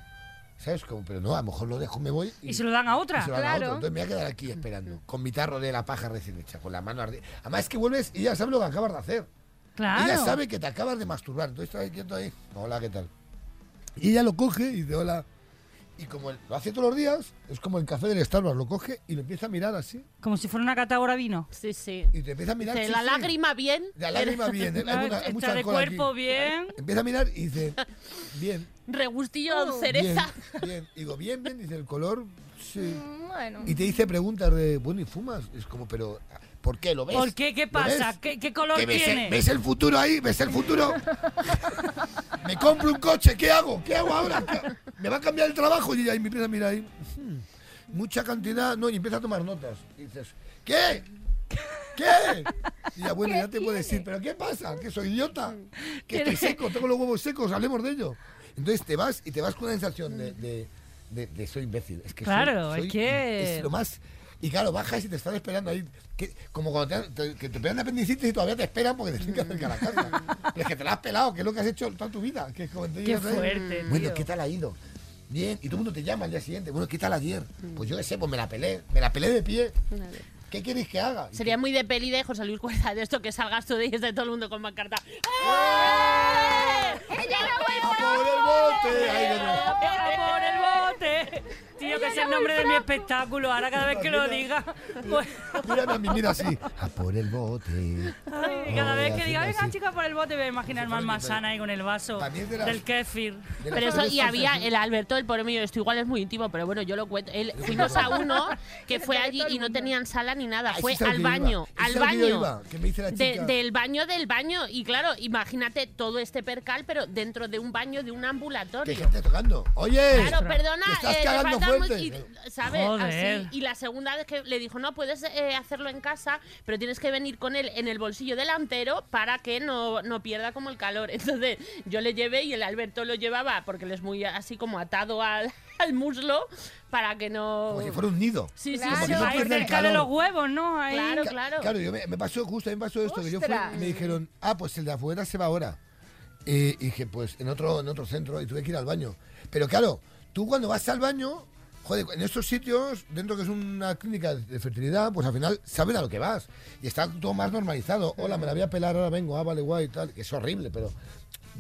[SPEAKER 5] ¿Sabes? Como, pero no, a lo mejor lo dejo, y me voy.
[SPEAKER 2] Y se lo dan a otra.
[SPEAKER 5] Y se lo dan a otro.
[SPEAKER 3] Claro.
[SPEAKER 5] Entonces me voy a quedar aquí esperando, con mi tarro de la paja recién hecha, con la mano ardiente. Además es que vuelves y ya sabes lo que acabas de hacer. Ella
[SPEAKER 2] Claro.
[SPEAKER 5] sabe que te acabas de masturbar. Entonces estás ahí quieto ahí. Hola, ¿qué tal? Y ella lo coge y dice hola. Y como él lo hace todos los días, es como el café del Starbucks. Lo coge y lo empieza a mirar así.
[SPEAKER 2] Como si fuera una catadora vino.
[SPEAKER 4] Sí, sí.
[SPEAKER 5] Y te empieza a mirar.
[SPEAKER 4] Dice,
[SPEAKER 5] sí,
[SPEAKER 4] La
[SPEAKER 5] sí.
[SPEAKER 4] lágrima bien.
[SPEAKER 5] La
[SPEAKER 2] *laughs*
[SPEAKER 5] lágrima bien. ¿eh? Hay una- hay mucho
[SPEAKER 2] Está de
[SPEAKER 5] alcohol aquí.
[SPEAKER 2] cuerpo bien.
[SPEAKER 5] Empieza a mirar y dice, bien,
[SPEAKER 4] *laughs*
[SPEAKER 5] Oh.
[SPEAKER 4] Regustillo de
[SPEAKER 5] bien,
[SPEAKER 4] cereza.
[SPEAKER 5] bien. Y digo, bien, bien. Dice, el color, sí.
[SPEAKER 3] Mm, Bueno.
[SPEAKER 5] Y te dice preguntas de, bueno, ¿y fumas? Es como, pero, ¿por qué? ¿Lo ves?
[SPEAKER 2] ¿Por qué? ¿Qué
[SPEAKER 5] ¿Lo
[SPEAKER 2] pasa?
[SPEAKER 5] ves?
[SPEAKER 2] ¿Qué, qué color
[SPEAKER 5] ¿Qué ves, el,
[SPEAKER 2] tiene?
[SPEAKER 5] ves el futuro ahí? ¿Ves el futuro? *laughs* Me compro un coche, ¿qué hago? ¿Qué hago ahora? ¿Qué- ¿Me va a cambiar el trabajo? Y ahí me empieza a mirar ahí. hmm, Mucha cantidad, no, y empieza a tomar notas. Y dices, ¿qué? ¿Qué? Y ya, bueno,
[SPEAKER 3] ¿Qué
[SPEAKER 5] ya te puedo
[SPEAKER 3] tiene?
[SPEAKER 5] decir, ¿pero qué pasa? ¿Que soy idiota? ¿Que estoy seco? ¿Tengo los huevos secos? Hablemos de ello. Entonces te vas y te vas con una sensación de, de, de- de soy imbécil. Es que soy-
[SPEAKER 2] Claro, es
[SPEAKER 5] soy-
[SPEAKER 2] que-
[SPEAKER 5] es lo más. Y claro, bajas y te están esperando ahí. Que, como cuando te, han- te- que te pegan apendicitis y todavía te esperan porque te tienen que acercar a
[SPEAKER 4] *laughs*
[SPEAKER 5] casa. Pero es que te la has pelado, que es lo que has hecho toda tu vida. Que es como te
[SPEAKER 2] Qué
[SPEAKER 5] llegas ahí,
[SPEAKER 2] fuerte,
[SPEAKER 5] Bueno,
[SPEAKER 2] tío.
[SPEAKER 5] ¿qué tal ha ido? Bien. Y todo el mundo te llama al día siguiente. Bueno, ¿qué tal ayer?
[SPEAKER 4] Mm.
[SPEAKER 5] Pues yo qué sé, pues me la pelé. Me la pelé de pie. ¿Qué queréis que haga? Y
[SPEAKER 4] Sería muy de peli de José Luis Cuerda de esto que salgas tú de de todo el mundo con pancarta.
[SPEAKER 3] ¡Ella lo
[SPEAKER 5] ¡A por el bote! Ahí viene.
[SPEAKER 2] ¡A por el bote! Tío, que es el nombre de mi espectáculo. Ahora cada vez que lo diga, *laughs* pues,
[SPEAKER 5] Mírame a mí, mira así. A por el bote.
[SPEAKER 2] ay, cada vez que
[SPEAKER 5] así,
[SPEAKER 2] diga, venga
[SPEAKER 5] así.
[SPEAKER 2] chica, por el bote, me voy a imaginar más manzana ahí con el vaso
[SPEAKER 5] También es de las-
[SPEAKER 2] del kéfir.
[SPEAKER 5] De las
[SPEAKER 4] Pero eso,
[SPEAKER 5] peores
[SPEAKER 4] y
[SPEAKER 5] cosas,
[SPEAKER 4] había
[SPEAKER 5] ¿no?
[SPEAKER 4] el Alberto, el pobre mío, esto igual es muy íntimo, pero bueno, yo lo cuento.
[SPEAKER 5] *laughs*
[SPEAKER 4] Él, fuimos a uno que fue allí y no tenían sala ni nada,
[SPEAKER 5] Ah,
[SPEAKER 4] fue
[SPEAKER 5] ese es el
[SPEAKER 4] al
[SPEAKER 5] que iba,
[SPEAKER 4] baño,
[SPEAKER 5] ese
[SPEAKER 4] al
[SPEAKER 5] es el que
[SPEAKER 4] baño.
[SPEAKER 5] yo iba, que me dice la
[SPEAKER 4] De-
[SPEAKER 5] chica.
[SPEAKER 4] del baño del baño. Y claro, imagínate todo este percal, pero dentro de un baño de un
[SPEAKER 5] Que hay
[SPEAKER 4] ambulatorio.
[SPEAKER 5] gente tocando. Oye,
[SPEAKER 4] Claro, perdona,
[SPEAKER 5] que estás
[SPEAKER 4] eh, te
[SPEAKER 5] cagando
[SPEAKER 4] faltan
[SPEAKER 5] fuerte. fuerte,
[SPEAKER 4] y,
[SPEAKER 5] claro.
[SPEAKER 4] ¿sabes?
[SPEAKER 2] Joder.
[SPEAKER 4] Así. Y la segunda vez que le dijo, no, puedes eh, hacerlo en casa, pero tienes que venir con él en el bolsillo delantero para que no, no pierda como el calor. *laughs* Entonces yo le llevé y el Alberto lo llevaba porque él es muy así como atado al, *laughs* al muslo para que no...
[SPEAKER 5] Como si fuera un nido.
[SPEAKER 4] Sí, sí, sí.
[SPEAKER 3] Claro.
[SPEAKER 5] Como si no
[SPEAKER 2] Ahí
[SPEAKER 5] pierde el
[SPEAKER 2] cerca de
[SPEAKER 5] calor.
[SPEAKER 2] los huevos, ¿no? Ahí.
[SPEAKER 4] Claro,
[SPEAKER 5] Ca-
[SPEAKER 4] claro.
[SPEAKER 5] Claro, yo me, me pasó justo, a mí me pasó esto, que yo fui y me dijeron, ah, pues el de afuera se va ahora. Eh, y dije, pues en otro, en otro centro, y tuve que ir al baño. Pero claro, tú cuando vas al baño, joder, en estos sitios, dentro que es una clínica de fertilidad, pues al final saben a lo que vas. Y está todo más normalizado. Hola, me la voy a pelar, ahora vengo, ah, vale, guay, tal. Que es horrible, pero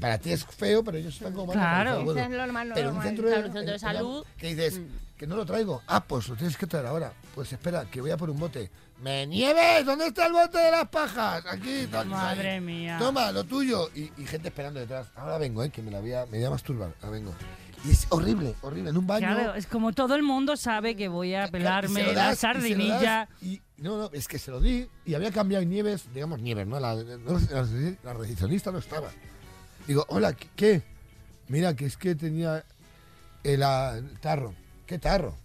[SPEAKER 5] para ti es feo, pero ellos están como más
[SPEAKER 2] Claro.
[SPEAKER 5] normalizados. Bueno,
[SPEAKER 3] Ese es lo normal, lo
[SPEAKER 5] pero un
[SPEAKER 3] normal.
[SPEAKER 5] centro,
[SPEAKER 4] Claro, un centro de
[SPEAKER 5] en-
[SPEAKER 4] salud.
[SPEAKER 5] que dices, que no lo traigo. Ah, pues lo tienes que traer ahora. Pues espera, que voy a por un bote. ¡Me nieves! ¿Dónde está el bote de las pajas? Aquí, tal,
[SPEAKER 2] Madre
[SPEAKER 5] ahí.
[SPEAKER 2] mía.
[SPEAKER 5] Toma, lo tuyo. Y, y gente esperando detrás. Ahora vengo, eh, que me la voy a, me voy a masturbar. Ahora vengo. Y es horrible, horrible. En un baño.
[SPEAKER 2] Claro, es como todo el mundo sabe que voy a
[SPEAKER 5] y se
[SPEAKER 2] pelarme
[SPEAKER 5] lo
[SPEAKER 2] la
[SPEAKER 5] das, y se lo das,
[SPEAKER 2] sardinilla.
[SPEAKER 5] Y, no, no, es que se lo di y había cambiado Nieves, digamos Nieves, ¿no? La, la, la- la recepcionista no estaba. Digo, hola, ¿qué- ¿qué? Mira, que es que tenía el, ah, el tarro. ¿Qué tarro?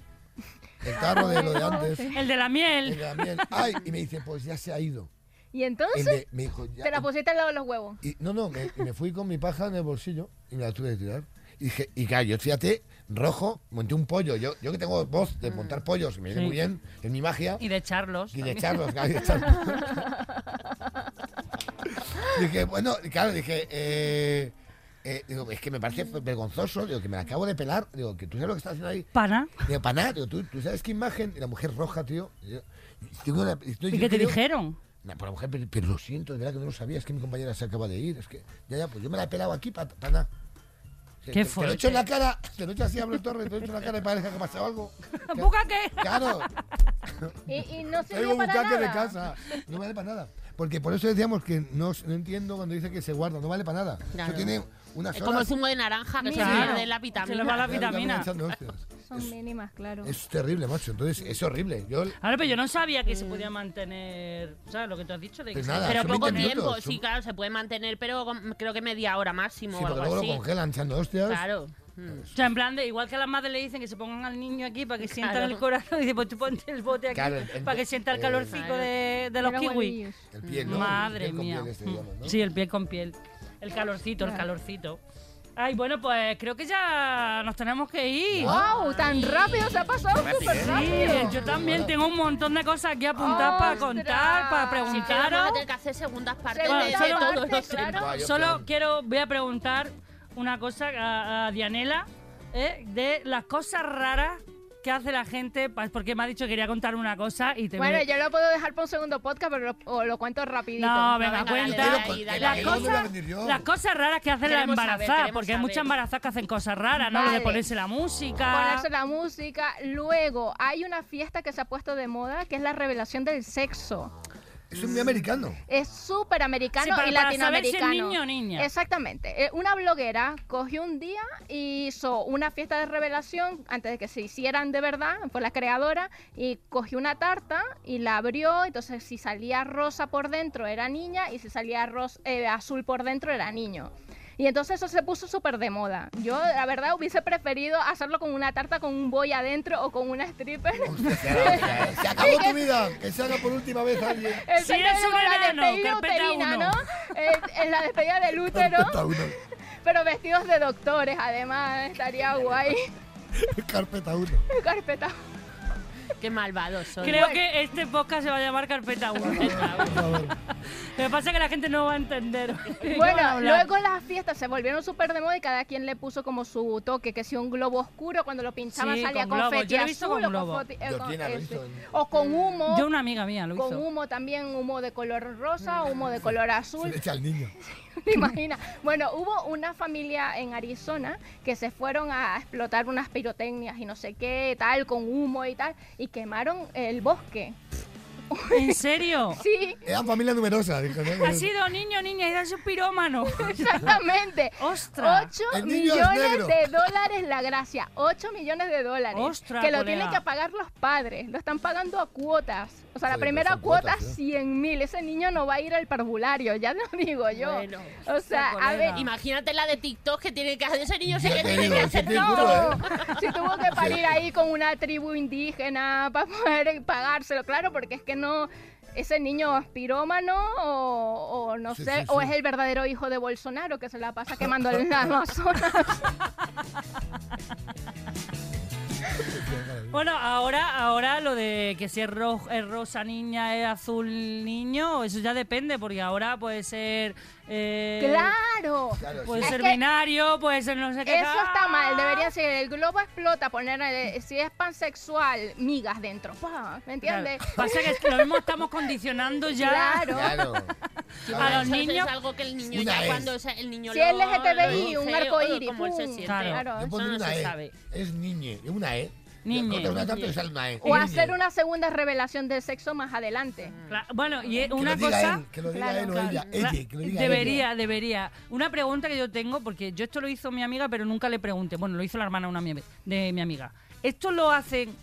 [SPEAKER 5] El tarro de lo
[SPEAKER 2] *laughs*
[SPEAKER 5] de antes.
[SPEAKER 2] El de la miel.
[SPEAKER 5] el de la miel. Ay, y me dice, pues ya se ha ido.
[SPEAKER 3] Y
[SPEAKER 2] ¿Ah,
[SPEAKER 5] El
[SPEAKER 3] entonces
[SPEAKER 5] de- me dijo, ya-
[SPEAKER 3] te la
[SPEAKER 2] pues
[SPEAKER 3] pusiste al lado de los huevos.
[SPEAKER 5] y, no, no, me, me fui con mi paja en el bolsillo y me la tuve que tirar. Y dije, y claro, yo fíjate, rojo, monté un pollo. Yo, yo que tengo voz de montar pollos, que me viene
[SPEAKER 2] Mm. Sí.
[SPEAKER 5] muy bien, en mi magia.
[SPEAKER 2] Y de Charlos.
[SPEAKER 5] Y de
[SPEAKER 2] también.
[SPEAKER 5] echarlos, claro, y de echarlos. *laughs* dije, bueno, y claro, dije, eh, eh, digo, es que me parece vergonzoso, digo, que me la acabo de pelar, digo, que tú sabes lo que estás haciendo ahí.
[SPEAKER 2] Pana.
[SPEAKER 5] Digo, para nada, digo, ¿tú, tú sabes qué imagen, y la mujer roja, tío. Y yo- y tengo una- estoy-
[SPEAKER 2] ¿Y
[SPEAKER 5] yo
[SPEAKER 2] qué te
[SPEAKER 5] creo-
[SPEAKER 2] dijeron?
[SPEAKER 5] No, pero mujer, pero, pero lo siento, de verdad que no lo sabía, es que mi compañera se acaba de ir, es que, ya, ya, pues yo me la he pelado aquí para nada.
[SPEAKER 2] Qué
[SPEAKER 5] Te- te, te lo
[SPEAKER 2] fuerte.
[SPEAKER 5] echo en la cara, te lo echo así a Abel Torres, te lo echo en la cara y parece que ha
[SPEAKER 2] *laughs*
[SPEAKER 5] pasado algo.
[SPEAKER 2] ¿Buca qué?
[SPEAKER 5] Claro,
[SPEAKER 3] Y, y no
[SPEAKER 5] Traigo
[SPEAKER 3] sirvió para
[SPEAKER 5] bucaque
[SPEAKER 3] nada.
[SPEAKER 5] de casa. No vale para nada. Porque por eso decíamos que no, no entiendo cuando dice que se guarda. No vale para nada.
[SPEAKER 4] Claro.
[SPEAKER 5] Eso tiene unas
[SPEAKER 4] Es eh,
[SPEAKER 5] horas.
[SPEAKER 4] como el zumo de naranja que se
[SPEAKER 2] Claro.
[SPEAKER 4] pierde la
[SPEAKER 2] Se le va
[SPEAKER 4] vitamina.
[SPEAKER 2] la
[SPEAKER 5] Claro, ya me
[SPEAKER 2] vitamina.
[SPEAKER 5] echan de hostias.
[SPEAKER 3] Son mínimas, claro.
[SPEAKER 5] Es terrible, macho. Entonces, es horrible. Yo,
[SPEAKER 2] Ahora, pero yo no sabía que se podía mantener. ¿Sabes lo que tú has dicho? De
[SPEAKER 5] Pues
[SPEAKER 2] que-
[SPEAKER 5] nada,
[SPEAKER 4] Pero
[SPEAKER 5] son
[SPEAKER 4] poco
[SPEAKER 5] 20
[SPEAKER 4] tiempo,
[SPEAKER 5] minutos,
[SPEAKER 4] sí,
[SPEAKER 5] son-
[SPEAKER 4] claro, se puede mantener, pero con- creo que media hora máximo
[SPEAKER 5] sí,
[SPEAKER 4] o
[SPEAKER 5] porque
[SPEAKER 4] algo
[SPEAKER 5] luego
[SPEAKER 4] así.
[SPEAKER 5] lo congelan echando hostias.
[SPEAKER 4] Claro.
[SPEAKER 2] O sea, en plan de, igual que a las madres le dicen que se pongan al niño aquí para que sientan
[SPEAKER 4] Claro.
[SPEAKER 2] el corazón *laughs* y dice, pues tú ponte el bote aquí
[SPEAKER 5] Claro, el-
[SPEAKER 2] para que sienta el
[SPEAKER 5] eh,
[SPEAKER 2] calorcito
[SPEAKER 4] claro.
[SPEAKER 2] de, de los
[SPEAKER 3] Pero
[SPEAKER 2] kiwis.
[SPEAKER 3] bolillos.
[SPEAKER 5] El pie, ¿no?
[SPEAKER 2] Madre
[SPEAKER 5] El pie con
[SPEAKER 2] mía. Mm.
[SPEAKER 5] piel este, digamos, ¿no?
[SPEAKER 2] Sí, el piel con piel. El calorcito, el calorcito. Ay, bueno, pues creo que ya nos tenemos que ir.
[SPEAKER 3] ¡Wow!
[SPEAKER 5] Ah.
[SPEAKER 3] Tan rápido se ha pasado, súper
[SPEAKER 2] Sí,
[SPEAKER 3] rápido.
[SPEAKER 2] yo también tengo un montón de cosas aquí apuntadas para contar, para
[SPEAKER 4] Sí, pero vamos a tener
[SPEAKER 2] preguntaros.
[SPEAKER 4] que hacer segundas partes
[SPEAKER 2] Segunda
[SPEAKER 4] de,
[SPEAKER 2] parte,
[SPEAKER 4] todos los
[SPEAKER 3] claro.
[SPEAKER 4] temas.
[SPEAKER 5] Buah, yo
[SPEAKER 2] Solo
[SPEAKER 5] creo-
[SPEAKER 2] quiero, voy a preguntar una cosa a, a Dianela eh, de las cosas raras que hace la gente, pa- porque me ha dicho que quería contar una cosa y te voy a-
[SPEAKER 3] Bueno, yo lo puedo dejar para un segundo podcast, pero lo, o lo cuento rapidito.
[SPEAKER 2] No,
[SPEAKER 4] venga,
[SPEAKER 2] venga,
[SPEAKER 4] dale,
[SPEAKER 2] cuenta.
[SPEAKER 4] dale, dale, dale,
[SPEAKER 2] las,
[SPEAKER 4] dale.
[SPEAKER 5] Yo no voy a
[SPEAKER 2] cosas,
[SPEAKER 5] venir yo.
[SPEAKER 2] las cosas raras que hacen las
[SPEAKER 4] Queremos saber,
[SPEAKER 2] embarazadas,
[SPEAKER 4] queremos
[SPEAKER 2] porque hay
[SPEAKER 4] saber.
[SPEAKER 2] muchas embarazadas que hacen cosas raras, ¿no? Lo de
[SPEAKER 3] Vale.
[SPEAKER 2] ponerse la música.
[SPEAKER 3] Ponerse la música. Luego, hay una fiesta que se ha puesto de moda, que es la revelación del sexo.
[SPEAKER 5] Es un muy americano.
[SPEAKER 3] Es súper americano
[SPEAKER 2] Sí, para-
[SPEAKER 3] y
[SPEAKER 2] para
[SPEAKER 3] latinoamericano.
[SPEAKER 2] saber si es niño o niña.
[SPEAKER 3] Exactamente. Eh, Una bloguera cogió un día y hizo una fiesta de revelación antes de que se hicieran de verdad, fue la creadora, y cogió una tarta y la abrió. Entonces, si salía rosa por dentro era niña y si salía ros- eh, azul por dentro era niño. Y entonces eso se puso súper de moda. Yo, la verdad, hubiese preferido hacerlo con una tarta con un boy adentro o con una stripper.
[SPEAKER 5] Hostia, se acabó- se acabó tu vida. Que se haga por última vez alguien.
[SPEAKER 3] El
[SPEAKER 2] Si
[SPEAKER 3] señor
[SPEAKER 2] eres
[SPEAKER 3] con
[SPEAKER 2] un
[SPEAKER 3] la
[SPEAKER 2] enano,
[SPEAKER 3] despedida
[SPEAKER 2] carpeta
[SPEAKER 3] uterina,
[SPEAKER 2] uno.
[SPEAKER 3] ¿no? Eh, En la despedida del útero,
[SPEAKER 5] Carpeta uno.
[SPEAKER 3] pero vestidos de doctores, además, estaría
[SPEAKER 2] *laughs*
[SPEAKER 3] guay.
[SPEAKER 5] Carpeta uno.
[SPEAKER 3] Carpeta.
[SPEAKER 4] Qué malvados son.
[SPEAKER 2] Creo que este podcast se va a llamar Carpeta 1.
[SPEAKER 4] *laughs*
[SPEAKER 5] Por favor.
[SPEAKER 2] Lo que pasa es que la gente no va a entender. *laughs* ¿Qué van a
[SPEAKER 3] Bueno,
[SPEAKER 2] hablar?
[SPEAKER 3] luego las fiestas se volvieron súper de moda y cada quien le puso como su toque, que si un globo oscuro cuando lo pinchaban
[SPEAKER 2] Sí,
[SPEAKER 3] salía
[SPEAKER 2] con globo.
[SPEAKER 3] confeti
[SPEAKER 2] Yo lo he visto
[SPEAKER 3] azul
[SPEAKER 2] con
[SPEAKER 3] o
[SPEAKER 2] globo.
[SPEAKER 3] confeti- eh,
[SPEAKER 5] Yo
[SPEAKER 3] con-
[SPEAKER 5] tiene, lo
[SPEAKER 3] este,
[SPEAKER 5] hizo en-
[SPEAKER 3] o con humo.
[SPEAKER 2] Yo una amiga mía lo
[SPEAKER 3] Con
[SPEAKER 2] hizo.
[SPEAKER 3] humo también, humo de color rosa, humo de color azul.
[SPEAKER 5] Se le echa al niño.
[SPEAKER 3] *laughs* ¿Te imaginas? Bueno, hubo una familia en Arizona que se fueron a explotar unas pirotecnias y no sé qué, tal, con humo y tal, y quemaron el bosque. *laughs*
[SPEAKER 2] ¿En serio?
[SPEAKER 3] Sí,
[SPEAKER 5] Eran familia numerosa. dijo, ¿no?
[SPEAKER 2] Ha sido niño, niña, era su
[SPEAKER 5] Ah,
[SPEAKER 2] pirómano.
[SPEAKER 3] exactamente.
[SPEAKER 2] ¡Ostras!
[SPEAKER 3] 8
[SPEAKER 5] El niño es negro.
[SPEAKER 3] millones de dólares la gracia. 8 millones de dólares.
[SPEAKER 2] Ostras,
[SPEAKER 3] que lo
[SPEAKER 2] colega.
[SPEAKER 3] tienen que pagar los padres. Lo están pagando a cuotas. O sea, la
[SPEAKER 5] Joder,
[SPEAKER 3] primera
[SPEAKER 5] pero son
[SPEAKER 3] cuota,
[SPEAKER 5] cuotas, ¿eh?
[SPEAKER 3] 100 mil. Ese niño no va a ir al parvulario, ya *laughs* lo digo yo.
[SPEAKER 4] Bueno,
[SPEAKER 3] o sea, a
[SPEAKER 2] colega.
[SPEAKER 3] ver,
[SPEAKER 4] Imagínate la de TikTok que tiene que hacer ese niño, sí
[SPEAKER 5] Ya
[SPEAKER 4] que
[SPEAKER 5] te
[SPEAKER 4] tiene
[SPEAKER 5] digo,
[SPEAKER 4] que
[SPEAKER 5] sí
[SPEAKER 4] hacer
[SPEAKER 5] te
[SPEAKER 4] todo.
[SPEAKER 5] juro, ¿eh?
[SPEAKER 3] *laughs* si tuvo que parir ahí con una tribu indígena para poder pagárselo, claro, porque es que no. Ese niño es pirómano o, o no
[SPEAKER 5] Sí,
[SPEAKER 3] sé,
[SPEAKER 5] sí,
[SPEAKER 3] o
[SPEAKER 5] sí.
[SPEAKER 3] es el verdadero hijo de Bolsonaro que se la pasa quemando en
[SPEAKER 5] *laughs*
[SPEAKER 3] la Amazonas.
[SPEAKER 2] Bueno, ahora, ahora lo de que si es, ro- es rosa niña, es azul niño, eso ya depende, porque ahora puede ser. eh,
[SPEAKER 3] ¡Claro!
[SPEAKER 5] Claro,
[SPEAKER 2] Puede
[SPEAKER 5] sí.
[SPEAKER 2] ser
[SPEAKER 3] que
[SPEAKER 2] binario, puede ser no sé qué.
[SPEAKER 3] Eso
[SPEAKER 4] Ah.
[SPEAKER 3] está mal, debería ser el globo explota, poner eh, si es pansexual, migas dentro. Pa, ¿Me entiendes?
[SPEAKER 2] Claro. Pasa que lo mismo estamos condicionando ya.
[SPEAKER 3] Claro.
[SPEAKER 5] Claro.
[SPEAKER 2] A los
[SPEAKER 4] Eso es-
[SPEAKER 2] niños-
[SPEAKER 4] Es algo que el niño
[SPEAKER 5] Una
[SPEAKER 4] ya
[SPEAKER 5] es.
[SPEAKER 4] cuando es el niño
[SPEAKER 3] Si
[SPEAKER 4] lo-
[SPEAKER 3] es LGTBI,
[SPEAKER 4] lo
[SPEAKER 3] un
[SPEAKER 4] feo,
[SPEAKER 3] arco iris,
[SPEAKER 4] como él se
[SPEAKER 3] pum,
[SPEAKER 4] siente.
[SPEAKER 2] Claro.
[SPEAKER 5] Yo
[SPEAKER 4] Eso no
[SPEAKER 5] pondría una
[SPEAKER 4] se
[SPEAKER 5] E.
[SPEAKER 4] sabe.
[SPEAKER 5] Es niñe, una E.
[SPEAKER 2] Niñe.
[SPEAKER 5] La corta una sale una E.
[SPEAKER 3] O
[SPEAKER 5] Niñe.
[SPEAKER 3] hacer una segunda revelación del sexo más adelante.
[SPEAKER 2] Cla- Bueno, y eh,
[SPEAKER 5] Que
[SPEAKER 2] una
[SPEAKER 5] lo diga
[SPEAKER 2] cosa.
[SPEAKER 5] él, que lo diga
[SPEAKER 3] Claro,
[SPEAKER 5] él o
[SPEAKER 3] claro.
[SPEAKER 5] ella.
[SPEAKER 2] Ra-
[SPEAKER 5] Ella, que lo diga
[SPEAKER 2] debería, debería. Una pregunta que yo tengo, porque yo esto lo hizo mi amiga, pero nunca le pregunté. Bueno, lo hizo la hermana de una mi- de mi amiga. Esto lo hacen,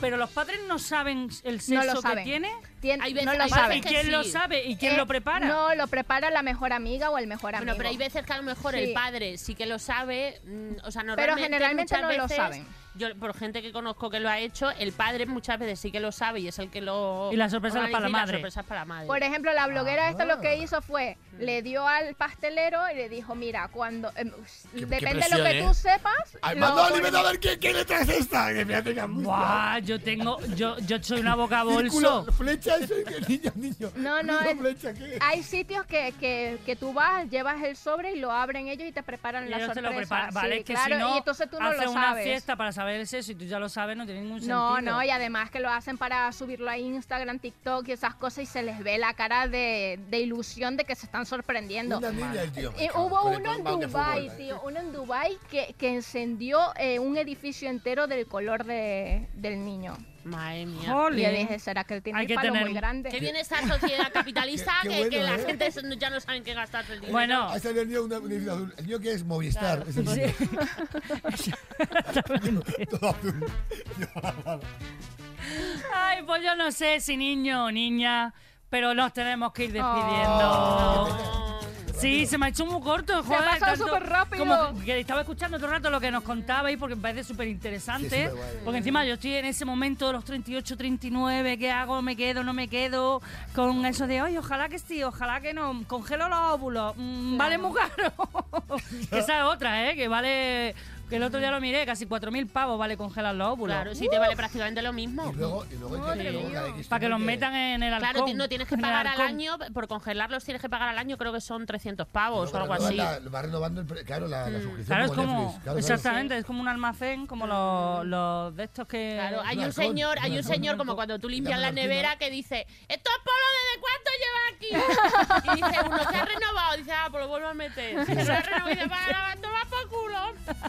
[SPEAKER 2] pero los padres no saben el
[SPEAKER 3] No
[SPEAKER 2] sexo
[SPEAKER 3] lo
[SPEAKER 2] que
[SPEAKER 3] saben.
[SPEAKER 2] tiene.
[SPEAKER 3] Tien-
[SPEAKER 4] Hay veces-
[SPEAKER 3] no lo
[SPEAKER 4] hay
[SPEAKER 2] Vale, ¿Y
[SPEAKER 3] saben.
[SPEAKER 4] que
[SPEAKER 2] quién
[SPEAKER 4] sí.
[SPEAKER 2] lo sabe? ¿Y quién
[SPEAKER 3] Eh,
[SPEAKER 2] lo prepara?
[SPEAKER 3] No, lo prepara la mejor amiga o el mejor amigo.
[SPEAKER 4] Bueno, pero hay veces que a lo mejor
[SPEAKER 3] Sí.
[SPEAKER 4] el padre sí que lo sabe, mm, o sea, normalmente
[SPEAKER 3] generalmente
[SPEAKER 4] muchas
[SPEAKER 3] no lo
[SPEAKER 4] veces,
[SPEAKER 3] saben.
[SPEAKER 4] Yo por gente que conozco que lo ha hecho, el padre muchas veces sí que lo sabe y es el que lo
[SPEAKER 2] Y la sorpresa es
[SPEAKER 4] organiza
[SPEAKER 2] para la
[SPEAKER 4] y la
[SPEAKER 2] madre.
[SPEAKER 4] sorpresa es para la madre.
[SPEAKER 3] Por ejemplo, la bloguera esta lo
[SPEAKER 5] Ah.
[SPEAKER 3] que hizo fue, le dio al pastelero y le dijo, mira, cuando... em, depende de
[SPEAKER 6] presión,
[SPEAKER 3] lo que
[SPEAKER 6] ¿eh?
[SPEAKER 3] tú sepas...
[SPEAKER 5] Armando
[SPEAKER 3] lo-
[SPEAKER 5] Oliveto, a ver quién, quién letra es esta. Que me hace angustia.
[SPEAKER 2] Buah, yo tengo, yo, yo soy una boca
[SPEAKER 5] Círculo,
[SPEAKER 2] bolso.
[SPEAKER 5] flecha, eso, que niño, niño.
[SPEAKER 3] No, no,
[SPEAKER 5] Niño,
[SPEAKER 3] es-
[SPEAKER 5] flecha, ¿qué?
[SPEAKER 3] Hay sitios que, que, que tú vas, llevas el sobre y lo abren ellos y te preparan
[SPEAKER 2] Y
[SPEAKER 3] la
[SPEAKER 2] ellos te
[SPEAKER 3] sorpresa.
[SPEAKER 2] lo preparan.
[SPEAKER 3] Sí,
[SPEAKER 2] Vale, es que
[SPEAKER 3] claro,
[SPEAKER 2] si no,
[SPEAKER 3] y entonces tú no
[SPEAKER 2] hace
[SPEAKER 3] lo
[SPEAKER 2] una
[SPEAKER 3] sabes.
[SPEAKER 2] fiesta para saber el sexo y tú ya lo sabes, no tiene ningún
[SPEAKER 3] no,
[SPEAKER 2] sentido.
[SPEAKER 3] no, y además que lo hacen para subirlo a Instagram, TikTok y esas cosas y se les ve la cara de, de ilusión de que se están sorprendiendo.
[SPEAKER 5] Una niña, el tío.
[SPEAKER 3] Y
[SPEAKER 5] me cago,
[SPEAKER 3] Eh, hubo
[SPEAKER 5] con el
[SPEAKER 3] uno en
[SPEAKER 5] compound de
[SPEAKER 3] Dubai,
[SPEAKER 5] fútbol,
[SPEAKER 3] tío, uno en Dubai que, que encendió eh, un edificio entero del color de, del niño.
[SPEAKER 4] Madre mía.
[SPEAKER 3] Y yo dije,
[SPEAKER 2] Jolín.
[SPEAKER 3] ¿será que él tiene
[SPEAKER 2] Hay
[SPEAKER 3] un
[SPEAKER 2] que
[SPEAKER 3] palo
[SPEAKER 2] tener-
[SPEAKER 3] muy grande?
[SPEAKER 4] Qué bien esta sociedad capitalista
[SPEAKER 5] Qué- qué
[SPEAKER 4] que, que
[SPEAKER 5] bueno,
[SPEAKER 4] la
[SPEAKER 5] ¿eh?
[SPEAKER 4] gente se- ya no sabe en qué gastar el dinero.
[SPEAKER 2] Bueno,
[SPEAKER 5] Ha salido el niño una- un edificio azul. El niño que es Movistar. Es el niño. Todo azul.
[SPEAKER 2] Ay, pues yo no sé si niño o niña, pero nos tenemos que ir despidiendo.
[SPEAKER 5] Oh.
[SPEAKER 2] Sí, se me ha hecho muy corto, joder.
[SPEAKER 3] pasado
[SPEAKER 2] tanto-
[SPEAKER 3] súper rápido.
[SPEAKER 2] Como que estaba escuchando todo el rato lo que nos contabais porque me parece súper
[SPEAKER 5] Sí,
[SPEAKER 2] interesante.
[SPEAKER 5] súper guay.
[SPEAKER 2] porque encima yo estoy en ese momento de los 38, 39, ¿qué hago? ¿Me quedo? ¿No me quedo? Con eso de, ay, ojalá que sí, ojalá que no. Congelo los óvulos. mm, Vale muy caro. *laughs* Esa es otra, ¿eh? Que vale... Que el otro día lo miré, casi 4.000 pavos vale congelar los óvulos.
[SPEAKER 4] Claro, sí te vale prácticamente lo mismo.
[SPEAKER 5] Y luego, y luego hay que-
[SPEAKER 3] Madre
[SPEAKER 5] luego
[SPEAKER 3] mía.
[SPEAKER 5] hay que-
[SPEAKER 2] Para que los metan en el halcón.
[SPEAKER 4] Claro, ti- no tienes que
[SPEAKER 2] en el
[SPEAKER 4] pagar al
[SPEAKER 2] halcón.
[SPEAKER 4] año, por congelarlos tienes que pagar al año, creo que son 300 pavos
[SPEAKER 5] Luego
[SPEAKER 4] o algo
[SPEAKER 5] renuevan
[SPEAKER 4] así.
[SPEAKER 5] la- va renovando el pre- claro,
[SPEAKER 3] Mm.
[SPEAKER 5] la, la suscripción.
[SPEAKER 2] Claro, es como,
[SPEAKER 5] Netflix, claro, claro.
[SPEAKER 2] exactamente, es como un almacén, como los, los de estos que...
[SPEAKER 4] Claro, hay un
[SPEAKER 5] halcón,
[SPEAKER 4] señor,
[SPEAKER 5] un
[SPEAKER 4] hay un
[SPEAKER 5] halcón.
[SPEAKER 4] señor como cuando tú limpias la
[SPEAKER 5] Dame la orquídea.
[SPEAKER 4] nevera que dice, ¿esto es polo desde cuánto lleva aquí? *laughs* Y dice uno, se ha renovado, dice, ah, pues lo vuelvo a meter. Se lo ha renovado y dice, va, toma por culo.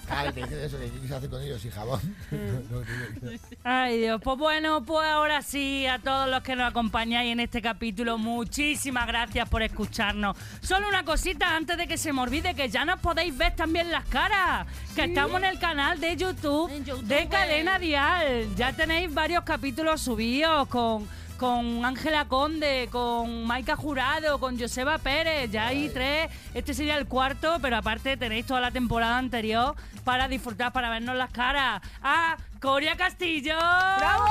[SPEAKER 5] Ah, te dicen eso, que ¿qué se hace con ellos? ¿Y jabón?
[SPEAKER 2] Mm.
[SPEAKER 5] No, no, no, no.
[SPEAKER 2] Ay, Dios, pues bueno, pues ahora sí, a todos los que nos acompañáis en este capítulo, muchísimas gracias por escucharnos. Solo una cosita antes de que se me olvide, que ya nos podéis ver también las caras, que estamos en el canal de YouTube,
[SPEAKER 4] En YouTube,
[SPEAKER 2] de
[SPEAKER 4] eh.
[SPEAKER 2] Cadena Dial. Ya tenéis varios capítulos subidos con... Con Ángela Conde, con Maika Jurado, con Joseba Pérez, ya hay tres. Este sería el cuarto, pero aparte tenéis toda la temporada anterior para disfrutar, para vernos las caras. ¡Ah! Coria Castillo.
[SPEAKER 3] ¡Bravo!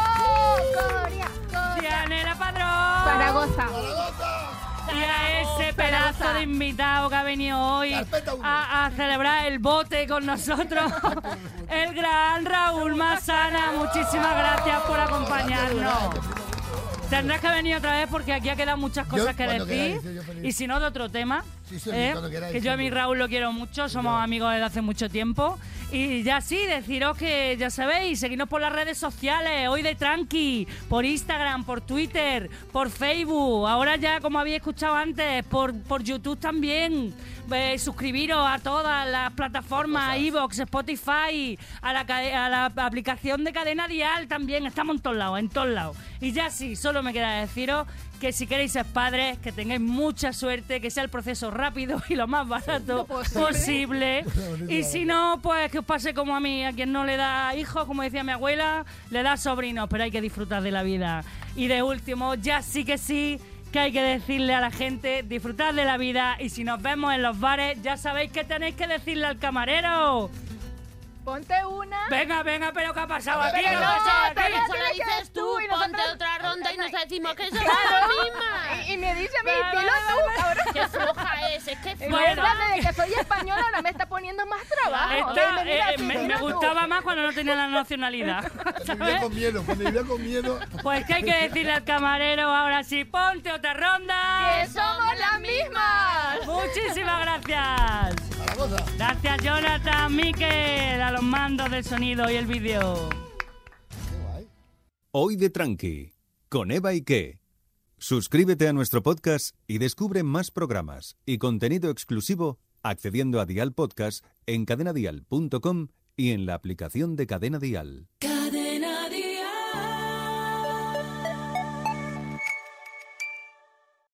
[SPEAKER 3] Corea, Corea.
[SPEAKER 2] Dianela Padrón.
[SPEAKER 3] Zaragoza.
[SPEAKER 2] Y a ese pedazo de invitado que ha venido hoy
[SPEAKER 5] Carpeta uno.
[SPEAKER 2] a, a celebrar el bote con
[SPEAKER 5] *laughs*
[SPEAKER 2] nosotros, el gran Raúl Masana. Muchísimas gracias por acompañarnos. Tendrás que venir otra vez porque aquí ha quedado muchas cosas que
[SPEAKER 5] cuando queráis,
[SPEAKER 2] decir.
[SPEAKER 5] yo feliz.
[SPEAKER 2] Y si no, de otro tema.
[SPEAKER 5] sí, Sí, sí,
[SPEAKER 2] ¿eh?
[SPEAKER 5] cuando queráis,
[SPEAKER 2] que yo a mi
[SPEAKER 5] siempre.
[SPEAKER 2] Raúl lo quiero mucho, somos amigos desde hace mucho tiempo. Y ya sí, deciros que ya sabéis, seguidnos por las redes sociales, hoy de Tranqui, por Instagram, por Twitter, por Facebook, ahora ya como habéis escuchado antes, por, por YouTube también. Eh, suscribiros a todas las plataformas, Evox, Spotify, a la, cade- a la aplicación de cadena dial también, estamos en todos lados, en todos lados. Y ya sí, solo me queda deciros que si queréis ser padres, que tengáis mucha suerte, que sea el proceso rápido *laughs* y lo más barato posible. Y si no, pues que os pase como a mí, a quien no le da hijo, como decía mi abuela, le da sobrinos, pero hay que disfrutar de la vida. Y de último, ya sí que sí, que hay que decirle a la gente, disfrutad de la vida y si nos vemos en los bares, ya sabéis que tenéis que decirle al camarero.
[SPEAKER 3] Ponte una.
[SPEAKER 2] Venga, venga, pero ¿qué ha pasado aquí?
[SPEAKER 4] Pero
[SPEAKER 2] ¿Qué ha
[SPEAKER 4] no,
[SPEAKER 2] pasado aquí?
[SPEAKER 4] pero
[SPEAKER 3] no,
[SPEAKER 4] eso lo
[SPEAKER 3] tienes que
[SPEAKER 4] dices tú,
[SPEAKER 3] tú y
[SPEAKER 4] ponte
[SPEAKER 3] nosotros-
[SPEAKER 4] otra ronda y nos decimos que eso es
[SPEAKER 3] Claro.
[SPEAKER 4] la misma.
[SPEAKER 3] Y, y me dice a mí,
[SPEAKER 2] Va, va,
[SPEAKER 3] dilo tú, cabrón.
[SPEAKER 4] Qué floja es, es que es
[SPEAKER 2] Bueno.
[SPEAKER 3] Bueno. Desde que soy española ahora me está poniendo más trabajo.
[SPEAKER 2] Esta,
[SPEAKER 3] Dime, mira,
[SPEAKER 2] eh,
[SPEAKER 3] sí,
[SPEAKER 2] me, me
[SPEAKER 3] dilo tú.
[SPEAKER 2] gustaba más cuando no tenía la nacionalidad.
[SPEAKER 5] Cuando vivía
[SPEAKER 2] ¿sabes?
[SPEAKER 5] con miedo, cuando vivía con miedo.
[SPEAKER 2] Pues que hay que decirle al camarero ahora sí, ponte otra ronda.
[SPEAKER 3] Que somos las mismas.
[SPEAKER 2] Muchísimas gracias.
[SPEAKER 5] A la cosa.
[SPEAKER 2] Gracias Jonathan, Miquel, a los mandos del sonido y el vídeo.
[SPEAKER 5] Qué guay.
[SPEAKER 1] Hoy de Tranqui, con Eva Ike. Suscríbete a nuestro podcast y descubre más programas y contenido exclusivo accediendo a Dial Podcast en cadenadial.com y en la aplicación de Cadena Dial.
[SPEAKER 7] Cadena